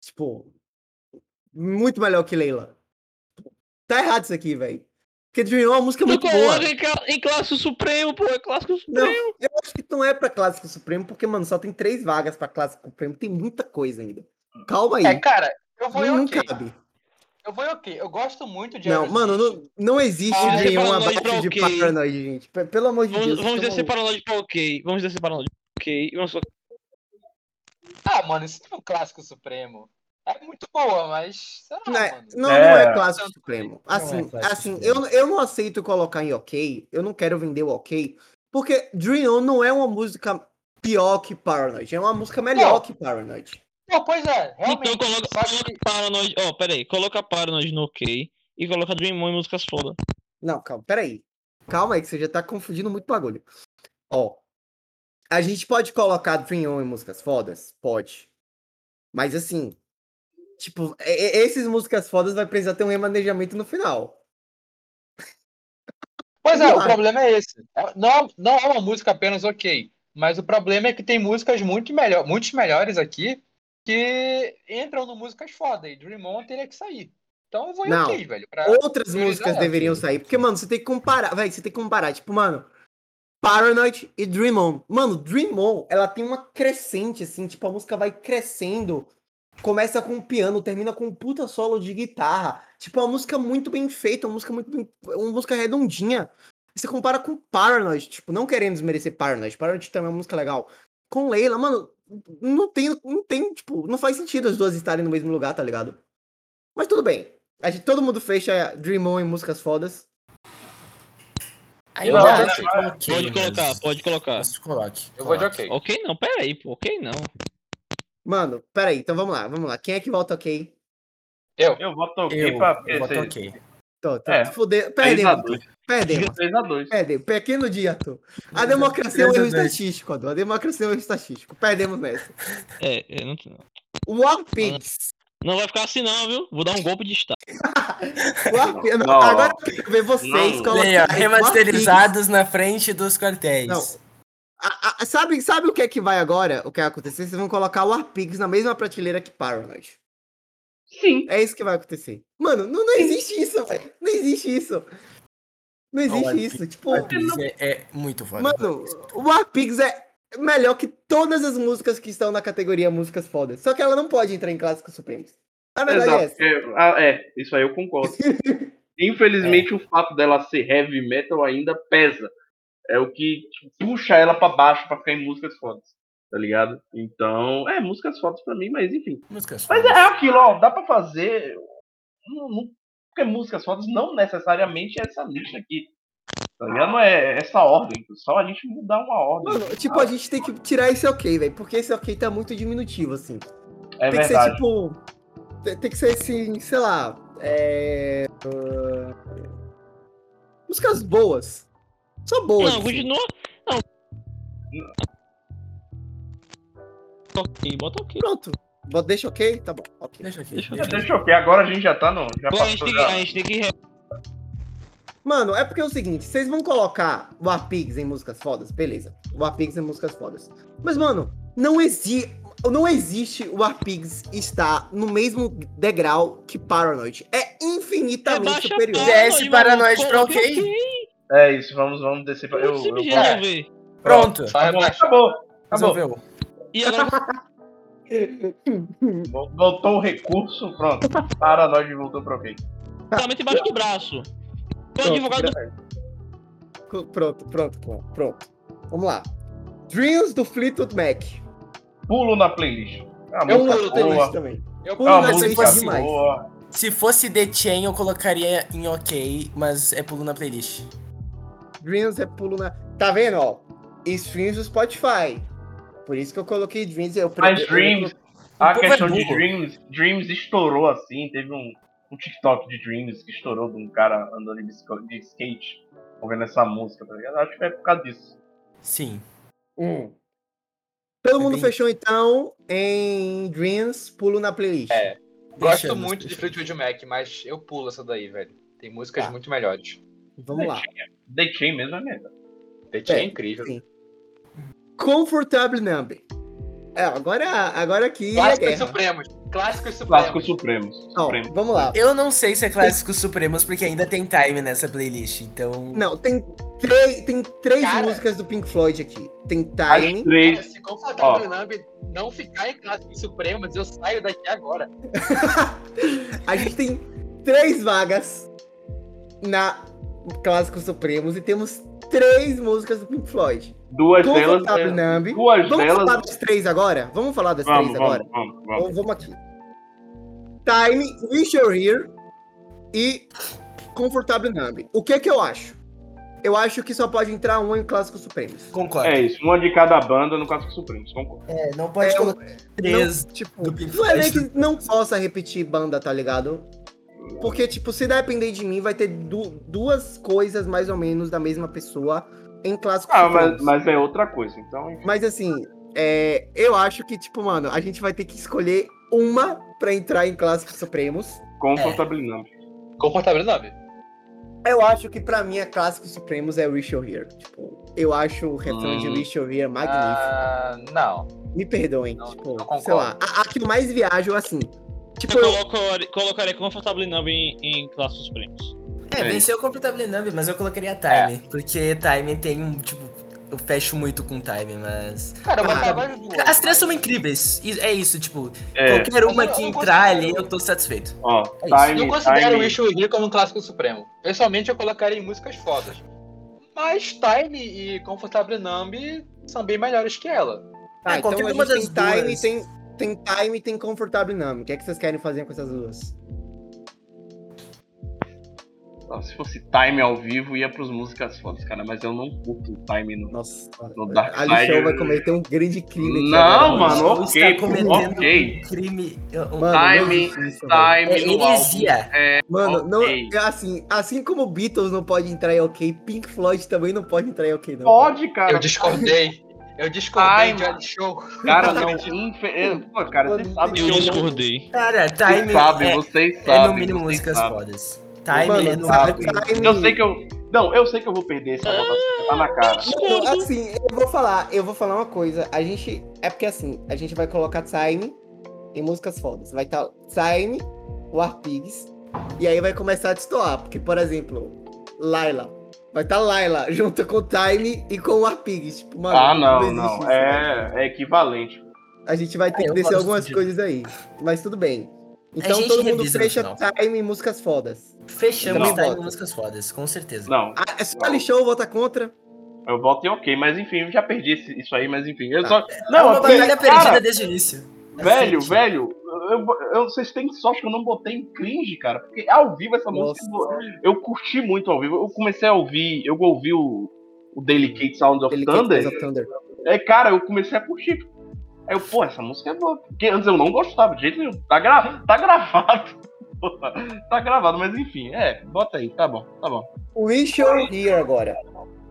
[SPEAKER 1] Tipo. Muito melhor que Leila. Tá errado isso aqui, velho. Porque Dream On é uma música
[SPEAKER 3] Tu
[SPEAKER 1] muito boa.
[SPEAKER 3] coloca em, cla- em Clássico Supremo, pô. É Clássico
[SPEAKER 1] Não,
[SPEAKER 3] Supremo.
[SPEAKER 1] eu acho que não é pra Clássico Supremo, porque, mano, só tem três vagas pra Clássico Supremo, tem muita coisa ainda. Calma aí.
[SPEAKER 4] É, cara, eu vou em
[SPEAKER 1] não
[SPEAKER 4] ok.
[SPEAKER 1] cabe.
[SPEAKER 4] Eu vou em ok. Eu gosto muito de
[SPEAKER 1] Não,
[SPEAKER 4] Aerosmith.
[SPEAKER 1] mano, não, não existe
[SPEAKER 4] Ah,
[SPEAKER 1] ah,
[SPEAKER 4] você
[SPEAKER 1] nenhum
[SPEAKER 3] falou
[SPEAKER 1] abaixo
[SPEAKER 3] pra
[SPEAKER 1] de
[SPEAKER 3] ok.
[SPEAKER 1] Paranoid, gente. P- Pelo amor de
[SPEAKER 3] Vamos,
[SPEAKER 1] Deus.
[SPEAKER 3] vamos é
[SPEAKER 1] tá
[SPEAKER 3] descer
[SPEAKER 1] maluco.
[SPEAKER 3] Paranoid pra ok. Vamos descer Paranoid pra ok. E Vamos colocar
[SPEAKER 4] Ah, mano, isso não é um clássico supremo. É muito boa, mas. Sei lá,
[SPEAKER 1] Não, é-
[SPEAKER 4] mano.
[SPEAKER 1] não, não é,
[SPEAKER 2] É.
[SPEAKER 1] Clássico Supremo. Assim,
[SPEAKER 5] Clássico
[SPEAKER 1] assim
[SPEAKER 5] Supremo.
[SPEAKER 1] Eu, eu não aceito colocar em ok, eu não quero vender o ok, porque Dream On não é uma música pior que Paranoid, é uma música melhor
[SPEAKER 4] Não.
[SPEAKER 1] que Paranoid.
[SPEAKER 4] Não, pois é, realmente.
[SPEAKER 3] Então coloca,
[SPEAKER 4] só que-
[SPEAKER 3] coloca Paranoid. Ó, pera aí. Coloca Paranoid no ok. E coloca Dream On em músicas foda.
[SPEAKER 1] Não, calma, peraí. Calma aí, que você já tá confundindo muito bagulho. Ó, a gente pode colocar Dream On em músicas fodas? Pode. Mas assim, tipo, e- e- esses músicas fodas vai precisar ter um remanejamento no final.
[SPEAKER 4] Pois é,
[SPEAKER 1] Não
[SPEAKER 4] o
[SPEAKER 1] é.
[SPEAKER 4] problema é esse. É- Não, não é uma música apenas ok, mas o problema é que tem músicas muito melhor, muitos melhores aqui que entram no músicas foda e Dream On teria que sair. Então eu vou em
[SPEAKER 1] Não.
[SPEAKER 4] ok, velho. pra-
[SPEAKER 1] Outras
[SPEAKER 4] prioridade,
[SPEAKER 1] músicas deveriam
[SPEAKER 4] ok.
[SPEAKER 1] sair, porque, mano, você tem que comparar, vai, você tem que comparar, tipo, mano, Paranoid e Dream On. Mano, Dream On, ela tem uma crescente, assim, tipo, a música vai crescendo. Começa com um piano, termina com um puta solo de guitarra. Tipo, é uma música muito bem feita, uma música muito bem, uma música redondinha. Você compara com Paranoid, tipo, não querendo desmerecer Paranoid, Paranoid também é uma música legal. Com Leila, mano, não tem, não tem, tipo, não faz sentido as duas estarem no mesmo lugar, tá ligado? Mas tudo bem. A gente, todo mundo fecha Dream On em músicas fodas.
[SPEAKER 5] Ainda
[SPEAKER 4] não,
[SPEAKER 5] acho que ok,
[SPEAKER 3] Pode colocar,
[SPEAKER 5] mas-
[SPEAKER 3] pode colocar.
[SPEAKER 5] mas coloque.
[SPEAKER 4] Eu vou de
[SPEAKER 5] coloque.
[SPEAKER 4] ok.
[SPEAKER 3] Ok não, pera aí, pô. Ok não.
[SPEAKER 1] Mano, peraí, então vamos lá, vamos lá. Quem é que volta ok?
[SPEAKER 2] Eu voto ok
[SPEAKER 5] Eu,
[SPEAKER 2] pra
[SPEAKER 5] eu voto
[SPEAKER 2] esse-
[SPEAKER 5] ok.
[SPEAKER 1] Tô, tô,
[SPEAKER 2] É.
[SPEAKER 1] fudeu.
[SPEAKER 2] 3x2.
[SPEAKER 1] Perdemos, perdemos,
[SPEAKER 2] 3x2.
[SPEAKER 1] perdemos. Pequeno dia, Arthur. A democracia é um erro estatístico, é Arthur. A democracia é um erro estatístico. Perdemos nessa.
[SPEAKER 3] É, eu não
[SPEAKER 1] War Pigs
[SPEAKER 3] Não vai ficar assim não, viu? Vou dar um golpe de estado.
[SPEAKER 1] Guarda-
[SPEAKER 2] Não.
[SPEAKER 1] não, Agora eu quero ver vocês
[SPEAKER 2] Hum. Não.
[SPEAKER 1] colocarem
[SPEAKER 6] Aí, ó,
[SPEAKER 1] Guarda-
[SPEAKER 6] remasterizados na frente dos quartéis.
[SPEAKER 1] Não. A- a- sabe, sabe o que é que vai agora? O que vai acontecer? Vocês vão colocar o Arpix na mesma prateleira que Paranoid.
[SPEAKER 2] Sim.
[SPEAKER 1] É isso que vai acontecer. Mano, não, não existe isso, velho. Não existe isso. Não
[SPEAKER 6] Não,
[SPEAKER 1] existe
[SPEAKER 6] Warpix-
[SPEAKER 1] isso. Tipo,
[SPEAKER 6] Warpix é, é muito foda.
[SPEAKER 1] mano, o Warpix é melhor que todas as músicas que estão na categoria músicas fodas. Só que ela não pode entrar em clássicos supremos. A verdade é
[SPEAKER 2] Exato.
[SPEAKER 1] essa.
[SPEAKER 2] É, ah, é, isso aí eu concordo.
[SPEAKER 1] É.
[SPEAKER 2] Infelizmente, o fato dela ser heavy metal ainda pesa. É o que puxa ela pra baixo pra ficar em músicas fodas. Tá ligado? Então, é, músicas fodas pra mim, mas enfim.
[SPEAKER 6] Músicas
[SPEAKER 2] Mas
[SPEAKER 6] fodas.
[SPEAKER 2] é é aquilo, ó, dá pra fazer. não- não- porque músicas fodas não necessariamente é essa lista aqui. Tá ligado? Não é essa ordem. Só a gente mudar uma ordem.
[SPEAKER 1] Mano, tipo, a gente tem que tirar esse ok, velho. Porque esse ok tá muito diminutivo, assim. tem
[SPEAKER 2] é
[SPEAKER 1] que
[SPEAKER 2] verdade.
[SPEAKER 1] ser tipo. te- Tem que ser assim, sei lá. É... ah, Músicas boas. Só boas.
[SPEAKER 3] Não,
[SPEAKER 1] assim.
[SPEAKER 3] continua. Não. Ok, bota ok.
[SPEAKER 1] Pronto. Bo- Deixa ok? Tá bom. ok.
[SPEAKER 6] Deixa aqui.
[SPEAKER 3] Deixa eu-
[SPEAKER 6] deixa
[SPEAKER 1] tipo-
[SPEAKER 6] aqui.
[SPEAKER 2] Deixa eu ver, agora a gente já tá no. Já
[SPEAKER 3] Agora a gente
[SPEAKER 2] passou
[SPEAKER 3] tem que.
[SPEAKER 2] já.
[SPEAKER 3] A gente tem que re-
[SPEAKER 1] Mano, é porque é o seguinte: vocês vão colocar o Apigs em músicas fodas? Beleza. O Apigs em músicas fodas. Mas, mano, não existe. Não existe o Apigs estar no mesmo degrau que Paranoid. É infinitamente
[SPEAKER 3] Abaixa a
[SPEAKER 1] superior.
[SPEAKER 3] Paranoid,
[SPEAKER 6] Desce
[SPEAKER 3] maluco,
[SPEAKER 6] Paranoid pra
[SPEAKER 3] coloca
[SPEAKER 6] ok.
[SPEAKER 2] É isso, vamos, vamos descer pra. Eu, eu, Tá
[SPEAKER 3] Simples de
[SPEAKER 4] é.
[SPEAKER 3] resolver.
[SPEAKER 6] Pronto.
[SPEAKER 4] Só relaxa.
[SPEAKER 2] acabou, acabou.
[SPEAKER 6] Resolveu.
[SPEAKER 3] E agora
[SPEAKER 2] Vol- Voltou o recurso, pronto. Para nós de voltou pro ok.
[SPEAKER 3] Somente embaixo do braço. O advogado do
[SPEAKER 1] Co- Pronto, pronto, pronto, pronto. Vamos lá. Dreams do Fleetwood Mac.
[SPEAKER 2] Pulo na playlist. A
[SPEAKER 1] É um
[SPEAKER 2] música
[SPEAKER 1] outro playlist
[SPEAKER 2] boa, É um
[SPEAKER 1] também.
[SPEAKER 4] Eu
[SPEAKER 1] Pulo
[SPEAKER 2] a
[SPEAKER 1] na
[SPEAKER 2] música
[SPEAKER 1] playlist demais.
[SPEAKER 2] boa.
[SPEAKER 6] Se fosse The Chain, eu colocaria em ok, mas é pulo na playlist.
[SPEAKER 1] Dreams é pulo na. Tá vendo, ó? Streams do Spotify. Por isso que eu coloquei Dreams. Eu
[SPEAKER 2] Mas Dreams, a
[SPEAKER 6] povo é
[SPEAKER 2] questão de
[SPEAKER 6] burro.
[SPEAKER 2] Dreams, Dreams estourou assim. Teve um, um TikTok de Dreams que estourou de um cara andando de, bicicleta- de skate ouvindo essa música, tá ligado? Acho que é por causa disso.
[SPEAKER 6] Sim.
[SPEAKER 1] Hum. Todo
[SPEAKER 6] É
[SPEAKER 1] mundo
[SPEAKER 6] bem-
[SPEAKER 1] fechou então em Dreams, pulo na playlist.
[SPEAKER 4] É. Gosto
[SPEAKER 6] Fechamos,
[SPEAKER 4] muito de
[SPEAKER 6] fechamos.
[SPEAKER 4] Fleetwood Mac, mas eu pulo essa daí, velho. Tem músicas
[SPEAKER 1] Tá.
[SPEAKER 4] muito melhores.
[SPEAKER 1] Vamos lá.
[SPEAKER 2] The Chain mesmo é melhor.
[SPEAKER 4] The Chain
[SPEAKER 1] É,
[SPEAKER 4] é incrível.
[SPEAKER 1] sim. Comfortable Number. É, agora, agora aqui é
[SPEAKER 4] Clássicos
[SPEAKER 1] guerra.
[SPEAKER 4] Supremos. Clássicos
[SPEAKER 2] Clássico
[SPEAKER 1] É.
[SPEAKER 4] Supremos.
[SPEAKER 2] Supremos.
[SPEAKER 1] Ó,
[SPEAKER 2] Supremo.
[SPEAKER 1] vamos lá.
[SPEAKER 6] Eu não sei se é Clássicos Supremos, porque ainda tem time nessa playlist,
[SPEAKER 2] Tipo,
[SPEAKER 6] então.
[SPEAKER 1] Não, tem, três tem três
[SPEAKER 4] Cara.
[SPEAKER 1] músicas do Pink Floyd aqui. Tem
[SPEAKER 2] As
[SPEAKER 1] Time.
[SPEAKER 4] Cara,
[SPEAKER 2] três.
[SPEAKER 4] se confortável Numb não ficar em Clássicos Supremos, eu saio daqui agora.
[SPEAKER 1] A gente tem três vagas na Clássicos Supremos e temos três músicas do Pink Floyd.
[SPEAKER 2] Duas delas.
[SPEAKER 1] Comfortable
[SPEAKER 2] é-
[SPEAKER 1] Numb.
[SPEAKER 2] Duas
[SPEAKER 1] Vamos falar
[SPEAKER 2] delas.
[SPEAKER 1] das três agora? Vamos falar das
[SPEAKER 2] Vamos,
[SPEAKER 1] três agora?
[SPEAKER 2] vamos, vamos, vamos.
[SPEAKER 1] Então vamos aqui. Time, Wish You're Here e Comfortable Numb. O que é que eu acho? Eu acho que só pode entrar um em Clássicos Supremos.
[SPEAKER 6] Concordo.
[SPEAKER 2] É isso, uma de cada banda no Clássico Supremos, concordo.
[SPEAKER 6] É, não pode
[SPEAKER 1] É,
[SPEAKER 6] colocar três
[SPEAKER 1] Tipo,
[SPEAKER 6] do Pink
[SPEAKER 1] não é nem
[SPEAKER 6] Floyd.
[SPEAKER 1] que não possa repetir banda, tá ligado? Porque, tipo, se depender de mim, vai ter du- duas coisas mais ou menos da mesma pessoa em clássicos
[SPEAKER 2] Ah, mas,
[SPEAKER 1] supremos.
[SPEAKER 2] mas é outra coisa, então. enfim.
[SPEAKER 1] Mas, assim, é, eu acho que, tipo, mano, a gente vai ter que escolher uma pra entrar em clássicos supremos.
[SPEAKER 2] Confortabilizando.
[SPEAKER 4] Confortável Numb.
[SPEAKER 1] Eu acho que pra mim a clássicos supremos é Wish You're Here. Tipo, eu acho o refrão de
[SPEAKER 2] Hum.
[SPEAKER 1] Wish You're Here magnífico.
[SPEAKER 4] Ah, não.
[SPEAKER 1] Me perdoem,
[SPEAKER 4] não,
[SPEAKER 1] tipo,
[SPEAKER 4] não concordo.
[SPEAKER 1] sei lá. A, a que eu mais viajo, assim, tipo,
[SPEAKER 3] eu
[SPEAKER 1] eu,
[SPEAKER 3] colocar- colocaria confortável Numb em, em clássicos primos.
[SPEAKER 6] É, venceu o Comfortable Numb, mas eu colocaria
[SPEAKER 4] É.
[SPEAKER 6] time. Porque time tem um, tipo, eu fecho muito com time, mas.
[SPEAKER 4] Cara, eu vou
[SPEAKER 1] Ah,
[SPEAKER 4] acabar as duas.
[SPEAKER 6] As três são incríveis. e É isso, tipo,
[SPEAKER 2] É,
[SPEAKER 6] qualquer uma
[SPEAKER 4] Eu
[SPEAKER 6] que
[SPEAKER 4] não
[SPEAKER 6] entrar
[SPEAKER 4] considero-
[SPEAKER 6] ali, eu tô satisfeito.
[SPEAKER 2] ó,
[SPEAKER 6] É isso.
[SPEAKER 2] time,
[SPEAKER 4] Eu considero o
[SPEAKER 2] time,
[SPEAKER 4] Wish You Were Here como um clássico supremo. Pessoalmente, eu colocaria em músicas fodas. Mas Time e Confortável Numb são bem melhores que ela.
[SPEAKER 1] Tá,
[SPEAKER 6] É,
[SPEAKER 1] então
[SPEAKER 6] qualquer
[SPEAKER 1] a
[SPEAKER 6] uma
[SPEAKER 1] gente tem
[SPEAKER 6] das
[SPEAKER 1] time,
[SPEAKER 6] duas.
[SPEAKER 1] tem, tem time e tem confortável dinâmica. O que é que vocês querem fazer com essas duas?
[SPEAKER 2] ó, se fosse time ao vivo, ia pros músicas fodas, cara, mas eu não curto o time no.
[SPEAKER 1] Nossa,
[SPEAKER 2] No Dark
[SPEAKER 1] a Lichão
[SPEAKER 2] Side-
[SPEAKER 1] vai cometer um grande crime. aqui
[SPEAKER 2] Não,
[SPEAKER 1] agora,
[SPEAKER 2] mano,
[SPEAKER 6] Você
[SPEAKER 2] ok,
[SPEAKER 6] está
[SPEAKER 2] pô,
[SPEAKER 6] cometendo
[SPEAKER 2] ok.
[SPEAKER 6] um crime. um-
[SPEAKER 1] Mano, não
[SPEAKER 2] Time,
[SPEAKER 1] existe isso, velho.
[SPEAKER 6] é
[SPEAKER 2] Time no álbum.
[SPEAKER 6] heresia.
[SPEAKER 1] Mano, não,
[SPEAKER 2] ok.
[SPEAKER 1] é assim, assim como Beatles não pode entrar em ok, Pink Floyd também não pode entrar em ok, não.
[SPEAKER 2] Pode, cara.
[SPEAKER 4] Eu discordei. Eu discordei
[SPEAKER 2] Ai,
[SPEAKER 4] de reality show.
[SPEAKER 2] Cara, não. Infe... é, Pô, cara, vocês sabem
[SPEAKER 3] Eu
[SPEAKER 2] que eu
[SPEAKER 3] discordei.
[SPEAKER 6] Cara,
[SPEAKER 2] Vocês
[SPEAKER 6] um Time
[SPEAKER 2] sabem,
[SPEAKER 6] é,
[SPEAKER 2] vocês
[SPEAKER 6] é
[SPEAKER 2] sabem.
[SPEAKER 6] no mínimo
[SPEAKER 2] vocês
[SPEAKER 6] músicas
[SPEAKER 2] sabem.
[SPEAKER 6] fodas. Time é no
[SPEAKER 1] sabe,
[SPEAKER 6] mínimo.
[SPEAKER 1] time-
[SPEAKER 2] Eu sei que eu. Não, eu sei que eu vou perder essa votação. Tá na cara.
[SPEAKER 1] Mano, assim, eu vou falar, eu vou falar uma coisa. A gente. É porque assim, a gente vai colocar Time em músicas fodas. Vai estar Time, War Pigs. E aí vai começar a destoar. Porque, por exemplo, Laila. Vai estar Laila junto com Time e com War Pigs. Tipo, mano,
[SPEAKER 2] Ah, não,
[SPEAKER 1] existe
[SPEAKER 2] não.
[SPEAKER 1] isso, né?
[SPEAKER 2] É, é equivalente.
[SPEAKER 1] A gente vai ter
[SPEAKER 6] Ah,
[SPEAKER 1] que
[SPEAKER 6] eu
[SPEAKER 1] descer
[SPEAKER 6] gosto
[SPEAKER 1] algumas
[SPEAKER 6] de-
[SPEAKER 1] coisas aí. Mas tudo bem. Então
[SPEAKER 6] gente
[SPEAKER 1] todo mundo
[SPEAKER 6] revisa no
[SPEAKER 1] fecha
[SPEAKER 6] final.
[SPEAKER 1] Time em músicas fodas.
[SPEAKER 6] Fechamos
[SPEAKER 1] Não.
[SPEAKER 6] Time em músicas fodas, com certeza.
[SPEAKER 2] Não,
[SPEAKER 1] Ah, é só lixou, vota contra.
[SPEAKER 2] eu voto em ok, mas enfim, eu já perdi esse- isso aí, mas enfim. Eu só.
[SPEAKER 6] É
[SPEAKER 2] Não,
[SPEAKER 6] uma
[SPEAKER 2] assim, cara,
[SPEAKER 6] batalha perdida desde o início. É
[SPEAKER 2] Velho,
[SPEAKER 6] Cacete.
[SPEAKER 2] velho, eu, eu- vocês têm sorte que eu não botei em cringe, cara. Porque ao vivo essa música eu eu curti muito ao vivo. Eu comecei a ouvir, eu ouvi o, o Delicate Sound of
[SPEAKER 1] Delicate
[SPEAKER 2] Thunder.
[SPEAKER 1] Case of Thunder.
[SPEAKER 2] É, cara, eu comecei a curtir. Aí eu, pô, essa música é boa. Porque antes eu não gostava de jeito nenhum. Tá, gra tá gravado. Porra, tá gravado, mas enfim, é, bota aí, tá bom, tá bom.
[SPEAKER 1] Wish You're Here agora.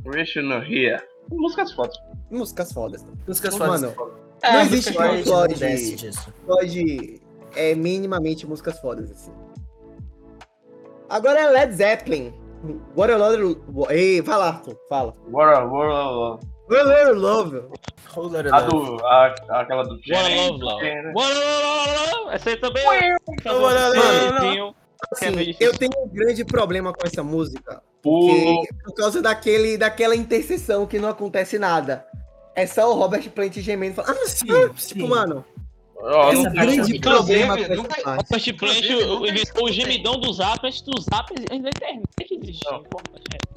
[SPEAKER 2] Rational Here. Músicas fodas.
[SPEAKER 1] Músicas fodas.
[SPEAKER 6] Músicas
[SPEAKER 1] Ô,
[SPEAKER 6] fodas.
[SPEAKER 1] mano,
[SPEAKER 4] É,
[SPEAKER 1] não
[SPEAKER 4] músicas
[SPEAKER 1] existe
[SPEAKER 6] Mas
[SPEAKER 1] um
[SPEAKER 6] não
[SPEAKER 1] Floyd
[SPEAKER 6] desce disso.
[SPEAKER 1] pode é minimamente músicas fodas assim. Agora é Led Zeppelin. What another Ei, vai lá, Arthur, fala.
[SPEAKER 2] What a, what a-
[SPEAKER 1] What another love.
[SPEAKER 6] Roller
[SPEAKER 2] a
[SPEAKER 6] Love.
[SPEAKER 2] do, a, aquela do
[SPEAKER 3] Bora love, love. Bora love, love. Essa aí também é.
[SPEAKER 1] Bora, Love.
[SPEAKER 3] Sim, É meio
[SPEAKER 1] Assim,
[SPEAKER 3] difícil.
[SPEAKER 1] eu tenho um grande problema com essa música,
[SPEAKER 2] O,
[SPEAKER 1] que, por causa daquele daquela interseção que não acontece nada. É só o Robert Plant gemendo e falando, ah,
[SPEAKER 6] Sim,
[SPEAKER 1] tipo,
[SPEAKER 6] sim.
[SPEAKER 1] mano,
[SPEAKER 2] ó,
[SPEAKER 1] tem um
[SPEAKER 6] essa parte
[SPEAKER 1] grande
[SPEAKER 6] é
[SPEAKER 1] problema com
[SPEAKER 4] Inclusive,
[SPEAKER 1] essa
[SPEAKER 4] nunca-
[SPEAKER 1] parte.
[SPEAKER 3] First Plant,
[SPEAKER 4] Inclusive,
[SPEAKER 3] tipo, o-
[SPEAKER 4] nunca
[SPEAKER 3] o o
[SPEAKER 4] escutei.
[SPEAKER 3] gemidão do Zap, antes do Zap, antes da internet existir.
[SPEAKER 2] Não.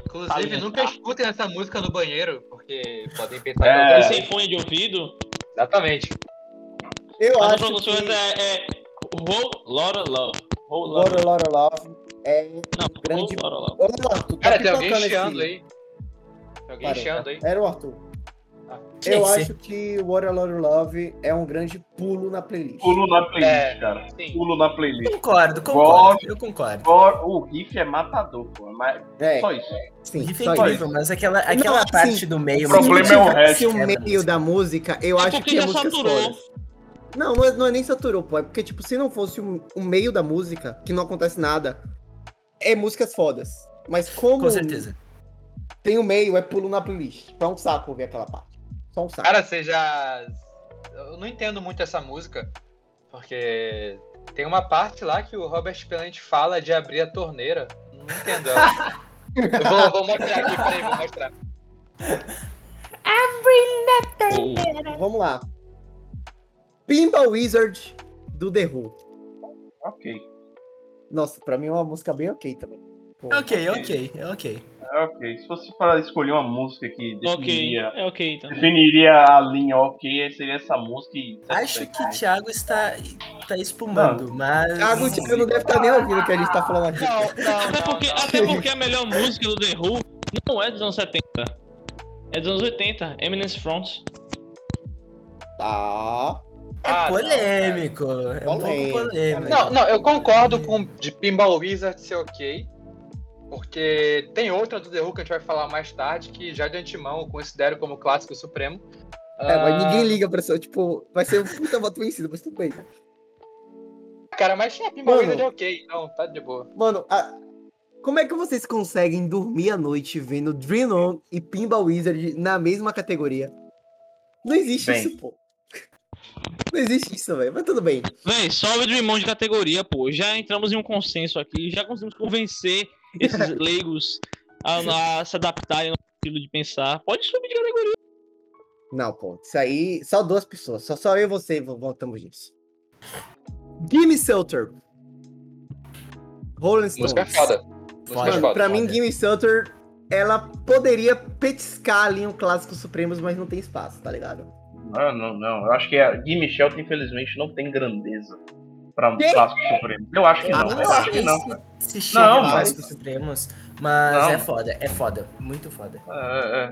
[SPEAKER 4] Inclusive, nunca escutem essa música no banheiro, porque podem pensar
[SPEAKER 2] É.
[SPEAKER 3] E
[SPEAKER 4] que eu
[SPEAKER 3] sem fone de ouvido,
[SPEAKER 4] Exatamente.
[SPEAKER 1] Eu
[SPEAKER 3] a
[SPEAKER 1] acho
[SPEAKER 3] pronunciação
[SPEAKER 1] que
[SPEAKER 3] é, é Roll Lora Love. Roll
[SPEAKER 1] What
[SPEAKER 3] Love.
[SPEAKER 1] a Lot of Love é...
[SPEAKER 3] Não,
[SPEAKER 1] grande-
[SPEAKER 3] Roll Lora Love.
[SPEAKER 1] Olha lá, Arthur, tá
[SPEAKER 4] Cara, tem alguém
[SPEAKER 1] pipocando esse-
[SPEAKER 4] chiando aí. Tem alguém
[SPEAKER 1] Parou.
[SPEAKER 4] chiando aí.
[SPEAKER 1] Era o Arthur.
[SPEAKER 4] Ah.
[SPEAKER 1] Eu
[SPEAKER 6] Tinha que
[SPEAKER 1] acho que What a Lot of Love é um grande pulo na playlist.
[SPEAKER 2] pulo na playlist,
[SPEAKER 4] É.
[SPEAKER 2] cara.
[SPEAKER 4] Sim.
[SPEAKER 2] Pulo na playlist.
[SPEAKER 6] Concordo, concordo. Eu concordo.
[SPEAKER 2] Agora, O riff é matador, pô. Mas
[SPEAKER 1] É,
[SPEAKER 2] só isso.
[SPEAKER 1] sim.
[SPEAKER 6] Riff é
[SPEAKER 1] só
[SPEAKER 2] isso.
[SPEAKER 6] incrível, mas aquela, aquela
[SPEAKER 1] assim,
[SPEAKER 6] parte do meio.
[SPEAKER 2] o problema
[SPEAKER 6] mano,
[SPEAKER 2] é o resto.
[SPEAKER 1] Se o
[SPEAKER 6] Quebra a
[SPEAKER 1] meio
[SPEAKER 6] música.
[SPEAKER 1] da música, eu
[SPEAKER 3] É
[SPEAKER 1] acho
[SPEAKER 3] porque
[SPEAKER 1] que é
[SPEAKER 3] já
[SPEAKER 1] música
[SPEAKER 3] saturou.
[SPEAKER 1] foda. Não, não é, não é nem saturou, pô. É porque, tipo, se não fosse o, o meio da música, que não acontece nada, é músicas fodas. Mas como
[SPEAKER 6] Com certeza.
[SPEAKER 1] tem o meio, é pulo na playlist. Só um saco ouvir aquela parte. Só um saco.
[SPEAKER 4] Cara, você já. Eu não entendo muito essa música, porque tem uma parte lá que o Robert Plant fala de abrir a torneira. Não entendo. ela. eu vou, vou mostrar aqui, peraí, vou mostrar.
[SPEAKER 3] Ou-
[SPEAKER 1] Vamos lá. Pinball Wizard do The Who.
[SPEAKER 2] Ok.
[SPEAKER 1] Nossa, pra mim é uma música bem ok também. Pô.
[SPEAKER 6] Ok, ok, ok.
[SPEAKER 2] É ok. Se fosse para escolher uma música que
[SPEAKER 3] Ok,
[SPEAKER 2] definiria,
[SPEAKER 3] é ok também.
[SPEAKER 2] definiria a linha ok, seria essa música e. tá
[SPEAKER 6] Acho que Thiago está, está espumando, mas.
[SPEAKER 1] Thiago, tipo, não deve estar nem ouvindo o que a gente tá falando aqui.
[SPEAKER 4] Não, não,
[SPEAKER 3] Até
[SPEAKER 4] não, Ah,
[SPEAKER 3] porque, até porque a melhor música do The Who não é dos anos 70. É dos anos 80, Eminence Front.
[SPEAKER 1] Tá.
[SPEAKER 4] Ah,
[SPEAKER 6] É
[SPEAKER 4] não,
[SPEAKER 6] polêmico. é um pouco polêmico.
[SPEAKER 4] Não, não, eu concordo com de Pinball Wizard ser ok. Porque tem outra do The Who que a gente vai falar mais tarde, que já de antemão eu considero como clássico supremo.
[SPEAKER 1] É, mas
[SPEAKER 4] Ah,
[SPEAKER 1] ninguém liga pra isso. Tipo, vai ser um puta voto vencido, mas tudo bem.
[SPEAKER 4] Cara, mas é, Pinball
[SPEAKER 1] Mano.
[SPEAKER 4] Wizard é ok, não, tá de boa.
[SPEAKER 1] Mano, a- como é que vocês conseguem dormir à noite vendo Dream On e Pinball Wizard na mesma categoria? Não existe
[SPEAKER 2] Bem.
[SPEAKER 1] isso, pô. Não existe isso, velho. Mas tudo bem.
[SPEAKER 3] Véi, só o Dreamon de categoria, pô. Já entramos em um consenso aqui, já conseguimos convencer esses leigos a, a se adaptarem ao estilo de pensar. Pode subir de categoria.
[SPEAKER 1] Não, pô. Isso aí, só duas pessoas. Só, só eu e você vo- votamos nisso. Gimme Seltzer. Rolling Stones.
[SPEAKER 4] Música é foda. Música é
[SPEAKER 1] Mano,
[SPEAKER 4] foda.
[SPEAKER 1] pra mim, Gimme Seltzer, ela poderia petiscar ali um clássico Supremos, mas não tem espaço, tá ligado?
[SPEAKER 2] Não, não, não. Eu acho que a Gimme Shelter, infelizmente, não tem grandeza pra um
[SPEAKER 1] Que?
[SPEAKER 2] clássico supremo. Eu acho que
[SPEAKER 1] Ah,
[SPEAKER 2] não.
[SPEAKER 1] mas
[SPEAKER 2] Eu acho que
[SPEAKER 1] isso-
[SPEAKER 2] não.
[SPEAKER 6] Se chega
[SPEAKER 2] Não,
[SPEAKER 6] mais
[SPEAKER 2] mas-
[SPEAKER 6] com os Supremos, mas
[SPEAKER 2] Não.
[SPEAKER 6] é foda, é foda, muito foda.
[SPEAKER 2] É,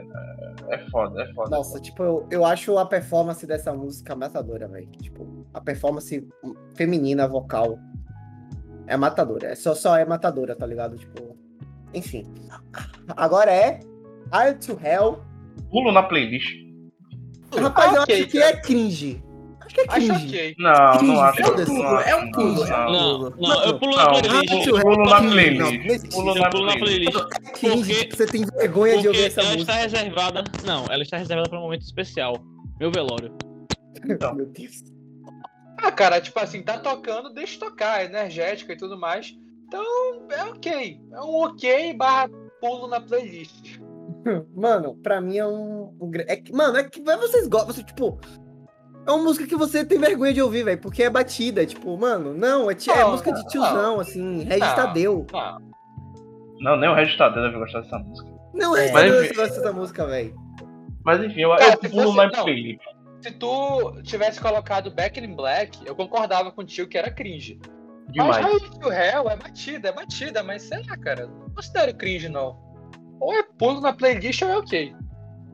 [SPEAKER 2] é, é foda, é foda.
[SPEAKER 1] Nossa, tipo, eu, eu acho a performance dessa música matadora, velho. Tipo, a performance feminina, vocal, é matadora. É só, só é matadora, tá ligado? Tipo, enfim. Agora é Art to Hell.
[SPEAKER 2] Pulo na playlist.
[SPEAKER 1] Rapaz, eu
[SPEAKER 4] ok,
[SPEAKER 1] acho que
[SPEAKER 4] cara.
[SPEAKER 1] é cringe. Acho que é
[SPEAKER 4] Acho
[SPEAKER 1] cringe.
[SPEAKER 4] ok.
[SPEAKER 2] Não, não acho.
[SPEAKER 1] É um
[SPEAKER 2] não
[SPEAKER 1] pulo,
[SPEAKER 2] acho,
[SPEAKER 6] é um pulo, é um
[SPEAKER 2] não.
[SPEAKER 3] Não,
[SPEAKER 1] Google.
[SPEAKER 3] não, eu pulo
[SPEAKER 2] Não,
[SPEAKER 3] na
[SPEAKER 1] Rapid
[SPEAKER 3] playlist.
[SPEAKER 1] Rap
[SPEAKER 2] pulo na
[SPEAKER 1] é cringe. Não,
[SPEAKER 2] playlist.
[SPEAKER 1] não existe.
[SPEAKER 2] Pulo
[SPEAKER 3] Eu pulo na playlist.
[SPEAKER 1] É cringe,
[SPEAKER 3] Porque-
[SPEAKER 1] você tem vergonha de ouvir
[SPEAKER 3] Porque
[SPEAKER 1] essa
[SPEAKER 3] ela
[SPEAKER 1] música.
[SPEAKER 3] está reservada. Não, ela está reservada para um momento especial. Meu velório.
[SPEAKER 2] Então.
[SPEAKER 1] Meu Deus.
[SPEAKER 4] Ah, cara, tipo assim, tá tocando, deixa tocar, é energética e tudo mais. Então, é ok. É um ok barra pulo na playlist.
[SPEAKER 1] Mano, pra mim é um. um gra- é que- mano, é que mas vocês gostam, você, tipo. É uma música que você tem vergonha de ouvir, velho, porque é batida, tipo, mano, não, é, ti- é
[SPEAKER 4] Não,
[SPEAKER 1] música de tiozão, assim, Regis
[SPEAKER 4] Não.
[SPEAKER 1] Tadeu.
[SPEAKER 2] Não, nem o registrador deve gostar dessa música.
[SPEAKER 1] Não,
[SPEAKER 5] É.
[SPEAKER 1] Regis Tadeu,
[SPEAKER 2] Mas-
[SPEAKER 1] você gosta dessa música, velho.
[SPEAKER 2] Mas enfim, eu,
[SPEAKER 4] Cara,
[SPEAKER 2] eu
[SPEAKER 4] se
[SPEAKER 2] pulo
[SPEAKER 4] fosse-
[SPEAKER 2] na
[SPEAKER 4] não.
[SPEAKER 2] playlist.
[SPEAKER 4] Se tu tivesse colocado Back in Black, eu concordava contigo que era cringe.
[SPEAKER 2] Demais.
[SPEAKER 4] Mas Highway to Hell é batida, é batida, mas sei lá, cara, não considero cringe, não. Ou é pulo na playlist ou é ok.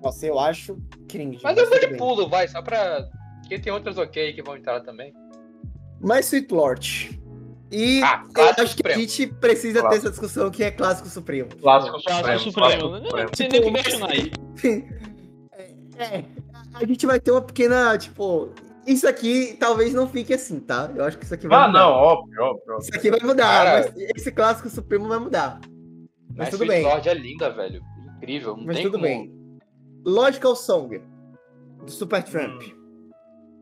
[SPEAKER 1] Nossa, eu acho cringe.
[SPEAKER 4] Mas eu vou de
[SPEAKER 1] tudo bem.
[SPEAKER 4] pulo, vai, só pra. Porque tem outras ok que vão entrar também.
[SPEAKER 1] mais Sweet Lord. E
[SPEAKER 4] Ah,
[SPEAKER 1] eu
[SPEAKER 4] clássico
[SPEAKER 1] acho que a
[SPEAKER 4] supremo.
[SPEAKER 1] gente precisa ter
[SPEAKER 2] Clássico.
[SPEAKER 1] essa discussão que é clássico supremo.
[SPEAKER 2] Clássico
[SPEAKER 3] Clássico
[SPEAKER 2] Supremo. né?
[SPEAKER 3] Supremo.
[SPEAKER 2] Clássico
[SPEAKER 3] Não,
[SPEAKER 2] Supremo.
[SPEAKER 3] tem
[SPEAKER 1] Tipo um
[SPEAKER 3] nem o que questionar aí.
[SPEAKER 1] É, a gente vai ter uma pequena, tipo, isso aqui talvez não fique assim, tá? Eu acho que isso aqui vai
[SPEAKER 2] Ah,
[SPEAKER 1] mudar.
[SPEAKER 2] não, óbvio, óbvio. óbvio.
[SPEAKER 1] Isso aqui vai mudar,
[SPEAKER 4] Cara.
[SPEAKER 1] mas esse clássico supremo vai mudar. Mas,
[SPEAKER 4] Mas
[SPEAKER 1] tudo
[SPEAKER 4] Sweet
[SPEAKER 1] bem.
[SPEAKER 4] Lord é linda, velho. Incrível, não
[SPEAKER 1] Mas
[SPEAKER 4] tem
[SPEAKER 1] tudo
[SPEAKER 4] como.
[SPEAKER 1] bem. Logical Song, do Supertramp.
[SPEAKER 4] Hum.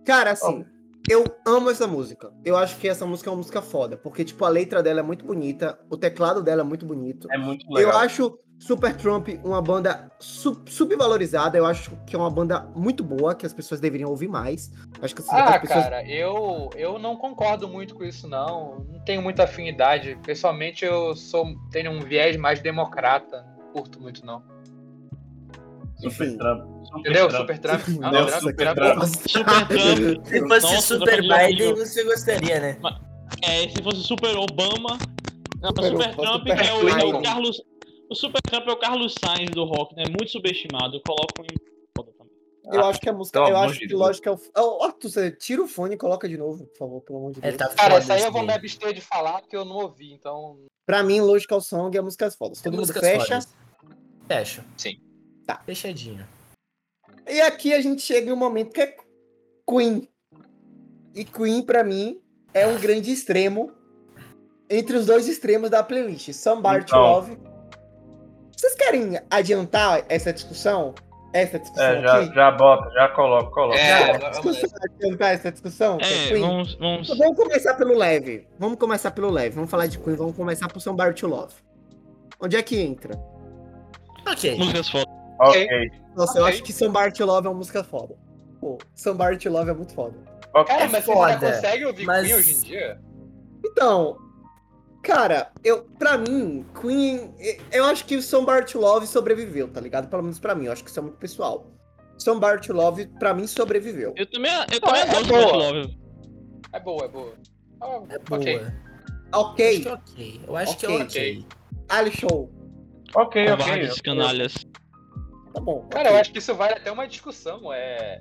[SPEAKER 1] Cara, assim, eu amo essa música. Eu acho que essa música é uma música foda, porque, tipo, a letra dela é muito bonita, o teclado dela é muito bonito.
[SPEAKER 2] É muito
[SPEAKER 1] Eu
[SPEAKER 2] legal.
[SPEAKER 1] acho Supertramp uma banda sub- subvalorizada. Eu acho que é uma banda muito boa, que as pessoas deveriam ouvir mais. Acho que as,
[SPEAKER 4] Ah,
[SPEAKER 1] as pessoas.
[SPEAKER 4] cara, eu, eu não concordo muito com isso, não. Não tenho muita afinidade. Pessoalmente, eu sou tenho um viés mais democrata. Não curto muito, não.
[SPEAKER 1] enfim.
[SPEAKER 2] Super Trump.
[SPEAKER 4] Entendeu? Super Trump. Ah, não,
[SPEAKER 2] Nossa,
[SPEAKER 4] Trump,
[SPEAKER 2] cara.
[SPEAKER 4] Trump.
[SPEAKER 3] Super Trump.
[SPEAKER 6] Se fosse
[SPEAKER 3] Nossa, já
[SPEAKER 6] Super
[SPEAKER 3] vi
[SPEAKER 6] Biden,
[SPEAKER 3] um-
[SPEAKER 6] você gostaria, né?
[SPEAKER 3] É, se fosse Super Obama. Não,
[SPEAKER 1] Super
[SPEAKER 3] mas
[SPEAKER 1] Obama,
[SPEAKER 3] Super Trump
[SPEAKER 1] Super
[SPEAKER 3] é o, é o
[SPEAKER 4] Clinton.
[SPEAKER 3] Carlos. O Super Trump é o Carlos Sainz do rock, né? Muito subestimado. Eu coloco em foda também.
[SPEAKER 1] Eu acho que a música.
[SPEAKER 2] pelo
[SPEAKER 1] eu
[SPEAKER 2] amor
[SPEAKER 1] acho
[SPEAKER 2] de
[SPEAKER 1] que
[SPEAKER 2] Deus.
[SPEAKER 1] lógica. Ó, Arthur, você tira o fone e coloca de novo, por favor, pelo amor de
[SPEAKER 6] É,
[SPEAKER 1] Deus.
[SPEAKER 6] tá
[SPEAKER 4] Cara,
[SPEAKER 6] foda
[SPEAKER 4] essa aí
[SPEAKER 6] esse
[SPEAKER 4] eu vou me
[SPEAKER 6] daí.
[SPEAKER 4] abster de falar porque eu não ouvi, então.
[SPEAKER 1] Pra mim, Logical Song é músicas fodas. Todo mundo
[SPEAKER 6] Músicas
[SPEAKER 1] fecha.
[SPEAKER 6] fodas. Fecha.
[SPEAKER 4] Sim.
[SPEAKER 1] Tá.
[SPEAKER 6] Fechadinho.
[SPEAKER 1] E aqui a gente chega em um momento que é Queen. E Queen, pra mim, é um grande extremo entre os dois extremos da playlist, Somebody to
[SPEAKER 2] Então.
[SPEAKER 1] Love. Vocês querem adiantar essa discussão? Essa discussão
[SPEAKER 2] É, já,
[SPEAKER 1] aqui?
[SPEAKER 2] já bota, já coloca, coloca.
[SPEAKER 4] É,
[SPEAKER 1] Essa discussão, adiantar essa discussão? É,
[SPEAKER 3] É,
[SPEAKER 1] Queen?
[SPEAKER 3] vamos. vamos...
[SPEAKER 1] Então Vamos começar pelo leve. Vamos começar pelo leve. Vamos falar de Queen, vamos começar por Somebody to Love. Onde é que entra?
[SPEAKER 6] Ok.
[SPEAKER 3] Músicas fodas.
[SPEAKER 2] Ok,
[SPEAKER 1] Nossa, eu
[SPEAKER 4] Ok.
[SPEAKER 1] acho que Somebody to Love é uma música foda. Pô, Somebody to Love é muito foda.
[SPEAKER 2] ok.
[SPEAKER 4] Cara,
[SPEAKER 6] É
[SPEAKER 4] mas você ainda
[SPEAKER 6] foda,
[SPEAKER 4] consegue ouvir
[SPEAKER 6] mas-
[SPEAKER 4] Queen hoje em dia?
[SPEAKER 1] Então, cara, eu, pra mim, Queen, e- eu acho que o Somebody to Love sobreviveu, tá ligado? Pelo menos pra mim, eu acho que isso é muito pessoal. Somebody to Love, pra mim, sobreviveu.
[SPEAKER 3] Eu também, eu também
[SPEAKER 1] Ah,
[SPEAKER 4] é
[SPEAKER 3] adoro
[SPEAKER 4] boa.
[SPEAKER 3] Super Love.
[SPEAKER 4] É boa, é boa. Ah,
[SPEAKER 6] É boa.
[SPEAKER 4] ok.
[SPEAKER 6] Acho
[SPEAKER 1] Ok,
[SPEAKER 6] que é ok. Eu acho que é
[SPEAKER 1] Ok.
[SPEAKER 6] ok.
[SPEAKER 1] Ali Show,
[SPEAKER 2] Ok, ok.
[SPEAKER 3] Covardes, canalhas.
[SPEAKER 1] tá bom.
[SPEAKER 4] Cara,
[SPEAKER 1] ok.
[SPEAKER 4] eu acho que isso vale até uma discussão. É...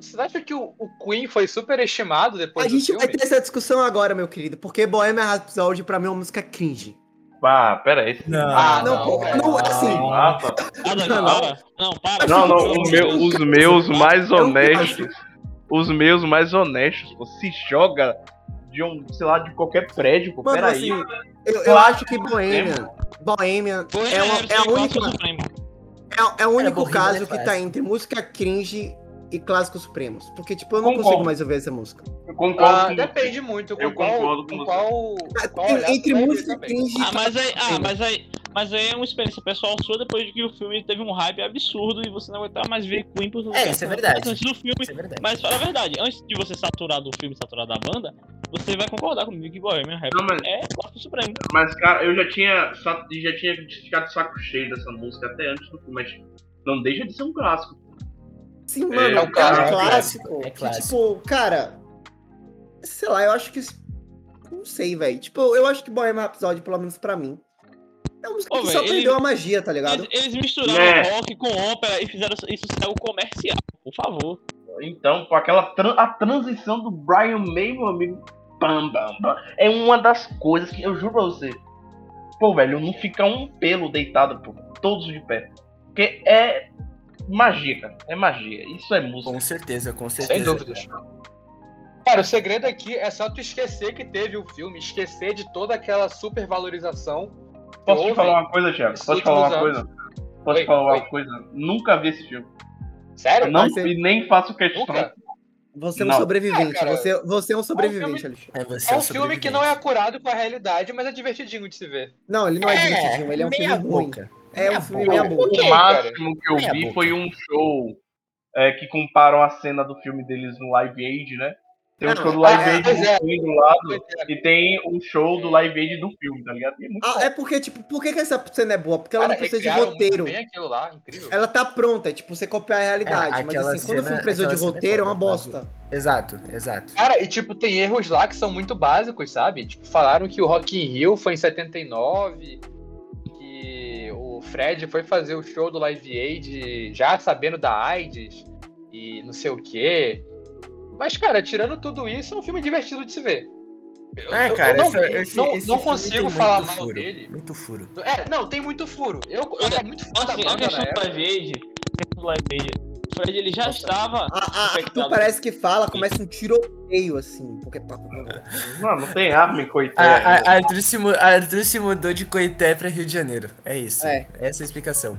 [SPEAKER 4] Você acha que o, o Queen foi superestimado depois
[SPEAKER 1] A
[SPEAKER 4] do
[SPEAKER 1] gente
[SPEAKER 4] filme? Ah,
[SPEAKER 1] vai ter essa discussão agora, meu querido, porque Bohemian Rhapsody pra mim é uma música cringe.
[SPEAKER 2] Ah, pera aí.
[SPEAKER 4] Ah,
[SPEAKER 1] não,
[SPEAKER 4] não, cara,
[SPEAKER 1] não, assim,
[SPEAKER 2] Nossa.
[SPEAKER 3] Nada,
[SPEAKER 1] Não,
[SPEAKER 3] para. Não, para.
[SPEAKER 2] Não, não,
[SPEAKER 3] Pelo
[SPEAKER 2] o
[SPEAKER 3] amor
[SPEAKER 2] meu-
[SPEAKER 3] de Deus.
[SPEAKER 2] os meus mais
[SPEAKER 1] Eu
[SPEAKER 2] honestos. Os meus mais honestos, pô, se joga de um, sei lá, de qualquer prédio, pô,
[SPEAKER 1] mano,
[SPEAKER 2] peraí.
[SPEAKER 1] assim, eu, eu acho que Bohemian, Bohemian
[SPEAKER 3] Foi
[SPEAKER 1] é, uma- é a única...
[SPEAKER 3] Supremo.
[SPEAKER 1] É, é o único
[SPEAKER 6] Bohemian
[SPEAKER 1] caso
[SPEAKER 6] é
[SPEAKER 1] que tá
[SPEAKER 6] fácil.
[SPEAKER 1] entre música cringe e clássicos supremos. Porque, tipo, eu não
[SPEAKER 2] Concordo.
[SPEAKER 1] consigo mais ouvir essa música.
[SPEAKER 2] Eu concordo
[SPEAKER 4] Ah,
[SPEAKER 2] com
[SPEAKER 4] depende muito. Com
[SPEAKER 2] Eu
[SPEAKER 4] qual,
[SPEAKER 2] concordo com
[SPEAKER 4] com
[SPEAKER 2] você.
[SPEAKER 4] qual,
[SPEAKER 1] Ah,
[SPEAKER 4] qual
[SPEAKER 1] en-
[SPEAKER 4] olhar
[SPEAKER 1] entre
[SPEAKER 4] você vai ver tá
[SPEAKER 1] música
[SPEAKER 4] também.
[SPEAKER 1] cringe
[SPEAKER 6] tá
[SPEAKER 3] Ah, mas aí, ah,
[SPEAKER 1] Sim.
[SPEAKER 3] mas aí, mas aí é uma experiência pessoal sua depois de que o filme teve um hype absurdo e você não aguentava mais ver Queen por
[SPEAKER 6] É, isso é verdade.
[SPEAKER 3] antes do filme.
[SPEAKER 6] Isso é verdade.
[SPEAKER 3] Mas fala a verdade, antes de você saturar do filme, saturar da banda, você vai concordar comigo que Bohemian Rhapsody
[SPEAKER 2] Não, mas- Tá
[SPEAKER 3] é clássico supremo.
[SPEAKER 2] Mas, cara, eu já tinha, sa- já tinha ficado de saco cheio dessa música até antes do filme, mas não deixa de ser um clássico.
[SPEAKER 1] Sim, mano, é, um
[SPEAKER 4] clássico.
[SPEAKER 1] clássico.
[SPEAKER 6] É
[SPEAKER 1] que,
[SPEAKER 6] clássico.
[SPEAKER 1] tipo, cara, sei lá, eu acho que. Não sei, velho. Tipo, eu acho que Bohemian Rhapsody, pelo menos pra mim, é uma música
[SPEAKER 3] Ô,
[SPEAKER 1] que
[SPEAKER 3] velho,
[SPEAKER 1] só
[SPEAKER 3] ele-
[SPEAKER 1] perdeu a magia, tá
[SPEAKER 3] Eles,
[SPEAKER 1] ligado?
[SPEAKER 3] eles misturaram
[SPEAKER 2] É.
[SPEAKER 3] rock com ópera e fizeram isso ser algo comercial, por favor.
[SPEAKER 2] Então, pô, aquela tran- a transição do Brian May, meu amigo, bam, bam, bam, é uma das coisas que eu juro pra você. Pô, velho, não fica um pelo deitado, pô, todos de pé. Porque é magia, cara. É magia. Isso é música.
[SPEAKER 6] Com certeza, com certeza.
[SPEAKER 4] Sem dúvidas. Cara, o segredo aqui é só tu esquecer que teve o filme, esquecer de toda aquela supervalorização. que
[SPEAKER 2] Posso te
[SPEAKER 4] houve.
[SPEAKER 2] falar uma coisa, Thiago?
[SPEAKER 4] Esses
[SPEAKER 2] Posso te falar uma
[SPEAKER 4] últimos
[SPEAKER 2] coisa? Posso te
[SPEAKER 4] Oi,
[SPEAKER 2] falar uma
[SPEAKER 4] oi.
[SPEAKER 2] coisa? Nunca vi esse filme.
[SPEAKER 4] Sério?
[SPEAKER 2] Não,
[SPEAKER 1] mas você-
[SPEAKER 2] e nem faço questão.
[SPEAKER 4] Nunca.
[SPEAKER 1] Você é um
[SPEAKER 2] Não.
[SPEAKER 1] sobrevivente.
[SPEAKER 4] É, cara.
[SPEAKER 1] você, você é um sobrevivente,
[SPEAKER 4] filme-
[SPEAKER 1] Alexandre.
[SPEAKER 6] É, você
[SPEAKER 4] É um
[SPEAKER 6] o
[SPEAKER 4] filme que
[SPEAKER 6] sobrevivente.
[SPEAKER 4] não é acurado com a realidade, mas é divertidinho de se ver.
[SPEAKER 1] Não, ele não é,
[SPEAKER 6] É,
[SPEAKER 1] divertidinho, ele é um
[SPEAKER 6] meia
[SPEAKER 1] filme ruim.
[SPEAKER 6] boca.
[SPEAKER 1] É um
[SPEAKER 6] Meia
[SPEAKER 1] filme
[SPEAKER 6] boca.
[SPEAKER 1] meia
[SPEAKER 4] Por
[SPEAKER 1] boca.
[SPEAKER 4] quê,
[SPEAKER 2] O
[SPEAKER 4] cara?
[SPEAKER 2] máximo que eu
[SPEAKER 6] Meia
[SPEAKER 2] vi
[SPEAKER 6] boca.
[SPEAKER 2] foi um show é, que comparam a cena do filme deles no Live Aid, né? Tem um
[SPEAKER 1] Ah,
[SPEAKER 2] show do Live
[SPEAKER 4] é,
[SPEAKER 2] Aid
[SPEAKER 4] pois
[SPEAKER 2] do
[SPEAKER 4] é.
[SPEAKER 2] filme do
[SPEAKER 1] Então,
[SPEAKER 2] lado e tem um show do Live Aid do filme, tá ligado? E é muito
[SPEAKER 1] Ah,
[SPEAKER 2] bom.
[SPEAKER 1] é porque, tipo, por que, que essa cena é boa? Porque ela não
[SPEAKER 4] Cara, um
[SPEAKER 1] precisa de
[SPEAKER 4] recriaram
[SPEAKER 1] roteiro.
[SPEAKER 4] Muito bem aquilo lá, incrível.
[SPEAKER 1] Ela tá pronta, é tipo, você copiar a realidade.
[SPEAKER 6] É,
[SPEAKER 1] mas
[SPEAKER 6] aquela
[SPEAKER 1] assim, quando o filme
[SPEAKER 6] cena-
[SPEAKER 1] precisa de
[SPEAKER 6] aquela cena é
[SPEAKER 1] roteiro, é uma
[SPEAKER 6] foda,
[SPEAKER 1] bosta.
[SPEAKER 6] Exato, exato.
[SPEAKER 4] Cara, e tipo, tem erros lá que são muito básicos, sabe? Tipo, falaram que o Rock in Rio foi em 79, que o Fred foi fazer o show do Live Aid já sabendo da AIDS e não sei o quê. Mas, cara, tirando tudo isso, é um filme divertido de se ver. Eu-
[SPEAKER 6] É,
[SPEAKER 4] eu- eu
[SPEAKER 6] cara,
[SPEAKER 4] não,
[SPEAKER 6] essa- esse-
[SPEAKER 4] não-
[SPEAKER 6] esse
[SPEAKER 4] não
[SPEAKER 6] filme tem
[SPEAKER 4] consigo
[SPEAKER 6] muito
[SPEAKER 4] falar mal
[SPEAKER 6] furo,
[SPEAKER 4] dele.
[SPEAKER 6] Muito furo.
[SPEAKER 4] É, não, tem muito furo. Eu, eu era muito fã da
[SPEAKER 2] Tá
[SPEAKER 3] Assim, a
[SPEAKER 4] banda na
[SPEAKER 3] questão do
[SPEAKER 4] época.
[SPEAKER 3] Live Aid, a questão do Live Aid, o Fred ele já estava.
[SPEAKER 1] A,
[SPEAKER 2] Ah,
[SPEAKER 1] a, a tu
[SPEAKER 3] Espectador.
[SPEAKER 1] parece que fala, começa um tiroteio, assim. Porque tá.
[SPEAKER 2] Não, não tem arma em
[SPEAKER 6] A,
[SPEAKER 2] coitada.
[SPEAKER 6] a, Ah, Arthur, se, mu- a Arthur se mudou de Coité pra Rio de Janeiro. É isso.
[SPEAKER 1] É.
[SPEAKER 6] Essa é a explicação.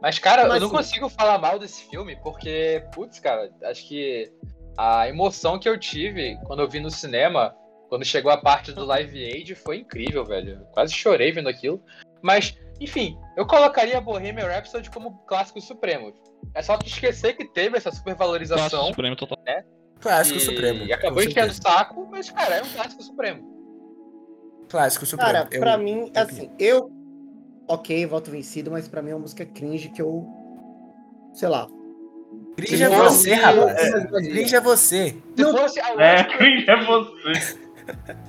[SPEAKER 4] Mas, cara,
[SPEAKER 1] Mas,
[SPEAKER 4] eu não
[SPEAKER 1] assim-
[SPEAKER 4] consigo falar mal desse filme, porque, putz, cara, acho que a emoção que eu tive quando eu vi no cinema, quando chegou a parte do Live Aid, foi incrível, velho. Eu Quase chorei vendo aquilo. Mas, enfim, eu colocaria Bohemian Rhapsody como clássico supremo. É só tu esquecer que teve essa
[SPEAKER 3] Clássico
[SPEAKER 4] supervalorização.
[SPEAKER 3] Supremo total.
[SPEAKER 6] Clássico
[SPEAKER 4] e-
[SPEAKER 6] Supremo.
[SPEAKER 4] E acabou
[SPEAKER 6] com
[SPEAKER 4] enchendo o
[SPEAKER 6] certeza.
[SPEAKER 4] saco, mas, cara, é um clássico supremo.
[SPEAKER 6] Clássico Supremo.
[SPEAKER 1] Cara,
[SPEAKER 6] Eu-
[SPEAKER 1] pra mim, assim, eu. Ok, voto vencido, mas pra mim é uma música cringe que eu. Sei lá.
[SPEAKER 6] Cringe é
[SPEAKER 4] Não,
[SPEAKER 6] você,
[SPEAKER 1] eu-
[SPEAKER 6] rapaz.
[SPEAKER 1] eu-
[SPEAKER 6] Cringe é você.
[SPEAKER 4] Se
[SPEAKER 1] Não-
[SPEAKER 4] fosse a
[SPEAKER 2] É,
[SPEAKER 4] Wonder-
[SPEAKER 2] quem é você?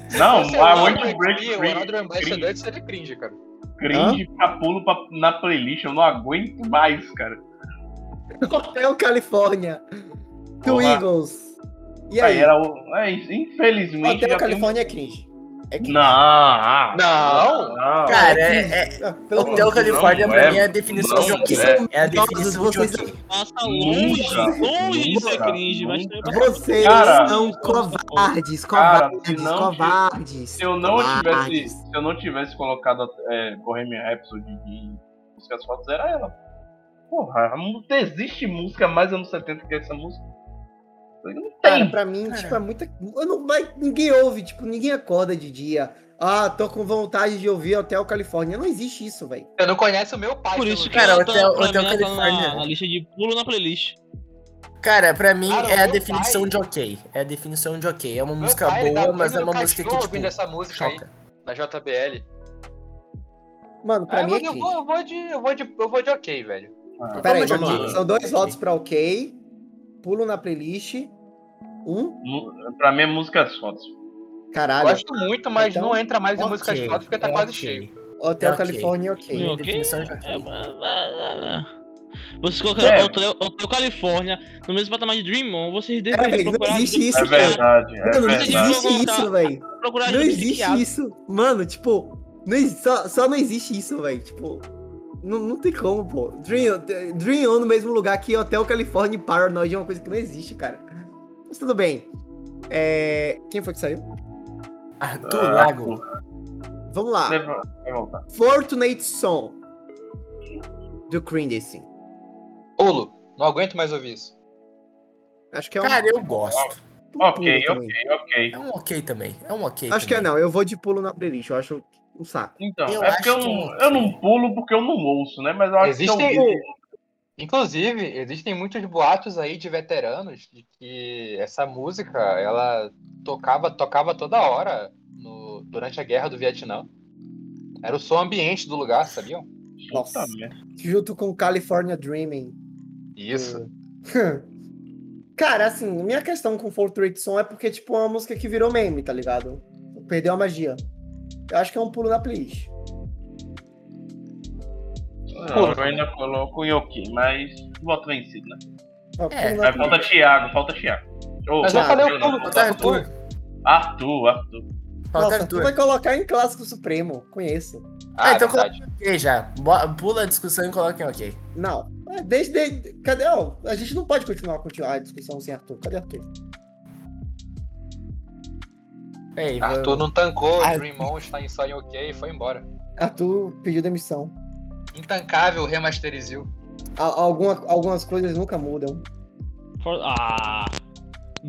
[SPEAKER 4] se
[SPEAKER 2] Não,
[SPEAKER 4] fosse
[SPEAKER 2] a
[SPEAKER 4] Wonder
[SPEAKER 2] Want to
[SPEAKER 4] Free,
[SPEAKER 2] Break
[SPEAKER 4] o
[SPEAKER 2] Free,
[SPEAKER 4] Another Ambassador seria cringe, cara.
[SPEAKER 2] cringe, pra pulo pra, na playlist, eu não aguento mais, cara.
[SPEAKER 1] Hotel é Califórnia. Do
[SPEAKER 2] Porra.
[SPEAKER 1] Eagles. E
[SPEAKER 2] Aí
[SPEAKER 1] aí?
[SPEAKER 2] era o... é, infelizmente...
[SPEAKER 1] Hotel
[SPEAKER 2] já um tem-
[SPEAKER 1] Califórnia é cringe. É cringe.
[SPEAKER 2] Não, ah,
[SPEAKER 4] Não.
[SPEAKER 2] não.
[SPEAKER 6] Cara, é,
[SPEAKER 1] cringe.
[SPEAKER 6] é,
[SPEAKER 1] Ah, pelo amor de
[SPEAKER 6] Hotel
[SPEAKER 1] Deus.
[SPEAKER 6] Califórnia
[SPEAKER 2] não
[SPEAKER 6] pra
[SPEAKER 2] é,
[SPEAKER 6] mim é a definição
[SPEAKER 2] não
[SPEAKER 6] de
[SPEAKER 1] Que
[SPEAKER 4] né?
[SPEAKER 2] é.
[SPEAKER 6] ok. É a
[SPEAKER 1] Nossa,
[SPEAKER 6] definição de
[SPEAKER 1] vocês,
[SPEAKER 6] ok.
[SPEAKER 3] Passa longe,
[SPEAKER 2] Nunca,
[SPEAKER 3] longe de ser
[SPEAKER 2] nunca,
[SPEAKER 3] cringe, mas também
[SPEAKER 2] nunca.
[SPEAKER 3] passa longe.
[SPEAKER 1] vocês
[SPEAKER 2] Cara,
[SPEAKER 1] são covardes, covardes,
[SPEAKER 2] se não-
[SPEAKER 1] covardes.
[SPEAKER 2] Se eu não tivesse,
[SPEAKER 1] covardes.
[SPEAKER 2] se eu não tivesse colocado é, Bohemian Rhapsody em músicas fotos, era ela. Porra, não existe música mais anos 70 que essa música. Não
[SPEAKER 1] Cara,
[SPEAKER 2] tem.
[SPEAKER 1] pra mim,
[SPEAKER 6] Cara.
[SPEAKER 1] tipo, é muita. Eu não, mas ninguém ouve, tipo, ninguém acorda de dia. Ah, tô com vontade de ouvir Hotel Califórnia. Não existe isso, velho.
[SPEAKER 4] Você não conhece o meu pai.
[SPEAKER 1] tá
[SPEAKER 3] Por
[SPEAKER 4] pelo
[SPEAKER 3] isso que
[SPEAKER 4] menos.
[SPEAKER 6] Cara,
[SPEAKER 3] ela
[SPEAKER 1] é
[SPEAKER 6] Hotel-
[SPEAKER 3] pra
[SPEAKER 6] Hotel
[SPEAKER 3] mim, ela tá
[SPEAKER 6] California.
[SPEAKER 3] na, na lista de pulo na playlist.
[SPEAKER 6] Cara, pra mim
[SPEAKER 4] Cara,
[SPEAKER 6] é a
[SPEAKER 4] meu
[SPEAKER 6] definição
[SPEAKER 4] pai-
[SPEAKER 6] de ok. É a definição de ok. É uma
[SPEAKER 4] Meu
[SPEAKER 6] música
[SPEAKER 4] pai, ele dá
[SPEAKER 6] boa,
[SPEAKER 4] banho
[SPEAKER 6] mas é
[SPEAKER 4] no
[SPEAKER 6] uma música que,
[SPEAKER 4] cachorro ouvindo
[SPEAKER 6] tipo,
[SPEAKER 4] essa música aí,
[SPEAKER 6] choca.
[SPEAKER 4] da JBL.
[SPEAKER 1] Mano, pra
[SPEAKER 4] Ah,
[SPEAKER 1] mim é
[SPEAKER 4] mas eu
[SPEAKER 1] cringe.
[SPEAKER 4] vou, eu vou de, eu vou de, eu vou de ok, velho.
[SPEAKER 1] Pera aí,
[SPEAKER 6] Vamos de
[SPEAKER 1] Ah, vamos lá.
[SPEAKER 6] ok.
[SPEAKER 1] São dois votos pra ok. Pulo na playlist. Um.
[SPEAKER 2] Mu- Pra mim é músicas fotos.
[SPEAKER 1] Caralho.
[SPEAKER 4] Gosto muito, mas
[SPEAKER 1] então,
[SPEAKER 4] não entra mais em
[SPEAKER 6] Ok,
[SPEAKER 4] música de foto porque tá
[SPEAKER 6] é
[SPEAKER 4] quase
[SPEAKER 6] ok.
[SPEAKER 4] cheio.
[SPEAKER 1] Hotel
[SPEAKER 6] ok.
[SPEAKER 1] Califórnia,
[SPEAKER 6] Tem
[SPEAKER 1] ok.
[SPEAKER 3] Ok,
[SPEAKER 6] definição de
[SPEAKER 3] É,
[SPEAKER 6] ok.
[SPEAKER 3] mas- mas- mas- Vocês
[SPEAKER 2] É.
[SPEAKER 3] colocaram Hotel, Hotel Califórnia no mesmo patamar de Dream On, vocês deveriam
[SPEAKER 1] É, velho, não
[SPEAKER 3] procurar
[SPEAKER 1] existe
[SPEAKER 3] ajuda
[SPEAKER 1] isso,
[SPEAKER 2] É
[SPEAKER 3] psiquiátrica,
[SPEAKER 2] verdade, é
[SPEAKER 1] Mano, não
[SPEAKER 2] verdade.
[SPEAKER 1] existe isso, velho.
[SPEAKER 3] procurar
[SPEAKER 1] Não
[SPEAKER 3] ajuda
[SPEAKER 1] existe
[SPEAKER 3] psiquiátrica.
[SPEAKER 1] isso. Mano, tipo, não exi- só, só não existe isso, velho. Tipo, não, não tem como, pô. Dream, Dream On no mesmo lugar que Hotel California e Paranoid é uma coisa que não existe, cara. Mas tudo bem. É, Quem foi que saiu?
[SPEAKER 6] Arthur
[SPEAKER 2] Ah,
[SPEAKER 6] Lago.
[SPEAKER 1] Vamos lá.
[SPEAKER 2] Vai vai voltar.
[SPEAKER 1] Fortunate Song. Do Crindacy.
[SPEAKER 4] Pulo, não aguento mais ouvir isso.
[SPEAKER 1] Acho que é um.
[SPEAKER 6] Cara, eu gosto.
[SPEAKER 1] um
[SPEAKER 2] Ok,
[SPEAKER 1] pulo também.
[SPEAKER 2] ok, ok.
[SPEAKER 6] É um ok também. É um ok.
[SPEAKER 1] Acho que é
[SPEAKER 6] também.
[SPEAKER 1] não. Eu vou de pulo na playlist. Eu acho um saco.
[SPEAKER 2] Então,
[SPEAKER 6] Eu
[SPEAKER 2] é porque eu
[SPEAKER 6] acho
[SPEAKER 2] não,
[SPEAKER 6] que-
[SPEAKER 2] eu não pulo porque eu não ouço, né? Mas eu acho
[SPEAKER 4] Existem-
[SPEAKER 2] que eu ouvi.
[SPEAKER 4] Inclusive, existem muitos boatos aí de veteranos de que essa música, ela tocava, tocava toda hora no- durante a guerra do Vietnã. Era o som ambiente do lugar, sabiam?
[SPEAKER 1] Nossa.
[SPEAKER 2] Puta merda.
[SPEAKER 1] Junto com California Dreaming.
[SPEAKER 4] Isso.
[SPEAKER 6] Hum.
[SPEAKER 1] Cara, assim, minha questão com Fortnite Song é porque, tipo, é uma música que virou meme, tá ligado? Perdeu a magia. Eu acho que é um pulo na playlist.
[SPEAKER 2] Não, Ah, eu ainda coloco em ok, mas voto vencido, né?
[SPEAKER 1] É, um
[SPEAKER 6] É,
[SPEAKER 1] pulo na
[SPEAKER 2] Mas
[SPEAKER 1] playlist.
[SPEAKER 2] falta Thiago, falta Thiago. Ô,
[SPEAKER 4] Mas eu
[SPEAKER 1] Thiago,
[SPEAKER 4] falei
[SPEAKER 2] eu não
[SPEAKER 4] o pulo,
[SPEAKER 2] vou
[SPEAKER 6] Falta
[SPEAKER 2] dar
[SPEAKER 4] Arthur.
[SPEAKER 6] Arthur.
[SPEAKER 2] Arthur, Arthur.
[SPEAKER 6] Falta
[SPEAKER 1] Nossa, é tu
[SPEAKER 6] Arthur.
[SPEAKER 1] vai colocar em Clássico Supremo, conheço.
[SPEAKER 4] Ah,
[SPEAKER 6] Ah, então
[SPEAKER 4] verdade.
[SPEAKER 6] Ok, já. Bo- Pula a discussão e coloca em ok.
[SPEAKER 1] Não. É, Desde, desde- cadê? ó, a gente não pode continuar, continuar a discussão sem assim, Arthur. Cadê Arthur?
[SPEAKER 6] Peraí, vou-
[SPEAKER 4] Arthur não tancou,
[SPEAKER 1] Ah.
[SPEAKER 4] Dream On está em só em ok e foi embora.
[SPEAKER 1] Arthur pediu demissão.
[SPEAKER 4] Intancável remasterizou.
[SPEAKER 1] A- alguma- algumas coisas nunca mudam.
[SPEAKER 3] For- Ah!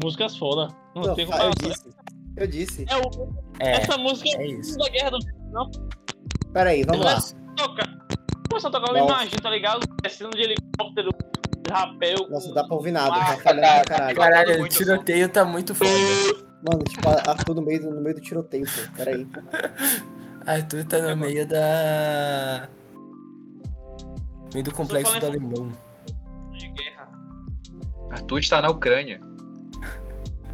[SPEAKER 3] Músicas foda. Não,
[SPEAKER 1] Não,
[SPEAKER 3] tem como.
[SPEAKER 1] eu disse. Eu disse.
[SPEAKER 3] É o-
[SPEAKER 6] É,
[SPEAKER 3] Essa música
[SPEAKER 6] é isso.
[SPEAKER 3] da guerra do
[SPEAKER 1] Peraí, vamos lá.
[SPEAKER 3] toca. Começou a tocar, eu
[SPEAKER 1] Bom.
[SPEAKER 3] imagino, tá ligado? Descendo de helicóptero, de rapel.
[SPEAKER 1] Nossa,
[SPEAKER 3] com-
[SPEAKER 1] não dá pra ouvir nada. Tá
[SPEAKER 3] Ah,
[SPEAKER 1] falhando pra caralho.
[SPEAKER 6] Caralho, o
[SPEAKER 4] Muito
[SPEAKER 6] tiroteio tá muito foda.
[SPEAKER 1] Mano, tipo, Arthur no meio, do- no meio do tiroteio, pô. Peraí.
[SPEAKER 6] Arthur tá
[SPEAKER 1] É
[SPEAKER 6] no meio da. no meio do complexo do
[SPEAKER 3] falando-
[SPEAKER 6] alemão.
[SPEAKER 3] um de guerra.
[SPEAKER 4] Arthur está na Ucrânia.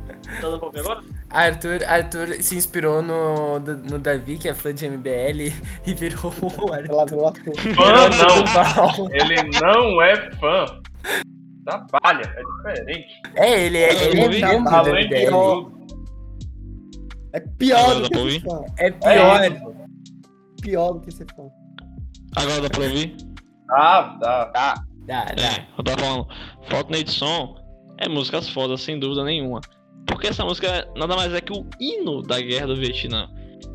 [SPEAKER 3] Tá dando pra ouvir agora?
[SPEAKER 6] Arthur, Arthur se inspirou no, no Davi, que é fã de MBL, e virou um o Arthur.
[SPEAKER 1] Ela viu Arthur.
[SPEAKER 2] Fã não,
[SPEAKER 6] Não.
[SPEAKER 2] ele não é fã. Trabalha, é diferente.
[SPEAKER 6] É, ele é, ele é
[SPEAKER 3] Além
[SPEAKER 6] membro
[SPEAKER 1] Tá
[SPEAKER 6] do
[SPEAKER 2] Além de
[SPEAKER 6] MBL.
[SPEAKER 2] tudo,
[SPEAKER 1] É pior
[SPEAKER 3] Agora
[SPEAKER 1] do
[SPEAKER 3] dá
[SPEAKER 1] que
[SPEAKER 3] pra
[SPEAKER 1] ser
[SPEAKER 3] ouvir?
[SPEAKER 1] fã.
[SPEAKER 6] É pior.
[SPEAKER 1] Pior do que ser fã.
[SPEAKER 3] Agora dá pra ouvir?
[SPEAKER 2] ah, dá.
[SPEAKER 4] Tá.
[SPEAKER 6] Dá, dá.
[SPEAKER 3] É, eu tava falando. Fortnite Song é músicas fodas, sem dúvida nenhuma. Porque essa música nada mais é que o hino da guerra do Vietnã.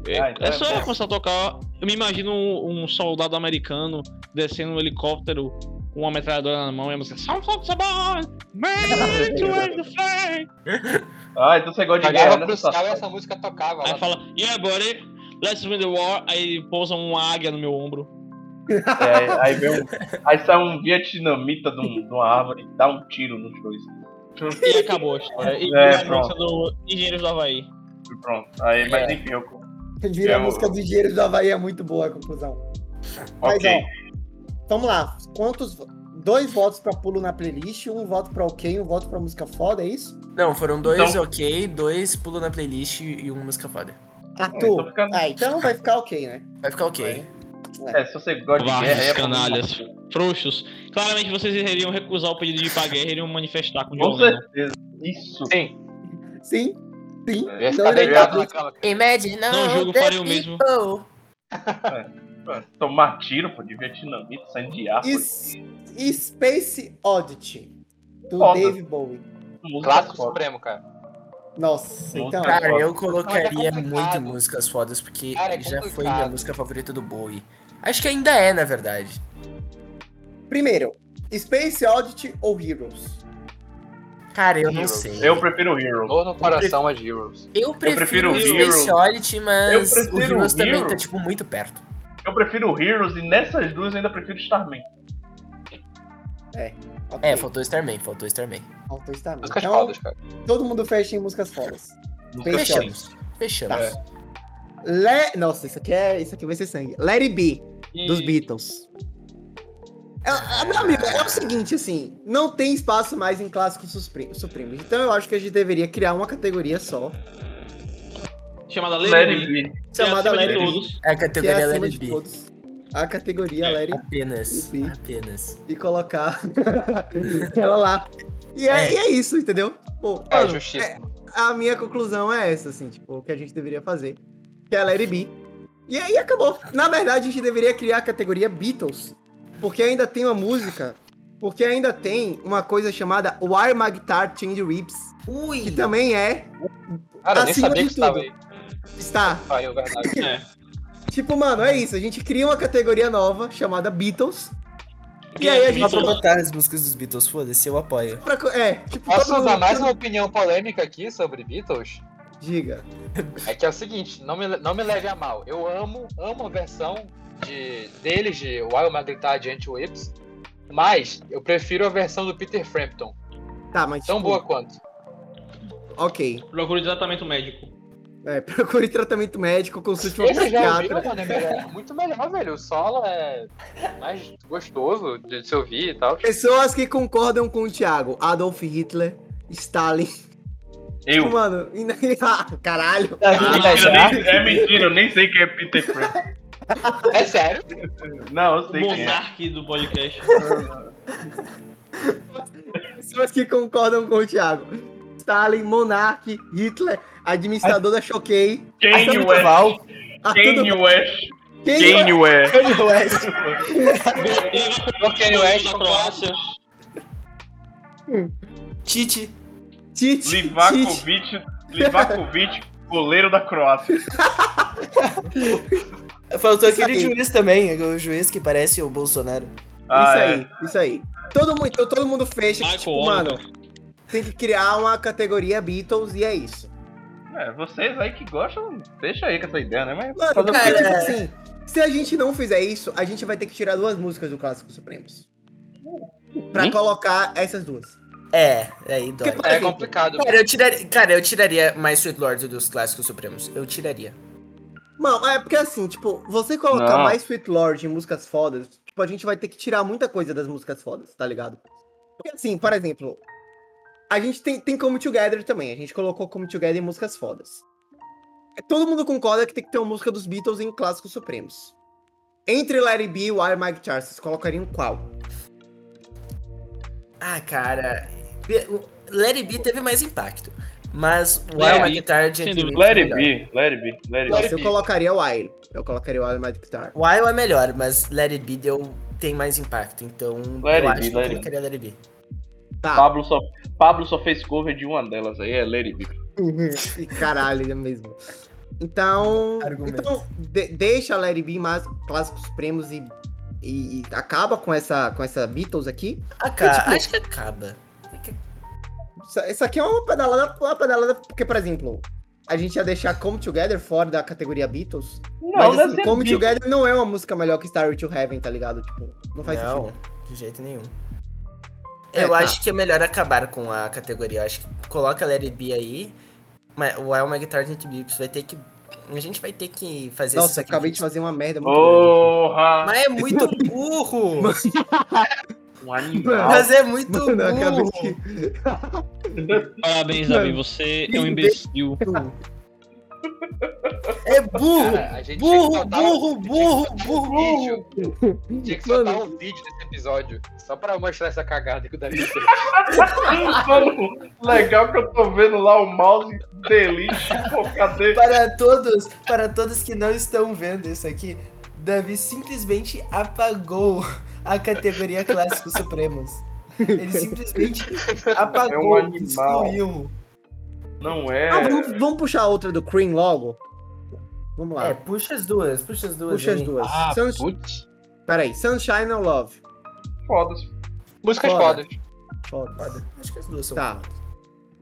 [SPEAKER 3] É,
[SPEAKER 2] Ah, então
[SPEAKER 3] é
[SPEAKER 2] é
[SPEAKER 3] só
[SPEAKER 2] bom.
[SPEAKER 3] começar a tocar. Eu me imagino um, um soldado americano descendo um helicóptero com uma metralhadora na mão e a música. Sound of the Ball! Man to end the flag!
[SPEAKER 2] Ah, então você gosta de guerra,
[SPEAKER 4] Olhava
[SPEAKER 2] né?
[SPEAKER 4] pro céu e
[SPEAKER 2] Sassá?
[SPEAKER 4] essa música tocava
[SPEAKER 3] Aí
[SPEAKER 4] lá.
[SPEAKER 3] fala, yeah, buddy, let's win the war. Aí pousa uma águia no meu ombro.
[SPEAKER 2] É, aí, vem um, aí sai um vietnamita de, um- de uma árvore e dá um tiro nos dois.
[SPEAKER 3] E acabou a história. E
[SPEAKER 2] É,
[SPEAKER 3] a música do Engenheiros do Havaí.
[SPEAKER 2] E pronto. Aí,
[SPEAKER 1] É.
[SPEAKER 2] mas enfim, eu.
[SPEAKER 1] Vira a
[SPEAKER 2] Eu-
[SPEAKER 1] música do dinheiro do Havaí, é muito boa a conclusão. Mas,
[SPEAKER 2] Ok.
[SPEAKER 1] ó, vamos lá. Quantos. vo- Dois votos pra pulo na playlist, um voto pra ok, um voto pra música foda, é isso?
[SPEAKER 6] Não, foram dois
[SPEAKER 2] Então-
[SPEAKER 6] ok, dois pulo na playlist e uma música foda.
[SPEAKER 1] Arthur.
[SPEAKER 2] então fica-
[SPEAKER 1] Ah, então vai ficar ok, né?
[SPEAKER 6] Vai ficar ok.
[SPEAKER 2] É, se você gosta de guerra,
[SPEAKER 3] Vagos,
[SPEAKER 2] é.
[SPEAKER 3] canalhas, frouxos. Claramente vocês iriam recusar o pedido de ir pra guerra e iriam manifestar com o né?
[SPEAKER 2] Com
[SPEAKER 3] violência.
[SPEAKER 2] certeza. Isso.
[SPEAKER 4] Sim, é
[SPEAKER 1] Sim, sim.
[SPEAKER 4] eu
[SPEAKER 1] Não,
[SPEAKER 4] ia ficar
[SPEAKER 1] ele- tá
[SPEAKER 4] deitado na cama.
[SPEAKER 6] Imagine
[SPEAKER 3] Não, o jogo faria o mesmo.
[SPEAKER 2] Mano, Tomar tiro, pô, de vietnamita, saindo de árvore.
[SPEAKER 1] Is- e Space Oddity, do
[SPEAKER 2] Foda.
[SPEAKER 1] Dave Bowie.
[SPEAKER 2] Música
[SPEAKER 4] Clássico
[SPEAKER 2] foda.
[SPEAKER 4] supremo, cara.
[SPEAKER 1] Nossa, então.
[SPEAKER 2] Cara,
[SPEAKER 6] Cara, eu
[SPEAKER 4] Mas
[SPEAKER 6] colocaria
[SPEAKER 4] é complicado.
[SPEAKER 6] muito músicas fodas, porque
[SPEAKER 4] Cara, é
[SPEAKER 6] já foi
[SPEAKER 4] complicado.
[SPEAKER 6] minha música favorita do Bowie. Acho que ainda é, na verdade.
[SPEAKER 1] Primeiro, Space Oddity ou Heroes?
[SPEAKER 6] Cara, eu não
[SPEAKER 4] Heroes.
[SPEAKER 6] sei.
[SPEAKER 2] Eu prefiro Hero.
[SPEAKER 4] Dor no coração é Heroes.
[SPEAKER 6] Eu prefiro,
[SPEAKER 2] prefiro
[SPEAKER 6] o
[SPEAKER 2] Heroes.
[SPEAKER 6] Space Oddity, mas
[SPEAKER 2] Eu prefiro
[SPEAKER 6] o Heroes também tá,
[SPEAKER 2] Heroes.
[SPEAKER 6] tipo, muito perto.
[SPEAKER 2] Eu prefiro Heroes e nessas duas eu ainda prefiro Starman.
[SPEAKER 1] Ok,
[SPEAKER 6] É, faltou Starman, faltou Starman.
[SPEAKER 1] faltou isso também.
[SPEAKER 4] Músicas
[SPEAKER 1] Então,
[SPEAKER 4] fodas, cara.
[SPEAKER 1] todo mundo fecha em músicas fodas. Space Oddity.
[SPEAKER 6] Fechamos. Fechamos.
[SPEAKER 1] Le... Nossa, isso aqui, é... isso aqui vai ser sangue. Let It Be, dos Beatles. É, é, meu amigo, é o seguinte, assim, não tem espaço mais em clássicos supri- supremos. Então eu acho que a gente deveria criar uma categoria só,
[SPEAKER 3] Chamada
[SPEAKER 2] Let it
[SPEAKER 3] Lady
[SPEAKER 2] be.
[SPEAKER 1] chamada Let
[SPEAKER 3] Lady
[SPEAKER 1] It Be,
[SPEAKER 3] todos.
[SPEAKER 6] É a
[SPEAKER 1] que é
[SPEAKER 6] categoria
[SPEAKER 1] acima
[SPEAKER 6] Larry
[SPEAKER 1] de
[SPEAKER 6] B.
[SPEAKER 1] todos. A categoria
[SPEAKER 4] É.
[SPEAKER 1] Let It
[SPEAKER 6] Apenas.
[SPEAKER 1] Sim.
[SPEAKER 6] Apenas.
[SPEAKER 1] e colocar ela lá. E é,
[SPEAKER 6] É.
[SPEAKER 1] e é isso, entendeu? Pô,
[SPEAKER 4] É,
[SPEAKER 1] mano,
[SPEAKER 4] justiça.
[SPEAKER 1] a minha conclusão é essa, assim, tipo, o que a gente deveria fazer, que é a Larry B. E aí acabou. Na verdade, a gente deveria criar a categoria Beatles, porque ainda tem uma música, porque ainda tem uma coisa chamada Why My Guitar Change Rips,
[SPEAKER 6] Ui!
[SPEAKER 1] que também é,
[SPEAKER 4] Cara, eu nem
[SPEAKER 1] acima
[SPEAKER 4] sabia
[SPEAKER 1] de
[SPEAKER 4] que estava
[SPEAKER 1] tudo.
[SPEAKER 4] aí.
[SPEAKER 1] está,
[SPEAKER 4] Saiu, verdade.
[SPEAKER 3] É.
[SPEAKER 1] tipo, mano, é isso, a gente cria uma categoria nova chamada Beatles, e aí a
[SPEAKER 6] Dá
[SPEAKER 1] gente...
[SPEAKER 6] pra botar as músicas dos Beatles, foda-se, eu apoio.
[SPEAKER 1] pra co- É, tipo,
[SPEAKER 4] Posso
[SPEAKER 1] todo
[SPEAKER 4] usar
[SPEAKER 1] mundo...
[SPEAKER 4] mais um? uma opinião polêmica aqui sobre Beatles?
[SPEAKER 1] Diga.
[SPEAKER 4] É que é o seguinte, não me, não me leve a mal. Eu amo, amo a versão de, deles de Wild Magritar Giant Whips, mas eu prefiro a versão do Peter Frampton.
[SPEAKER 1] Tá, mas...
[SPEAKER 4] Tão
[SPEAKER 1] tipo,
[SPEAKER 4] boa quanto.
[SPEAKER 1] Ok.
[SPEAKER 3] Procura tratamento médico.
[SPEAKER 1] É, procure tratamento médico, consulte um
[SPEAKER 4] Esse já ouviu,
[SPEAKER 1] psiquiatra.
[SPEAKER 4] mano, é melhor- muito melhor, velho. O solo é mais gostoso de se ouvir e tal.
[SPEAKER 1] Pessoas que concordam com o Thiago. Adolf Hitler, Stalin.
[SPEAKER 2] Eu.
[SPEAKER 1] Mano, e- ah, caralho.
[SPEAKER 2] Mentira, nem- é mentira, eu nem sei quem é Peter Frampton.
[SPEAKER 4] É sério?
[SPEAKER 2] Não, eu
[SPEAKER 3] O
[SPEAKER 2] sei quem é.
[SPEAKER 3] monarque do podcast.
[SPEAKER 1] Pessoas que concordam com o Thiago. Stalin, Monark, Hitler, administrador da Choquei.
[SPEAKER 2] Kanye
[SPEAKER 1] Arthur
[SPEAKER 2] West.
[SPEAKER 1] Duval, Arthur
[SPEAKER 2] Kanye
[SPEAKER 1] Duval,
[SPEAKER 2] West. Kanye West.
[SPEAKER 5] Kanye
[SPEAKER 1] É,
[SPEAKER 5] West.
[SPEAKER 4] O Kanye West
[SPEAKER 3] um da Croácia.
[SPEAKER 6] Tite.
[SPEAKER 1] Tite. Tite.
[SPEAKER 2] Livakovic, Livakovic, goleiro da Croácia.
[SPEAKER 5] Faltou
[SPEAKER 1] Isso
[SPEAKER 5] aquele
[SPEAKER 1] aí.
[SPEAKER 5] juiz também, o juiz que parece o Bolsonaro.
[SPEAKER 2] Ah,
[SPEAKER 1] isso
[SPEAKER 2] é.
[SPEAKER 1] aí, isso aí. Todo mundo, então todo mundo fecha que,
[SPEAKER 3] Michael
[SPEAKER 1] tipo,
[SPEAKER 3] Oliver.
[SPEAKER 1] mano, tem que criar uma categoria Beatles e é isso.
[SPEAKER 2] É, vocês aí que gostam, deixa aí com essa ideia, né? Mas
[SPEAKER 1] Mano,
[SPEAKER 2] fazer o
[SPEAKER 1] cara,
[SPEAKER 2] quê?
[SPEAKER 1] tipo assim, se a gente não fizer isso, a gente vai ter que tirar duas músicas do Clássico Supremos. Pra
[SPEAKER 3] Hum?
[SPEAKER 1] colocar essas duas.
[SPEAKER 6] É, aí
[SPEAKER 1] Porque,
[SPEAKER 6] dói.
[SPEAKER 1] por
[SPEAKER 4] É
[SPEAKER 1] exemplo,
[SPEAKER 4] complicado.
[SPEAKER 6] Cara, eu tiraria, cara, eu tiraria mais Sweet Lord dos Clássicos Supremos. Eu tiraria.
[SPEAKER 1] Mano, é porque assim, tipo, você colocar
[SPEAKER 2] Não.
[SPEAKER 1] mais Sweet Lord em músicas fodas, tipo, a gente vai ter que tirar muita coisa das músicas fodas, tá ligado? Porque assim, por exemplo, a gente tem, tem Come Together também, a gente colocou Come Together em músicas fodas. É, Todo mundo concorda que tem que ter uma música dos Beatles em clássicos supremos. Entre Larry B e Wild Mike Charles, vocês colocariam qual?
[SPEAKER 6] Ah, cara. o Let It Be teve mais impacto. Mas o
[SPEAKER 3] Let
[SPEAKER 6] Wild
[SPEAKER 3] It
[SPEAKER 6] Mike Tarde.
[SPEAKER 3] Sem dúvida.
[SPEAKER 2] Let it be, let it be, let it
[SPEAKER 1] é Nossa,
[SPEAKER 2] be.
[SPEAKER 1] eu colocaria o Wild. Eu colocaria o Wild Mike Guitar.
[SPEAKER 6] O Wild é melhor, mas Let It Be deu, tem mais impacto. Então,
[SPEAKER 4] Let It
[SPEAKER 6] eu
[SPEAKER 4] Be,
[SPEAKER 6] acho
[SPEAKER 4] Let
[SPEAKER 6] que eu
[SPEAKER 4] It Be.
[SPEAKER 6] colocaria Let It Be.
[SPEAKER 1] Tá.
[SPEAKER 2] Pablo só, Pablo só fez cover de uma delas aí, é let it be.
[SPEAKER 1] Ih, Caralho, é mesmo. Então,
[SPEAKER 6] Argumento.
[SPEAKER 1] então de- deixa Larry B mais clássicos supremos e, e- e acaba com essa, com essa Beatles aqui.
[SPEAKER 6] Aca-
[SPEAKER 1] tipo-
[SPEAKER 6] Acho que acaba.
[SPEAKER 1] Isso, isso aqui é uma pedalada, uma pedalada, porque, por exemplo, a gente ia deixar Come Together fora da categoria Beatles.
[SPEAKER 2] Não,
[SPEAKER 1] mas assim,
[SPEAKER 2] let
[SPEAKER 1] Come
[SPEAKER 2] it be.
[SPEAKER 1] Together não é uma música melhor que Starry to Heaven, tá ligado? Tipo, não faz
[SPEAKER 6] não,
[SPEAKER 1] sentido.
[SPEAKER 6] de jeito nenhum.
[SPEAKER 1] É,
[SPEAKER 6] eu
[SPEAKER 1] tá.
[SPEAKER 6] acho que é melhor acabar com a categoria. Eu acho que coloca Let It Be aí. Mas o Wild Mike Tarde Beats vai ter que. A gente vai ter que fazer esse é
[SPEAKER 1] Nossa, acabei de
[SPEAKER 6] sacrifício.
[SPEAKER 1] fazer uma merda muito grande.
[SPEAKER 2] Porra,
[SPEAKER 6] Mas é muito burro!
[SPEAKER 2] um animal.
[SPEAKER 6] Mas é muito
[SPEAKER 1] Mano, eu acabei
[SPEAKER 6] burro!
[SPEAKER 1] de...
[SPEAKER 3] Parabéns, Davi. Você é um imbecil.
[SPEAKER 6] É burro!
[SPEAKER 4] Cara, a gente
[SPEAKER 6] Burro,
[SPEAKER 4] tinha que soltar
[SPEAKER 6] burro,
[SPEAKER 4] um-
[SPEAKER 6] burro,
[SPEAKER 4] tinha que soltar um
[SPEAKER 6] burro.
[SPEAKER 4] vídeo. Tinha que soltar um vídeo desse episódio, só pra mostrar essa cagada que o Davi fez.
[SPEAKER 2] Mano, legal é que eu tô vendo lá o mouse delete, pô, cadê?
[SPEAKER 6] Para todos, para todos que não estão vendo isso aqui, Davi simplesmente apagou a categoria Clássicos Supremos. Ele simplesmente apagou,
[SPEAKER 2] É um animal.
[SPEAKER 6] excluiu.
[SPEAKER 2] Não é.
[SPEAKER 1] Ah, vamos, vamos puxar outra do Cream logo? Vamos lá.
[SPEAKER 6] É, puxa as duas, puxa as duas.
[SPEAKER 1] Puxa as
[SPEAKER 6] hein?
[SPEAKER 1] duas.
[SPEAKER 4] Ah,
[SPEAKER 1] Sun-
[SPEAKER 4] putz.
[SPEAKER 1] Peraí, Sunshine ou Love?
[SPEAKER 2] Foda-se.
[SPEAKER 4] Músicas
[SPEAKER 1] Foda.
[SPEAKER 4] fodas.
[SPEAKER 1] Foda.
[SPEAKER 6] Acho que as duas são.
[SPEAKER 1] Tá.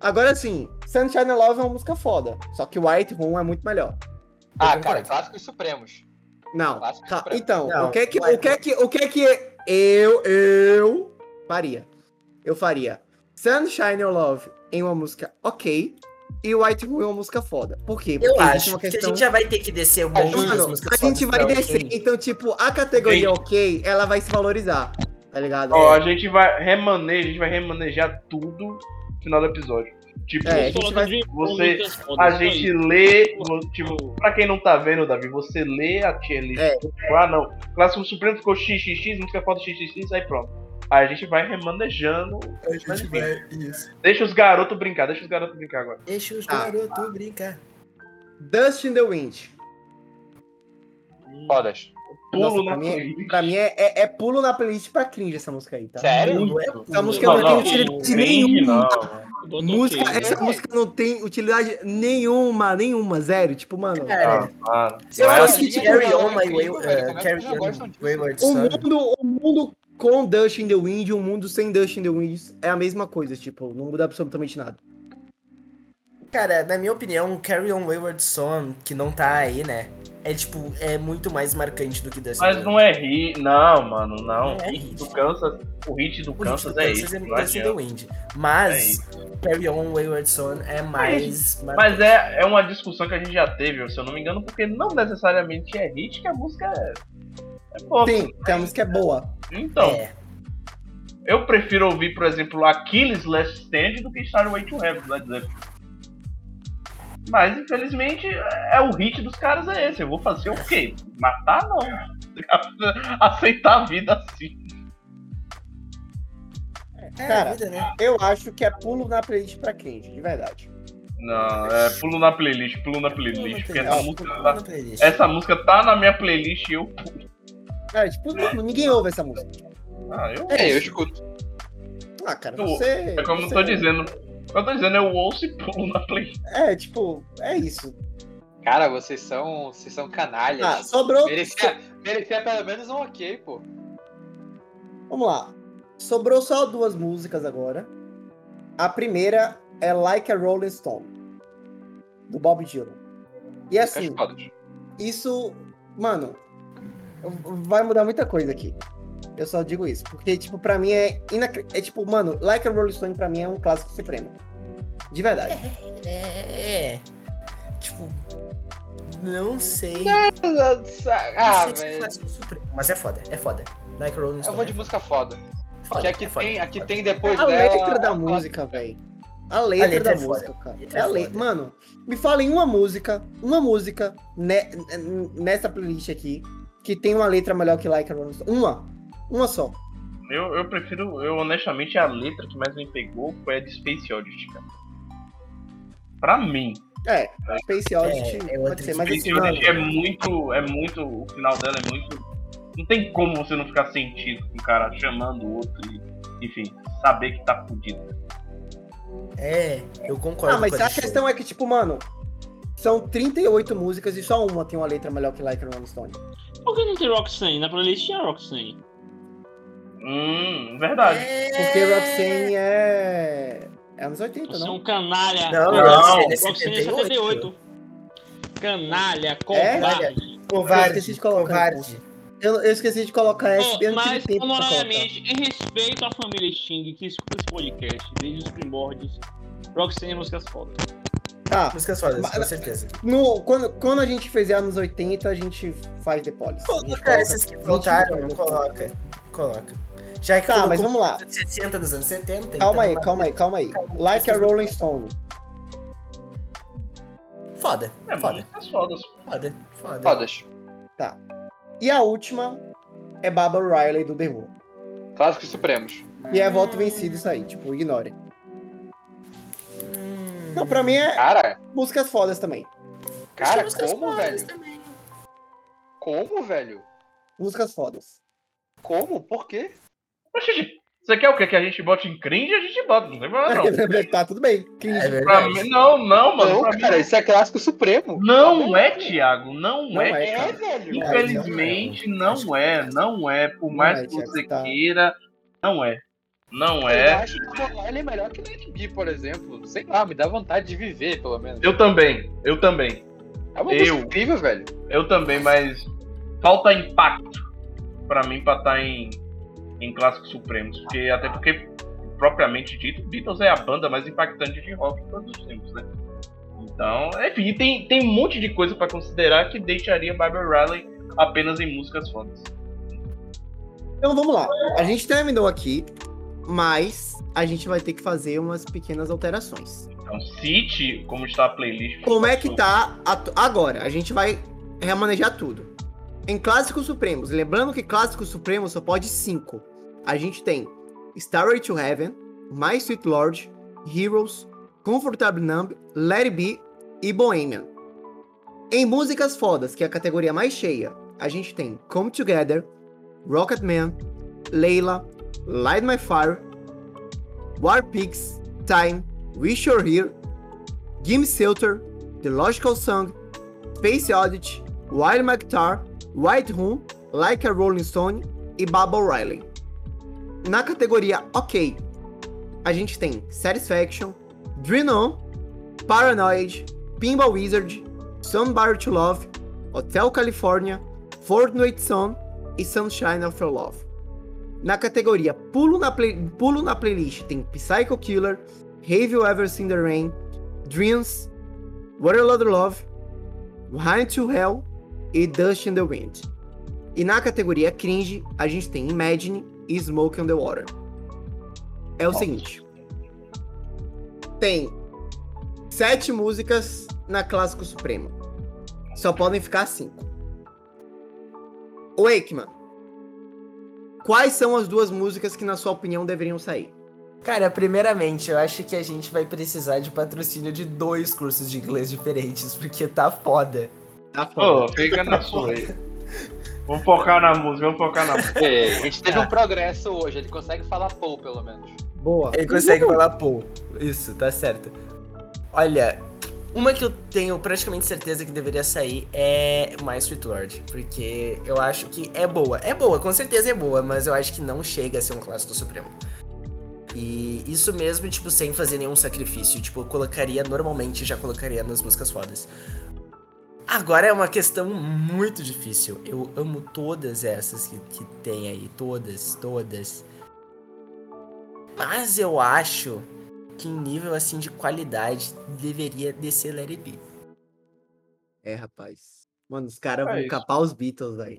[SPEAKER 1] Agora sim, Sunshine and Love é uma música foda. Só que White Room é muito melhor.
[SPEAKER 4] Ah, cara, clássicos supremos.
[SPEAKER 1] Não.
[SPEAKER 4] Clássico
[SPEAKER 1] tá,
[SPEAKER 4] supremo.
[SPEAKER 1] Então,
[SPEAKER 6] Não,
[SPEAKER 1] o que é que, o
[SPEAKER 6] White
[SPEAKER 1] que é que, o que é que eu, eu faria? Eu faria Sunshine and Love em uma música ok e White Room em uma música foda. Por quê?
[SPEAKER 6] Eu
[SPEAKER 1] Porque existe
[SPEAKER 6] acho que a gente É, já vai ter que descer o
[SPEAKER 4] Ajuda,
[SPEAKER 6] monte das
[SPEAKER 1] Mano,
[SPEAKER 6] músicas
[SPEAKER 1] a gente
[SPEAKER 6] fodas
[SPEAKER 1] vai
[SPEAKER 6] pra
[SPEAKER 1] descer.
[SPEAKER 6] alguém.
[SPEAKER 1] Então, tipo, a categoria ok, ela vai se valorizar. Tá ligado?
[SPEAKER 2] Ó, a gente vai remanejar, a gente vai remanejar tudo no final do episódio. Tipo,
[SPEAKER 1] É, a gente vai-
[SPEAKER 2] você- a gente lê, vo- tipo, pra quem não tá vendo, Davi, você lê a tier list.
[SPEAKER 1] É.
[SPEAKER 2] Tipo, Ah, não. Clássico Supremo ficou XXX, música foda XXX, aí pronto. Aí a gente vai remanejando.
[SPEAKER 6] A gente vai. Isso.
[SPEAKER 2] Deixa os garotos brincar, deixa os garotos brincar agora.
[SPEAKER 6] Deixa os
[SPEAKER 1] Tá.
[SPEAKER 6] garotos brincar.
[SPEAKER 1] Dust in the Wind.
[SPEAKER 4] Fodas.
[SPEAKER 1] Nossa,
[SPEAKER 2] Pulo
[SPEAKER 1] pra,
[SPEAKER 2] na
[SPEAKER 1] mim é,
[SPEAKER 2] playlist.
[SPEAKER 1] pra mim é, é- é pulo na playlist pra cringe essa música aí, tá?
[SPEAKER 4] Sério?
[SPEAKER 6] Não é
[SPEAKER 1] Essa música
[SPEAKER 2] Não,
[SPEAKER 1] não, tem
[SPEAKER 2] não,
[SPEAKER 1] utilidade
[SPEAKER 2] cringe
[SPEAKER 1] nenhuma.
[SPEAKER 2] não.
[SPEAKER 1] Música, essa
[SPEAKER 4] Não.
[SPEAKER 1] música não tem utilidade nenhuma, nenhuma, zero. Tipo, mano,
[SPEAKER 6] Cara,
[SPEAKER 2] Ah,
[SPEAKER 6] né? se eu
[SPEAKER 2] não é
[SPEAKER 6] fosse
[SPEAKER 4] assim,
[SPEAKER 6] Carry
[SPEAKER 4] não, é
[SPEAKER 6] On My Way,
[SPEAKER 4] incrível, velho, como é que
[SPEAKER 6] Carry
[SPEAKER 4] vocês não gostam
[SPEAKER 6] On
[SPEAKER 4] disso?
[SPEAKER 6] Wayward
[SPEAKER 1] o
[SPEAKER 6] Son.
[SPEAKER 1] mundo, o mundo com Dust in the Wind e o mundo sem Dust in the Wind é a mesma coisa, tipo, não muda absolutamente nada.
[SPEAKER 6] Cara, na minha opinião, Carry On Wayward Son, que não tá aí, né? É tipo, é muito mais marcante do que Dustin.
[SPEAKER 2] Mas não é hit. Não, mano, não.
[SPEAKER 6] Não
[SPEAKER 2] o
[SPEAKER 6] é
[SPEAKER 2] hit do
[SPEAKER 6] hit.
[SPEAKER 2] Kansas, o hit do
[SPEAKER 6] O
[SPEAKER 2] Kansas
[SPEAKER 6] Kansas
[SPEAKER 2] é
[SPEAKER 6] Kansas
[SPEAKER 2] isso.
[SPEAKER 6] é
[SPEAKER 2] não
[SPEAKER 6] Dustin
[SPEAKER 2] adianta.
[SPEAKER 6] the Wind. Mas Carry On Wayward Son é mais.
[SPEAKER 2] Mas
[SPEAKER 6] marcante.
[SPEAKER 2] é, é uma discussão que a gente já teve, se eu não me engano, porque não necessariamente é hit que a música é. É boa.
[SPEAKER 1] Sim, que a música é boa.
[SPEAKER 2] Então,
[SPEAKER 6] É.
[SPEAKER 2] eu prefiro ouvir, por exemplo, Aquiles Last Stand do que Starway to Heaven, do Led Zeppelin. Mas, infelizmente, é o hit dos caras é esse. Eu vou fazer o quê? Matar, não. Aceitar a vida assim.
[SPEAKER 6] É a
[SPEAKER 1] Cara,
[SPEAKER 6] vida, né?
[SPEAKER 1] Eu acho que é pulo na playlist pra cringe, de verdade.
[SPEAKER 2] Não, é pulo na playlist, pulo na playlist. Porque essa música, tá-
[SPEAKER 5] na playlist.
[SPEAKER 2] essa música tá na minha playlist e eu.
[SPEAKER 1] Cara, tipo, não- ninguém ouve essa música.
[SPEAKER 2] Ah, eu.
[SPEAKER 4] É, eu escuto.
[SPEAKER 1] Ah, cara,
[SPEAKER 2] Eu-
[SPEAKER 1] você.
[SPEAKER 2] É como eu
[SPEAKER 1] você-
[SPEAKER 2] tô dizendo. Eu tô dizendo, eu ouço e pulo na playlist.
[SPEAKER 1] É, tipo, é isso.
[SPEAKER 4] Cara, vocês são, vocês são canalhas.
[SPEAKER 1] Ah, sobrou.
[SPEAKER 4] merecia, merecia pelo menos um ok, pô.
[SPEAKER 1] Vamos lá. Sobrou só duas músicas agora. A primeira é Like a Rolling Stone, do Bob Dylan.
[SPEAKER 4] É
[SPEAKER 1] E assim,
[SPEAKER 4] Cachodas.
[SPEAKER 1] isso, mano, vai mudar muita coisa aqui. Eu só digo isso, porque tipo, pra mim é inac... é tipo, mano, Like a Rolling Stone pra mim é um clássico supremo. De verdade.
[SPEAKER 5] É. é. Tipo, não sei.
[SPEAKER 4] Ah,
[SPEAKER 5] não sei se
[SPEAKER 4] velho.
[SPEAKER 5] faz isso supremo, mas é foda, é foda. Like Rolling
[SPEAKER 4] Eu vou de
[SPEAKER 5] Stone.
[SPEAKER 4] música foda.
[SPEAKER 5] é foda,
[SPEAKER 4] Porque aqui
[SPEAKER 5] é foda,
[SPEAKER 4] tem,
[SPEAKER 5] é
[SPEAKER 4] aqui
[SPEAKER 5] foda.
[SPEAKER 4] tem depois
[SPEAKER 1] A
[SPEAKER 3] é,
[SPEAKER 4] dela.
[SPEAKER 1] letra da música, velho. A letra,
[SPEAKER 5] letra
[SPEAKER 1] da
[SPEAKER 5] é foda.
[SPEAKER 1] música, cara.
[SPEAKER 5] A letra
[SPEAKER 1] É
[SPEAKER 5] é
[SPEAKER 1] a le-
[SPEAKER 5] foda.
[SPEAKER 1] Mano, me fala em uma música, uma música ne- n- nessa playlist aqui que tem uma letra melhor que Like a Rolling Stone. Uma. Uma só.
[SPEAKER 2] Eu, eu prefiro, eu honestamente, a letra que mais me pegou foi a de Space Oddity, cara. Pra mim.
[SPEAKER 1] É, Space Oddity
[SPEAKER 5] é outra
[SPEAKER 1] pode ser, mas
[SPEAKER 2] Space
[SPEAKER 1] assim, mano,
[SPEAKER 2] Oddity é muito, é muito, o final dela é muito... Não tem como você não ficar sentido com o cara chamando o outro e, enfim, saber que tá fudido.
[SPEAKER 5] É, eu concordo.
[SPEAKER 1] Ah, mas
[SPEAKER 5] com
[SPEAKER 1] a
[SPEAKER 5] Alexandre.
[SPEAKER 1] questão é que, tipo, mano, são 38 músicas e só uma tem uma letra melhor que Like a Rolling Stone.
[SPEAKER 3] Por que não tem Roxanne? Na playlist tinha Roxanne.
[SPEAKER 2] Hum, verdade.
[SPEAKER 5] É.
[SPEAKER 1] Porque Roxane é. É anos 80,
[SPEAKER 3] Você é
[SPEAKER 1] não?
[SPEAKER 3] um canalha.
[SPEAKER 5] Não,
[SPEAKER 2] Não,
[SPEAKER 5] Roxanne é
[SPEAKER 3] Roxanne é
[SPEAKER 5] 78.
[SPEAKER 3] 78. Canalha, covarde.
[SPEAKER 1] Eu esqueci
[SPEAKER 6] Covarde,
[SPEAKER 1] de colocar,
[SPEAKER 6] covarde.
[SPEAKER 1] Eu, eu esqueci de colocar essa.
[SPEAKER 3] Ó,
[SPEAKER 1] eu não
[SPEAKER 3] mas,
[SPEAKER 1] tive tempo pra colocar.
[SPEAKER 3] honorariamente, em respeito à família Sting que escuta esse podcast desde os primórdios, Roxanne é músicas fodas.
[SPEAKER 1] Tá,
[SPEAKER 5] Músicas fodas, com
[SPEAKER 1] Mas-
[SPEAKER 5] certeza.
[SPEAKER 1] no, quando, quando a gente fizer anos 80, a gente faz The Police. A gente
[SPEAKER 5] Coloca
[SPEAKER 1] coloca.
[SPEAKER 5] essas que voltaram, coloca. Coloca. Já que
[SPEAKER 1] Tá,
[SPEAKER 5] colocou
[SPEAKER 1] mas vamos lá.
[SPEAKER 5] dos anos 60 dos anos 70.
[SPEAKER 1] Calma aí,
[SPEAKER 5] então-
[SPEAKER 1] calma aí, calma aí. Like a Rolling Stone.
[SPEAKER 5] Foda,
[SPEAKER 2] É,
[SPEAKER 5] foda,
[SPEAKER 2] músicas fodas.
[SPEAKER 5] foda, foda.
[SPEAKER 4] Fodas.
[SPEAKER 1] E a última é Barbara Riley do The Who.
[SPEAKER 4] Clássicos Supremos.
[SPEAKER 1] E é voto vencido isso aí, tipo, ignore.
[SPEAKER 5] Hum.
[SPEAKER 1] Não, pra mim é
[SPEAKER 4] Cara,
[SPEAKER 1] músicas fodas também.
[SPEAKER 5] Acho que
[SPEAKER 4] cara,
[SPEAKER 5] músicas
[SPEAKER 4] como,
[SPEAKER 5] fodas
[SPEAKER 4] velho?
[SPEAKER 5] também.
[SPEAKER 4] Como, velho?
[SPEAKER 1] Músicas fodas.
[SPEAKER 4] Como? Por quê?
[SPEAKER 2] Mas, gente, você quer o quê? Que a gente bote em cringe? A gente bota, não tem problema não.
[SPEAKER 1] tá, tudo bem. Cringe.
[SPEAKER 5] É
[SPEAKER 2] Pra
[SPEAKER 5] verdade.
[SPEAKER 2] mim, não, não, mano.
[SPEAKER 4] não,
[SPEAKER 2] pra mim-
[SPEAKER 4] cara, isso é clássico Supremo.
[SPEAKER 2] não é, Thiago, não,
[SPEAKER 1] Não
[SPEAKER 2] é.
[SPEAKER 1] é,
[SPEAKER 4] É,
[SPEAKER 1] cara.
[SPEAKER 4] velho.
[SPEAKER 1] Não é.
[SPEAKER 2] Infelizmente, não é, não é. Por
[SPEAKER 1] Não
[SPEAKER 2] mais
[SPEAKER 1] é,
[SPEAKER 2] que você
[SPEAKER 1] Thiago, tá.
[SPEAKER 2] queira, não é. Não é.
[SPEAKER 4] Eu acho que o Lyle é melhor que o Lady B, por exemplo. Sei lá, me dá vontade de viver, pelo menos.
[SPEAKER 2] Eu também, eu também,
[SPEAKER 4] É uma
[SPEAKER 2] eu-
[SPEAKER 4] música incrível, velho.
[SPEAKER 2] eu também, mas falta impacto pra mim pra estar em, em clássicos supremos, porque até porque propriamente dito, Beatles é a banda mais impactante de rock de todos os tempos, né? Então, enfim, tem, tem um monte de coisa pra considerar que deixaria Barbara Riley apenas em músicas fodas.
[SPEAKER 1] Então vamos lá. A gente terminou aqui, mas a gente vai ter que fazer umas pequenas alterações.
[SPEAKER 2] Então, cite como está a playlist.
[SPEAKER 1] Como é que tá atu- agora? A gente vai remanejar tudo. Em Clássicos Supremos, lembrando que Clássicos Supremos só pode cinco. A gente tem Starway to Heaven, My Sweet Lord, Heroes, Comfortable Numb, Let It Be e Bohemian. Em Músicas Fodas, que é a categoria mais cheia, a gente tem Come Together, Rocket Man, Layla, Light My Fire, War Pigs, Time, Wish You're Here, Jim Selter, The Logical Song, Space Oddity, Wild McTar, White Room, Like a Rolling Stone e Bubble Riley. Na categoria OK, a gente tem Satisfaction, Dream On, Paranoid, Pinball Wizard, Somebody to Love, Hotel California, Fortnite Song e Sunshine of Your Love. Na categoria Pulo na, play- Pulo na Playlist tem Psycho Killer, Have You Ever Seen the Rain, Dreams, What a Lot of Love, Behind to Hell e Dust in the Wind. E na categoria cringe, a gente tem Imagine e Smoke on the Water. É o seguinte. Tem sete músicas na Clássico Supremo. Só podem ficar cinco. O Aikman. Quais são as duas músicas que, na sua opinião, deveriam sair?
[SPEAKER 6] Cara, primeiramente, eu acho que a gente vai precisar de patrocínio de dois cursos de inglês diferentes, porque tá foda.
[SPEAKER 1] Tá foda.
[SPEAKER 2] Ô, fica na sua aí. Vamos focar na música, vamos focar na música.
[SPEAKER 4] É, a gente teve um progresso hoje, ele consegue falar pou, pelo menos.
[SPEAKER 1] Boa.
[SPEAKER 6] Ele consegue falar pô. Isso, tá certo. Olha, uma que eu tenho praticamente certeza que deveria sair é My Sweet Lord, porque eu acho que é boa. É boa, com certeza é boa, mas eu acho que não chega a ser um clássico supremo. E isso mesmo, tipo, sem fazer nenhum sacrifício. Tipo, eu colocaria, normalmente já colocaria nas músicas fodas. Agora é uma questão muito difícil. Eu amo todas essas que, que tem aí. Todas, todas. Mas eu acho que em nível assim de qualidade deveria descer Let It Be.
[SPEAKER 1] É, rapaz. Mano, os caras
[SPEAKER 2] É
[SPEAKER 1] vão
[SPEAKER 2] isso.
[SPEAKER 1] capar os Beatles aí.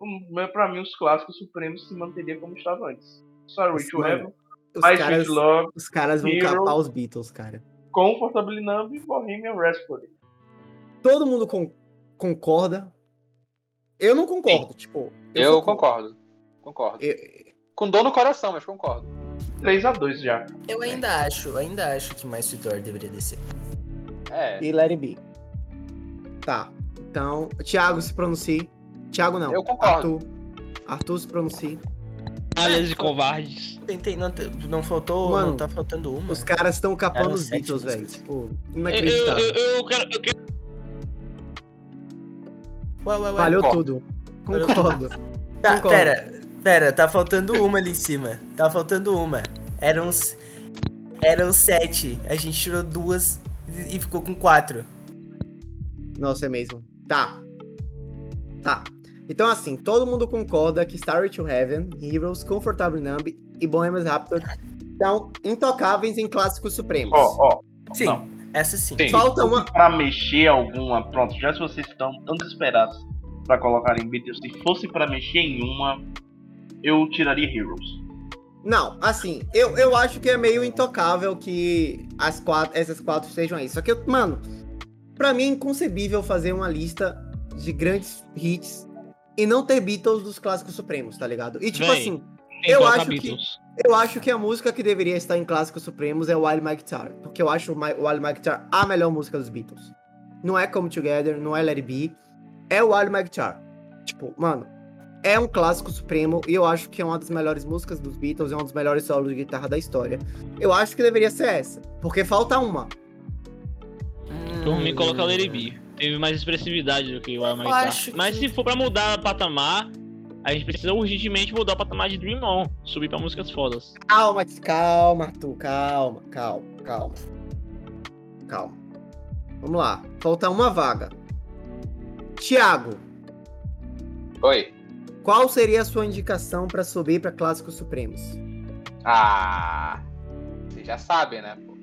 [SPEAKER 2] Um- mas Pra mim, os clássicos supremos se manteria como estava antes. Sorry to
[SPEAKER 1] Mano,
[SPEAKER 2] Heaven,
[SPEAKER 1] Os
[SPEAKER 2] My
[SPEAKER 1] caras,
[SPEAKER 2] Sweet Love,
[SPEAKER 1] os caras vão
[SPEAKER 2] Hero.
[SPEAKER 1] capar os Beatles, cara.
[SPEAKER 2] Comfortably Numb e Bohemian Rhapsody.
[SPEAKER 1] Todo mundo con- concorda. Eu não concordo, tipo.
[SPEAKER 4] Eu,
[SPEAKER 1] sou con-
[SPEAKER 4] concordo. Concordo.
[SPEAKER 1] Eu-
[SPEAKER 4] Com dor no coração, mas concordo.
[SPEAKER 2] 3x2 já.
[SPEAKER 6] Eu
[SPEAKER 1] É.
[SPEAKER 6] ainda acho, eu ainda acho que mais Sweet Lord deveria descer.
[SPEAKER 4] É.
[SPEAKER 1] E Let It Be. Tá. Então, Thiago se pronuncie. Thiago não.
[SPEAKER 4] Eu concordo.
[SPEAKER 1] Arthur, Arthur se pronuncie.
[SPEAKER 3] Aliás, de covardes.
[SPEAKER 6] Tentei, não, te- não faltou,
[SPEAKER 1] Mano,
[SPEAKER 6] não tá faltando uma.
[SPEAKER 1] Os caras estão capando
[SPEAKER 6] Eram
[SPEAKER 1] os
[SPEAKER 6] sete
[SPEAKER 1] Beatles, velho.
[SPEAKER 6] músicas.
[SPEAKER 1] Tipo,
[SPEAKER 3] Eu, eu,
[SPEAKER 1] inacreditável.
[SPEAKER 3] eu, eu quero. Eu quero...
[SPEAKER 6] Ué, ué, ué.
[SPEAKER 1] Valeu
[SPEAKER 4] concordo.
[SPEAKER 1] tudo. Concordo.
[SPEAKER 6] Tá,
[SPEAKER 1] concordo.
[SPEAKER 6] pera, pera, tá faltando uma ali em cima. Tá faltando uma. Eram, s- eram sete. A gente tirou duas e e ficou com quatro.
[SPEAKER 1] Nossa, é mesmo. Tá. Tá. Então, assim, todo mundo concorda que Starry to Heaven, Heroes, Comfortable Numb e Bohemian Rhapsody são intocáveis em clássicos supremos.
[SPEAKER 2] Ó, ó,
[SPEAKER 6] Sim,
[SPEAKER 2] Não.
[SPEAKER 6] essa sim.
[SPEAKER 4] Sim.
[SPEAKER 1] Falta uma.
[SPEAKER 2] pra mexer alguma, pronto, já se vocês estão tão desesperados pra colocar em Beatles, se fosse pra mexer em uma, eu tiraria Heroes.
[SPEAKER 1] Não, assim, eu, eu acho que é meio intocável que as quatro, essas quatro estejam aí. Só que, eu- mano, pra mim é inconcebível fazer uma lista de grandes hits e não ter Beatles dos clássicos supremos, tá ligado? E tipo
[SPEAKER 3] Véi.
[SPEAKER 1] assim,
[SPEAKER 3] Tem
[SPEAKER 1] Eu
[SPEAKER 3] que
[SPEAKER 1] acho
[SPEAKER 3] colocar
[SPEAKER 1] que-
[SPEAKER 3] Beatles.
[SPEAKER 1] eu acho que a música que deveria estar em clássicos supremos é Wild My Guitar, porque eu acho o My- Wild My Guitar a melhor música dos Beatles. Não é Come Together, não é Let It Be, é Wild My Guitar. Tipo, mano, é um clássico supremo e eu acho que é uma das melhores músicas dos Beatles, é um dos melhores solos de guitarra da história. Eu acho que deveria ser essa, porque falta uma.
[SPEAKER 6] Então
[SPEAKER 3] Por mim, Então coloca Let It Be. Teve mais expressividade do que o Wild
[SPEAKER 6] Eu acho
[SPEAKER 3] Mas
[SPEAKER 6] que-
[SPEAKER 3] se for pra mudar patamar, a gente precisa urgentemente mudar o patamar de Dream On. Subir pra músicas fodas.
[SPEAKER 1] Calma, calma, Arthur, calma, calma, calma. Calma. Vamos lá, falta uma vaga. Tiago,
[SPEAKER 4] Oi.
[SPEAKER 1] Qual seria a sua indicação pra subir pra Clássicos Supremos?
[SPEAKER 4] Ah. Vocês já sabem, né? pô?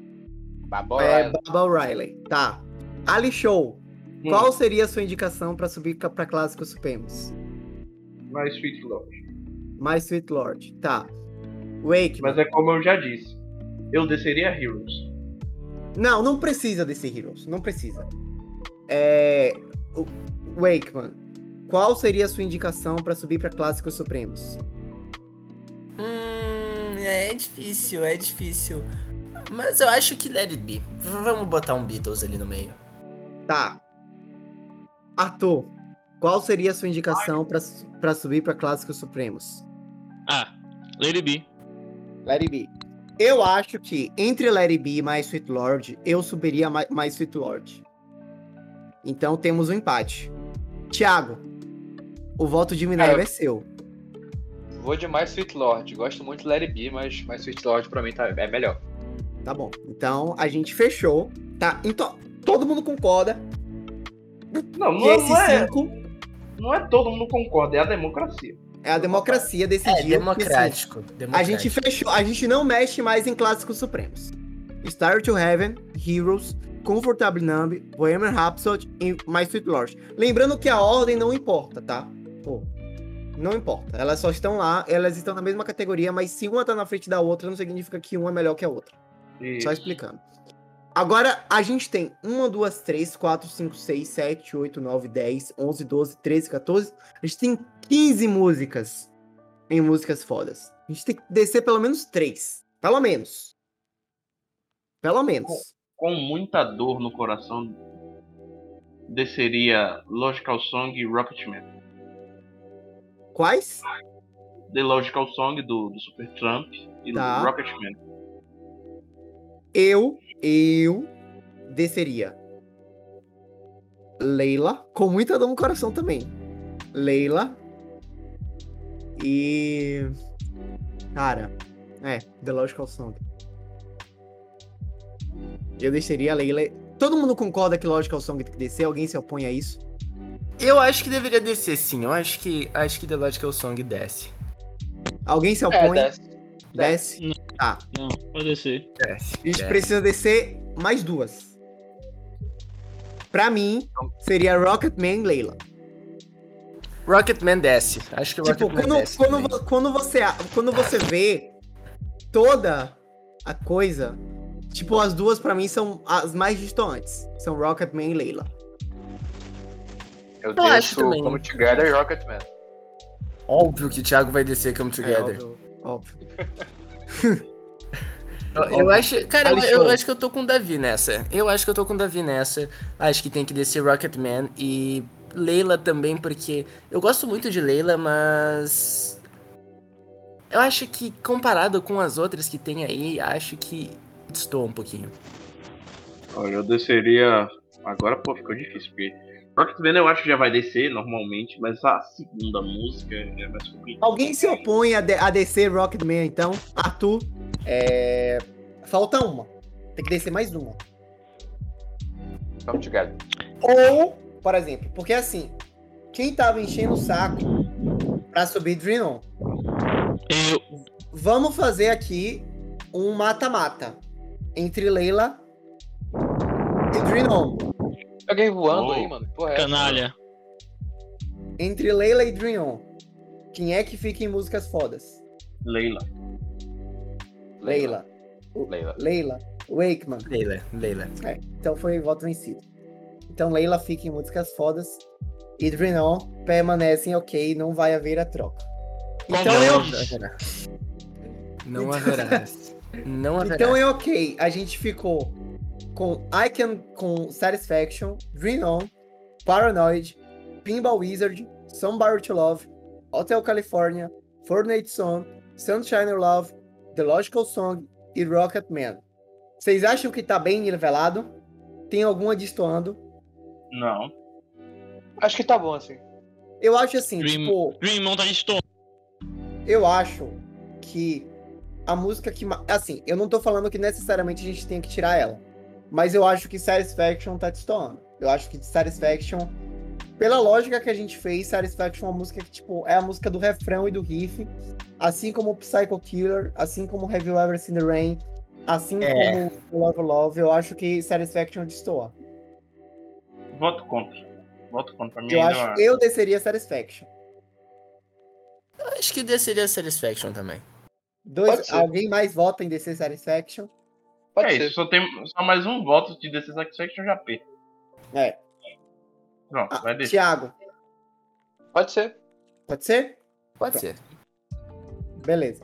[SPEAKER 4] Babola.
[SPEAKER 1] É Baba O'Reilly. Tá. Ali Show.
[SPEAKER 2] Hum.
[SPEAKER 1] Qual seria a sua indicação pra subir ca- pra Clássicos Supremos?
[SPEAKER 2] My Sweet Love.
[SPEAKER 1] My Sweet Lord. Tá. Wake.
[SPEAKER 2] Mas é como eu já disse, eu desceria Heroes.
[SPEAKER 1] Não, não precisa desse Heroes. Não precisa. É. o- Wakeman. Qual seria a sua indicação pra subir pra Clássicos Supremos?
[SPEAKER 6] Hum, é difícil, é difícil. Mas eu acho que Let It Be. V- Vamos botar um Beatles ali no meio.
[SPEAKER 1] Tá. Arthur. Qual seria a sua indicação pra su- pra subir pra Clássicos Supremos?
[SPEAKER 3] Ah, Let It Be.
[SPEAKER 1] Let It Be. Eu acho que entre Let It Be e My Sweet Lord, eu subiria My, My Sweet Lord. Então temos um empate. Thiago, o voto de Minerva
[SPEAKER 4] Cara,
[SPEAKER 1] é seu.
[SPEAKER 4] Vou de mais Sweet Lord. Gosto muito de Larry B, mas mais Sweet Lord pra mim tá, é melhor.
[SPEAKER 1] Tá bom. Então a gente fechou. Tá? Então todo mundo concorda
[SPEAKER 2] Não,
[SPEAKER 1] que
[SPEAKER 2] não, é-
[SPEAKER 1] esses
[SPEAKER 2] não é,
[SPEAKER 1] cinco
[SPEAKER 2] não é todo mundo concorda, é a democracia.
[SPEAKER 1] é a democracia decidiu.
[SPEAKER 6] É,
[SPEAKER 1] que, assim,
[SPEAKER 6] democrático, democrático.
[SPEAKER 1] A gente fechou, a gente não mexe mais em clássicos supremos. Star to Heaven, Heroes, Comfortable Numb, Bohemian Rhapsody e My Sweet Lord. Lembrando que a ordem não importa, tá? Pô, não importa. Elas só estão lá, elas estão na mesma categoria, mas se uma tá na frente da outra, não significa que uma é melhor que a outra. Só
[SPEAKER 2] Isso.
[SPEAKER 1] explicando. Agora, a gente tem 1, 2, 3, 4, 5, 6, 7, 8, 9, 10, 11, 12, 13, 14. A gente tem 15 músicas em músicas fodas. A gente tem que descer pelo menos 3 Pelo menos. Pelo menos.
[SPEAKER 2] Com muita dor no coração, desceria Logical Song e Rocketman.
[SPEAKER 1] Quais?
[SPEAKER 2] The Logical Song do, do Super Trump e
[SPEAKER 1] Tá.
[SPEAKER 2] do Rocketman.
[SPEAKER 1] Eu, eu desceria. Leila, com muita dor no coração também. Leila. E. Cara, é, The Logical Song. Eu desceria a Leila. Todo mundo concorda que Logical Song tem que descer? Alguém se opõe a isso?
[SPEAKER 6] Eu acho que deveria descer, sim. Eu acho que acho que The Logical Song desce.
[SPEAKER 1] Alguém se
[SPEAKER 4] É,
[SPEAKER 1] opõe?
[SPEAKER 4] desce.
[SPEAKER 1] desce. Tá.
[SPEAKER 3] Não, pode ser.
[SPEAKER 6] Desce.
[SPEAKER 1] A gente
[SPEAKER 6] desce.
[SPEAKER 1] precisa descer mais duas. Pra mim, seria Rocketman e Leila.
[SPEAKER 6] Rocketman desce. Acho que o
[SPEAKER 1] Tipo,
[SPEAKER 6] Rocketman
[SPEAKER 1] quando,
[SPEAKER 6] desce.
[SPEAKER 1] quando,
[SPEAKER 6] também.
[SPEAKER 1] vo- quando você, a- quando você vê toda a coisa, tipo, as duas pra mim são as mais distantes. São Rocketman e Leila.
[SPEAKER 4] Eu,
[SPEAKER 6] Eu
[SPEAKER 4] deixo
[SPEAKER 6] acho também.
[SPEAKER 4] Come Together e Rocketman.
[SPEAKER 6] Óbvio que o Thiago vai descer
[SPEAKER 1] É,
[SPEAKER 6] Come Together.
[SPEAKER 1] óbvio. óbvio.
[SPEAKER 6] Eu-
[SPEAKER 1] É um
[SPEAKER 6] Eu acho, cara, eu,
[SPEAKER 1] Vale
[SPEAKER 6] eu
[SPEAKER 1] show.
[SPEAKER 6] acho que eu tô com o Davi nessa. Eu acho que eu tô com o Davi nessa. Acho que tem que descer Rocketman e Leila também, porque eu gosto muito de Leila, mas eu acho que comparado com as outras que tem aí, acho que estou um pouquinho.
[SPEAKER 2] Olha, eu desceria. Agora, pô, ficou difícil, porque. Rocketman eu acho que já vai descer normalmente, mas a segunda música é mais complicada.
[SPEAKER 1] Alguém se opõe a, de- a descer Rocketman, então? Arthur, é... falta uma. Tem que descer mais uma.
[SPEAKER 4] Come Together.
[SPEAKER 1] Ou, por exemplo, porque assim, quem tava enchendo o saco pra subir Dream On?
[SPEAKER 3] Eu,
[SPEAKER 1] Vamos fazer aqui um mata-mata entre Leila e Dream On.
[SPEAKER 4] Alguém voando
[SPEAKER 2] Oh.
[SPEAKER 4] aí, mano. que Porra, é essa?
[SPEAKER 3] canalha.
[SPEAKER 1] Entre Leila e Dream On. Quem é que fica em músicas fodas?
[SPEAKER 2] Leila.
[SPEAKER 1] Leila.
[SPEAKER 4] Leila.
[SPEAKER 1] Leila. Wakeman.
[SPEAKER 6] Leila, Leila.
[SPEAKER 1] Então foi voto vencido. Então Leila fica em músicas fodas e Dream On permanecem ok, não vai haver a troca. Então
[SPEAKER 3] Como
[SPEAKER 1] eu,
[SPEAKER 3] não?
[SPEAKER 6] Não haverá. Não haverá.
[SPEAKER 1] Então é ok. A gente ficou com I Can, com Satisfaction, Dream On, Paranoid, Pinball Wizard, Somebody to Love, Hotel California, Fortnite Song, Sunshine of Love, The Logical Song e Rocket Man. Vocês acham que tá bem nivelado? Tem alguma destoando?
[SPEAKER 2] Não.
[SPEAKER 4] Acho que tá bom assim.
[SPEAKER 1] Eu acho assim,
[SPEAKER 3] Dream-
[SPEAKER 1] tipo,
[SPEAKER 3] Dream On tá de estou.
[SPEAKER 1] eu acho que a música que. ma- Assim, eu não tô falando que necessariamente a gente tem que tirar ela. Mas eu acho que Satisfaction tá destoando. Eu acho que Satisfaction. Pela lógica que a gente fez, Satisfaction é uma música que, tipo, é a música do refrão e do riff. Assim como Psycho Killer, assim como Have You Ever Seen the Rain, assim
[SPEAKER 6] É.
[SPEAKER 1] como Love Love, eu acho que Satisfaction destoa.
[SPEAKER 2] Voto contra. Voto contra. Pra mim
[SPEAKER 1] Eu
[SPEAKER 2] ainda é
[SPEAKER 1] acho eu desceria Satisfaction.
[SPEAKER 6] Acho que desceria Satisfaction também.
[SPEAKER 1] Dois,
[SPEAKER 4] Pode ser.
[SPEAKER 1] alguém mais vota em descer Satisfaction?
[SPEAKER 4] Pode
[SPEAKER 2] É
[SPEAKER 4] ser.
[SPEAKER 2] isso, só tem só mais um voto de DC Satisfaction já P.
[SPEAKER 1] É. Ah,
[SPEAKER 2] Pronto, vai descer.
[SPEAKER 1] Tiago,
[SPEAKER 4] Pode ser.
[SPEAKER 1] pode ser? Tá.
[SPEAKER 6] Pode ser.
[SPEAKER 1] Beleza.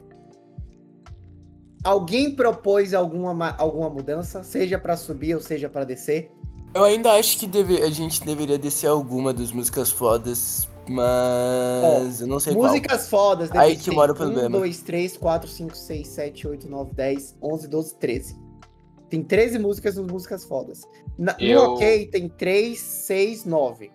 [SPEAKER 1] Alguém propôs alguma, ma- alguma mudança, seja pra subir ou seja pra descer?
[SPEAKER 6] Eu ainda acho que deve- a gente deveria descer alguma das músicas fodas, mas eu não sei qual.
[SPEAKER 1] Músicas fodas. né? um,
[SPEAKER 6] Aí
[SPEAKER 1] deve
[SPEAKER 6] que
[SPEAKER 1] ser
[SPEAKER 6] mora o problema.
[SPEAKER 1] 1, 2, 3, 4, 5, 6, 7, 8, 9, 10, 11, 12, 13. Tem 13 músicas nas músicas fodas. Na,
[SPEAKER 4] Eu-
[SPEAKER 1] No OK tem 3, 6, 9.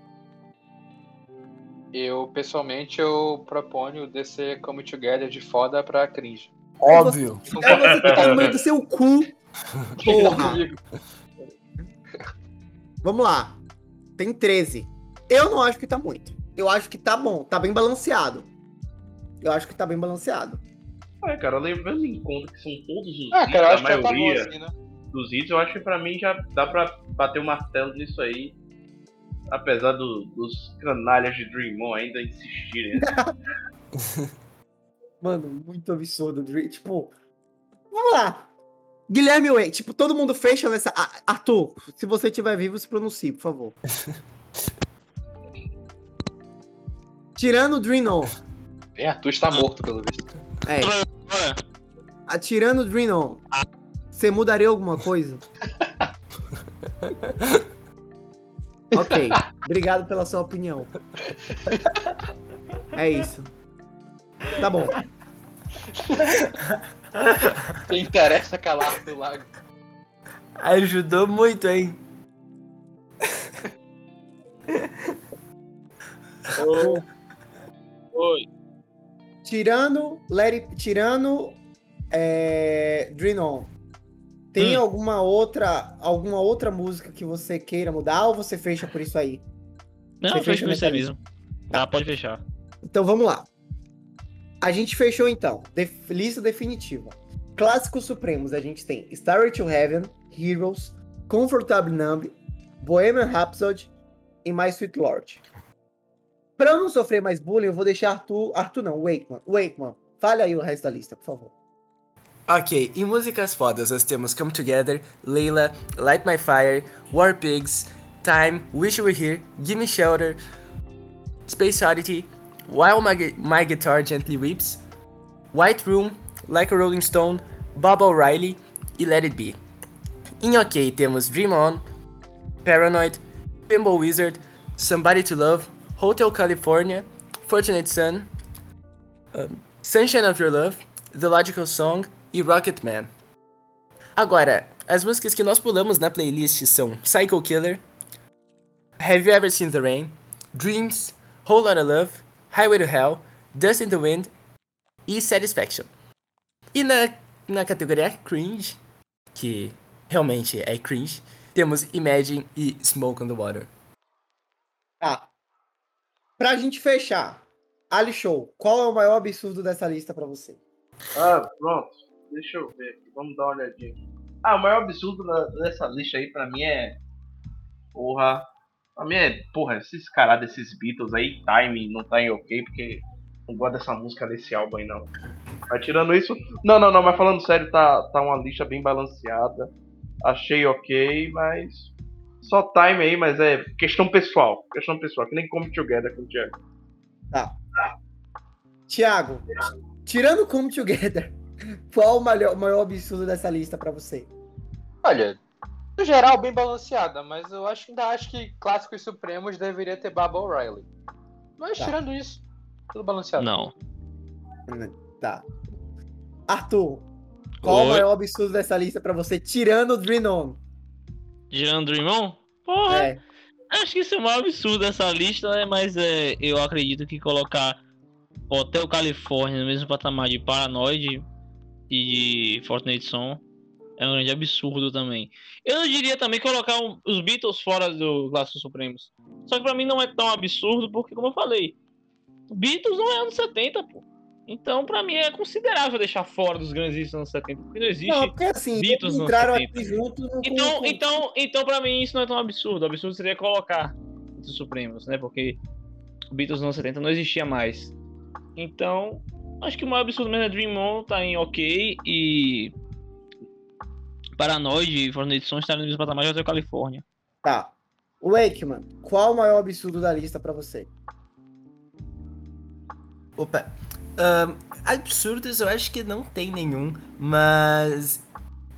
[SPEAKER 4] Eu, pessoalmente, eu proponho descer Come Together de foda pra cringe.
[SPEAKER 6] Óbvio.
[SPEAKER 1] Aí você tá no meio do seu cu. Porra.
[SPEAKER 4] Comigo.
[SPEAKER 1] Vamos lá. Tem 13. Eu não acho que tá muito. Eu acho que tá bom, tá bem balanceado. Eu acho que tá bem balanceado.
[SPEAKER 2] É, cara, levando em conta que são todos os
[SPEAKER 1] É,
[SPEAKER 4] Ah,
[SPEAKER 2] hits,
[SPEAKER 4] cara, eu
[SPEAKER 2] a
[SPEAKER 4] acho que já tá bom
[SPEAKER 2] maioria
[SPEAKER 4] assim, né?
[SPEAKER 2] dos hits, eu acho que pra mim já dá pra bater o martelo nisso aí. Apesar do- dos canalhas de Dream On ainda insistirem. né?
[SPEAKER 1] Mano, muito absurdo. Dre- Tipo, vamos lá. Guilherme Way, tipo, todo mundo fecha nessa. Ah, Arthur, se você estiver vivo, se pronuncie, por favor. Tirando o Dream On.
[SPEAKER 4] Bem, Arthur está morto, pelo visto.
[SPEAKER 1] É.
[SPEAKER 3] Bora.
[SPEAKER 1] Atirando o Dream On, você mudaria alguma coisa? ok. Obrigado pela sua opinião. É isso. Tá bom.
[SPEAKER 4] Quem interessa é calar do lago.
[SPEAKER 6] Ajudou muito, hein?
[SPEAKER 3] Oi.
[SPEAKER 1] Tirando, let it, tirando é, Dream On, tem alguma outra alguma outra música que você queira mudar ou você fecha por isso aí?
[SPEAKER 3] Não,
[SPEAKER 1] Você fecha
[SPEAKER 3] fecha
[SPEAKER 1] o
[SPEAKER 3] o misterismo. Tá, pode fechar.
[SPEAKER 1] Então vamos lá. A gente fechou então. Def- lista definitiva. Clássicos supremos a gente tem Starry to Heaven, Heroes, Comfortable Numb, Bohemian Rhapsody e My Sweet Lord. Pra eu não sofrer mais bullying, eu vou deixar Arthur. Arthur não, Wakeman. Wakeman, fale aí o resto da lista, por favor.
[SPEAKER 6] Ok, em músicas fodas nós temos Come Together, Leila, Light My Fire, War Pigs, Time, Wish You Were Here, Gimme Shelter, Space Oddity, While My, Gu- My Guitar Gently Weeps, White Room, Like a Rolling Stone, Bob O'Reilly e Let It Be. Em ok temos Dream On, Paranoid, Pinball Wizard, Somebody to Love, Hotel California, Fortunate Son, Sunshine of Your Love, The Logical Song e Rocket Man. Agora, as músicas que nós pulamos na playlist são Psycho Killer, Have You Ever Seen the Rain, Dreams, Whole Lotta Love, Highway to Hell, Dust in the Wind e Satisfaction. E na, na categoria Cringe, que realmente é cringe, temos Imagine e Smoke on the Water.
[SPEAKER 1] Tá. Pra gente fechar, Ali Show, qual é o maior absurdo dessa lista pra você?
[SPEAKER 2] Ah, pronto. Deixa eu ver aqui. Vamos dar uma olhadinha. Ah, o maior absurdo da- dessa lista aí pra mim é. Porra. Pra mim é. Porra, esses caras desses Beatles aí, time não tá em ok, porque não gosto dessa música desse álbum aí não. Mas tirando isso. Não, não, não, mas falando sério, tá, tá uma lista bem balanceada. Achei ok, mas. Só time aí, mas é questão pessoal. Questão pessoal, que nem come together com o Diego.
[SPEAKER 1] Tiago, tirando Come Together, qual o malho- maior absurdo dessa lista pra você?
[SPEAKER 4] Olha, no geral, bem balanceada, mas eu acho, ainda acho que Clássicos Supremos deveria ter Baba O'Reilly. Mas
[SPEAKER 1] Tá.
[SPEAKER 4] tirando isso, tudo balanceado.
[SPEAKER 3] Não.
[SPEAKER 1] Tá. Arthur, qual o
[SPEAKER 3] Oi.
[SPEAKER 1] maior absurdo dessa lista pra você, tirando o Dream On?
[SPEAKER 3] Girando o irmão? Porra,
[SPEAKER 1] É,
[SPEAKER 3] Acho que isso é o maior absurdo dessa lista, né? Mas é, eu acredito que colocar Hotel Califórnia no mesmo patamar de Paranoid e de Fortnite Song é um grande absurdo também. Eu não diria também colocar um- os Beatles fora do Clássico Supremos. Só que pra mim não é tão absurdo, porque como eu falei, Beatles não é anos 70, pô. Então pra mim é considerável deixar fora dos grandes hits dos anos 70, porque não existe
[SPEAKER 1] não, porque assim, eles
[SPEAKER 3] Beatles não
[SPEAKER 1] entraram
[SPEAKER 3] tem
[SPEAKER 1] aqui juntos no
[SPEAKER 3] então, então, então pra mim isso não é tão absurdo. O absurdo seria colocar os Supremos, né? Porque o Beatles nos anos 70 não existia mais. Então, acho que o maior absurdo mesmo é Dream On, tá em ok e. Paranoid e Fortnite Sons tá no mesmo patamar de Hotel Califórnia.
[SPEAKER 1] Tá. Wakeman, qual o maior absurdo da lista pra você?
[SPEAKER 6] Opa. Ahn, absurdos eu acho que não tem nenhum, mas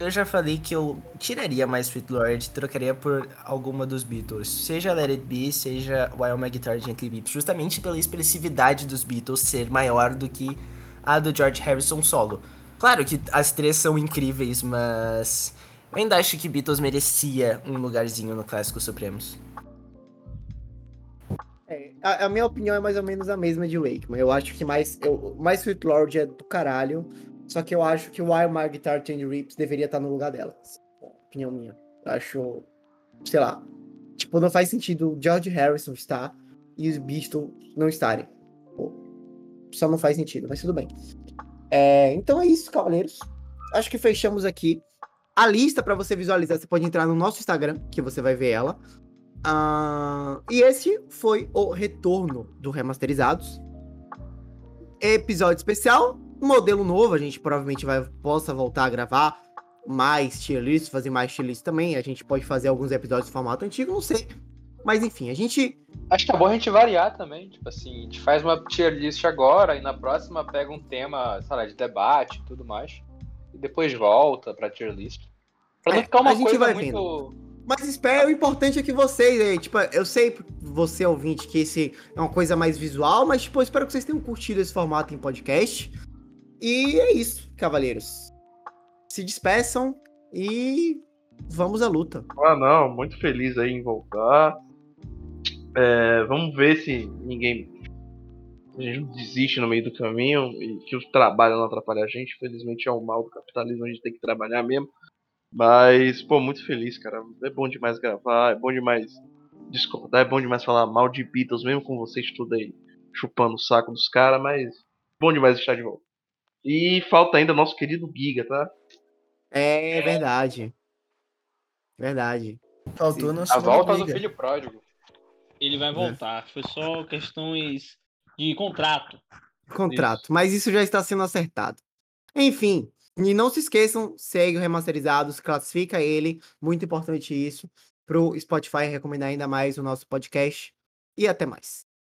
[SPEAKER 6] eu já falei que eu tiraria mais Sweet Lord, trocaria por alguma dos Beatles, seja Let It Be, seja While My Guitar Gently Weeps, justamente pela expressividade dos Beatles ser maior do que a do George Harrison solo. Claro que as três são incríveis, mas eu ainda acho que Beatles merecia um lugarzinho no Clássico Supremos.
[SPEAKER 1] É, a, a minha opinião é mais ou menos a mesma de Wakeman. Eu acho que mais, eu, mais Sweet Lord é do caralho. Só que eu acho que o Wild My Guitar Change Rips deveria estar no lugar dela. Opinião minha. Eu acho. Sei lá. Tipo, não faz sentido o George Harrison estar e os Beatles não estarem. Pô, só não faz sentido, mas tudo bem. É, então é isso, cavaleiros. Acho que fechamos aqui. A lista pra você visualizar, você pode entrar no nosso Instagram, que você vai ver ela. Ah, e esse foi o retorno do Remasterizados. Episódio especial, modelo novo, a gente provavelmente vai, possa voltar a gravar mais tier list, fazer mais tier list também. A gente pode fazer alguns episódios do formato antigo, não sei. Mas enfim, a gente.
[SPEAKER 4] Acho que é bom a gente variar também. Tipo assim, a gente faz uma tier list agora e na próxima pega um tema, sei lá, de debate e tudo mais. e depois volta pra tier list. Pra não
[SPEAKER 1] É,
[SPEAKER 4] ficar uma
[SPEAKER 1] a gente
[SPEAKER 4] coisa
[SPEAKER 1] vai
[SPEAKER 4] muito.
[SPEAKER 1] Mas espera, o importante é que vocês, aí, tipo, eu sei, você ouvinte, que esse é uma coisa mais visual, mas, tipo, eu espero que vocês tenham curtido esse formato em podcast. E é isso, cavaleiros. Se despeçam e vamos à luta.
[SPEAKER 2] Ah, não, muito feliz aí em voltar. É, vamos ver se ninguém. A gente não desiste no meio do caminho e que o trabalho não atrapalhe a gente. Felizmente é o mal do capitalismo, a gente tem que trabalhar mesmo. Mas, pô, muito feliz, cara. É bom demais gravar, é bom demais discordar, é bom demais falar mal de Beatles, mesmo com vocês tudo aí chupando o saco dos caras, mas bom demais estar de volta. E falta ainda nosso querido Giga, tá?
[SPEAKER 1] É verdade. Verdade.
[SPEAKER 5] Faltou nosso
[SPEAKER 4] A volta do
[SPEAKER 5] amigo.
[SPEAKER 4] filho pródigo.
[SPEAKER 3] Ele vai voltar. Foi só questões de contrato.
[SPEAKER 1] Contrato. Mas isso já está sendo acertado. Enfim, e não se esqueçam, segue o Remasterizados, classifica ele. Muito importante isso. Pro Spotify recomendar ainda mais o nosso podcast. E até mais.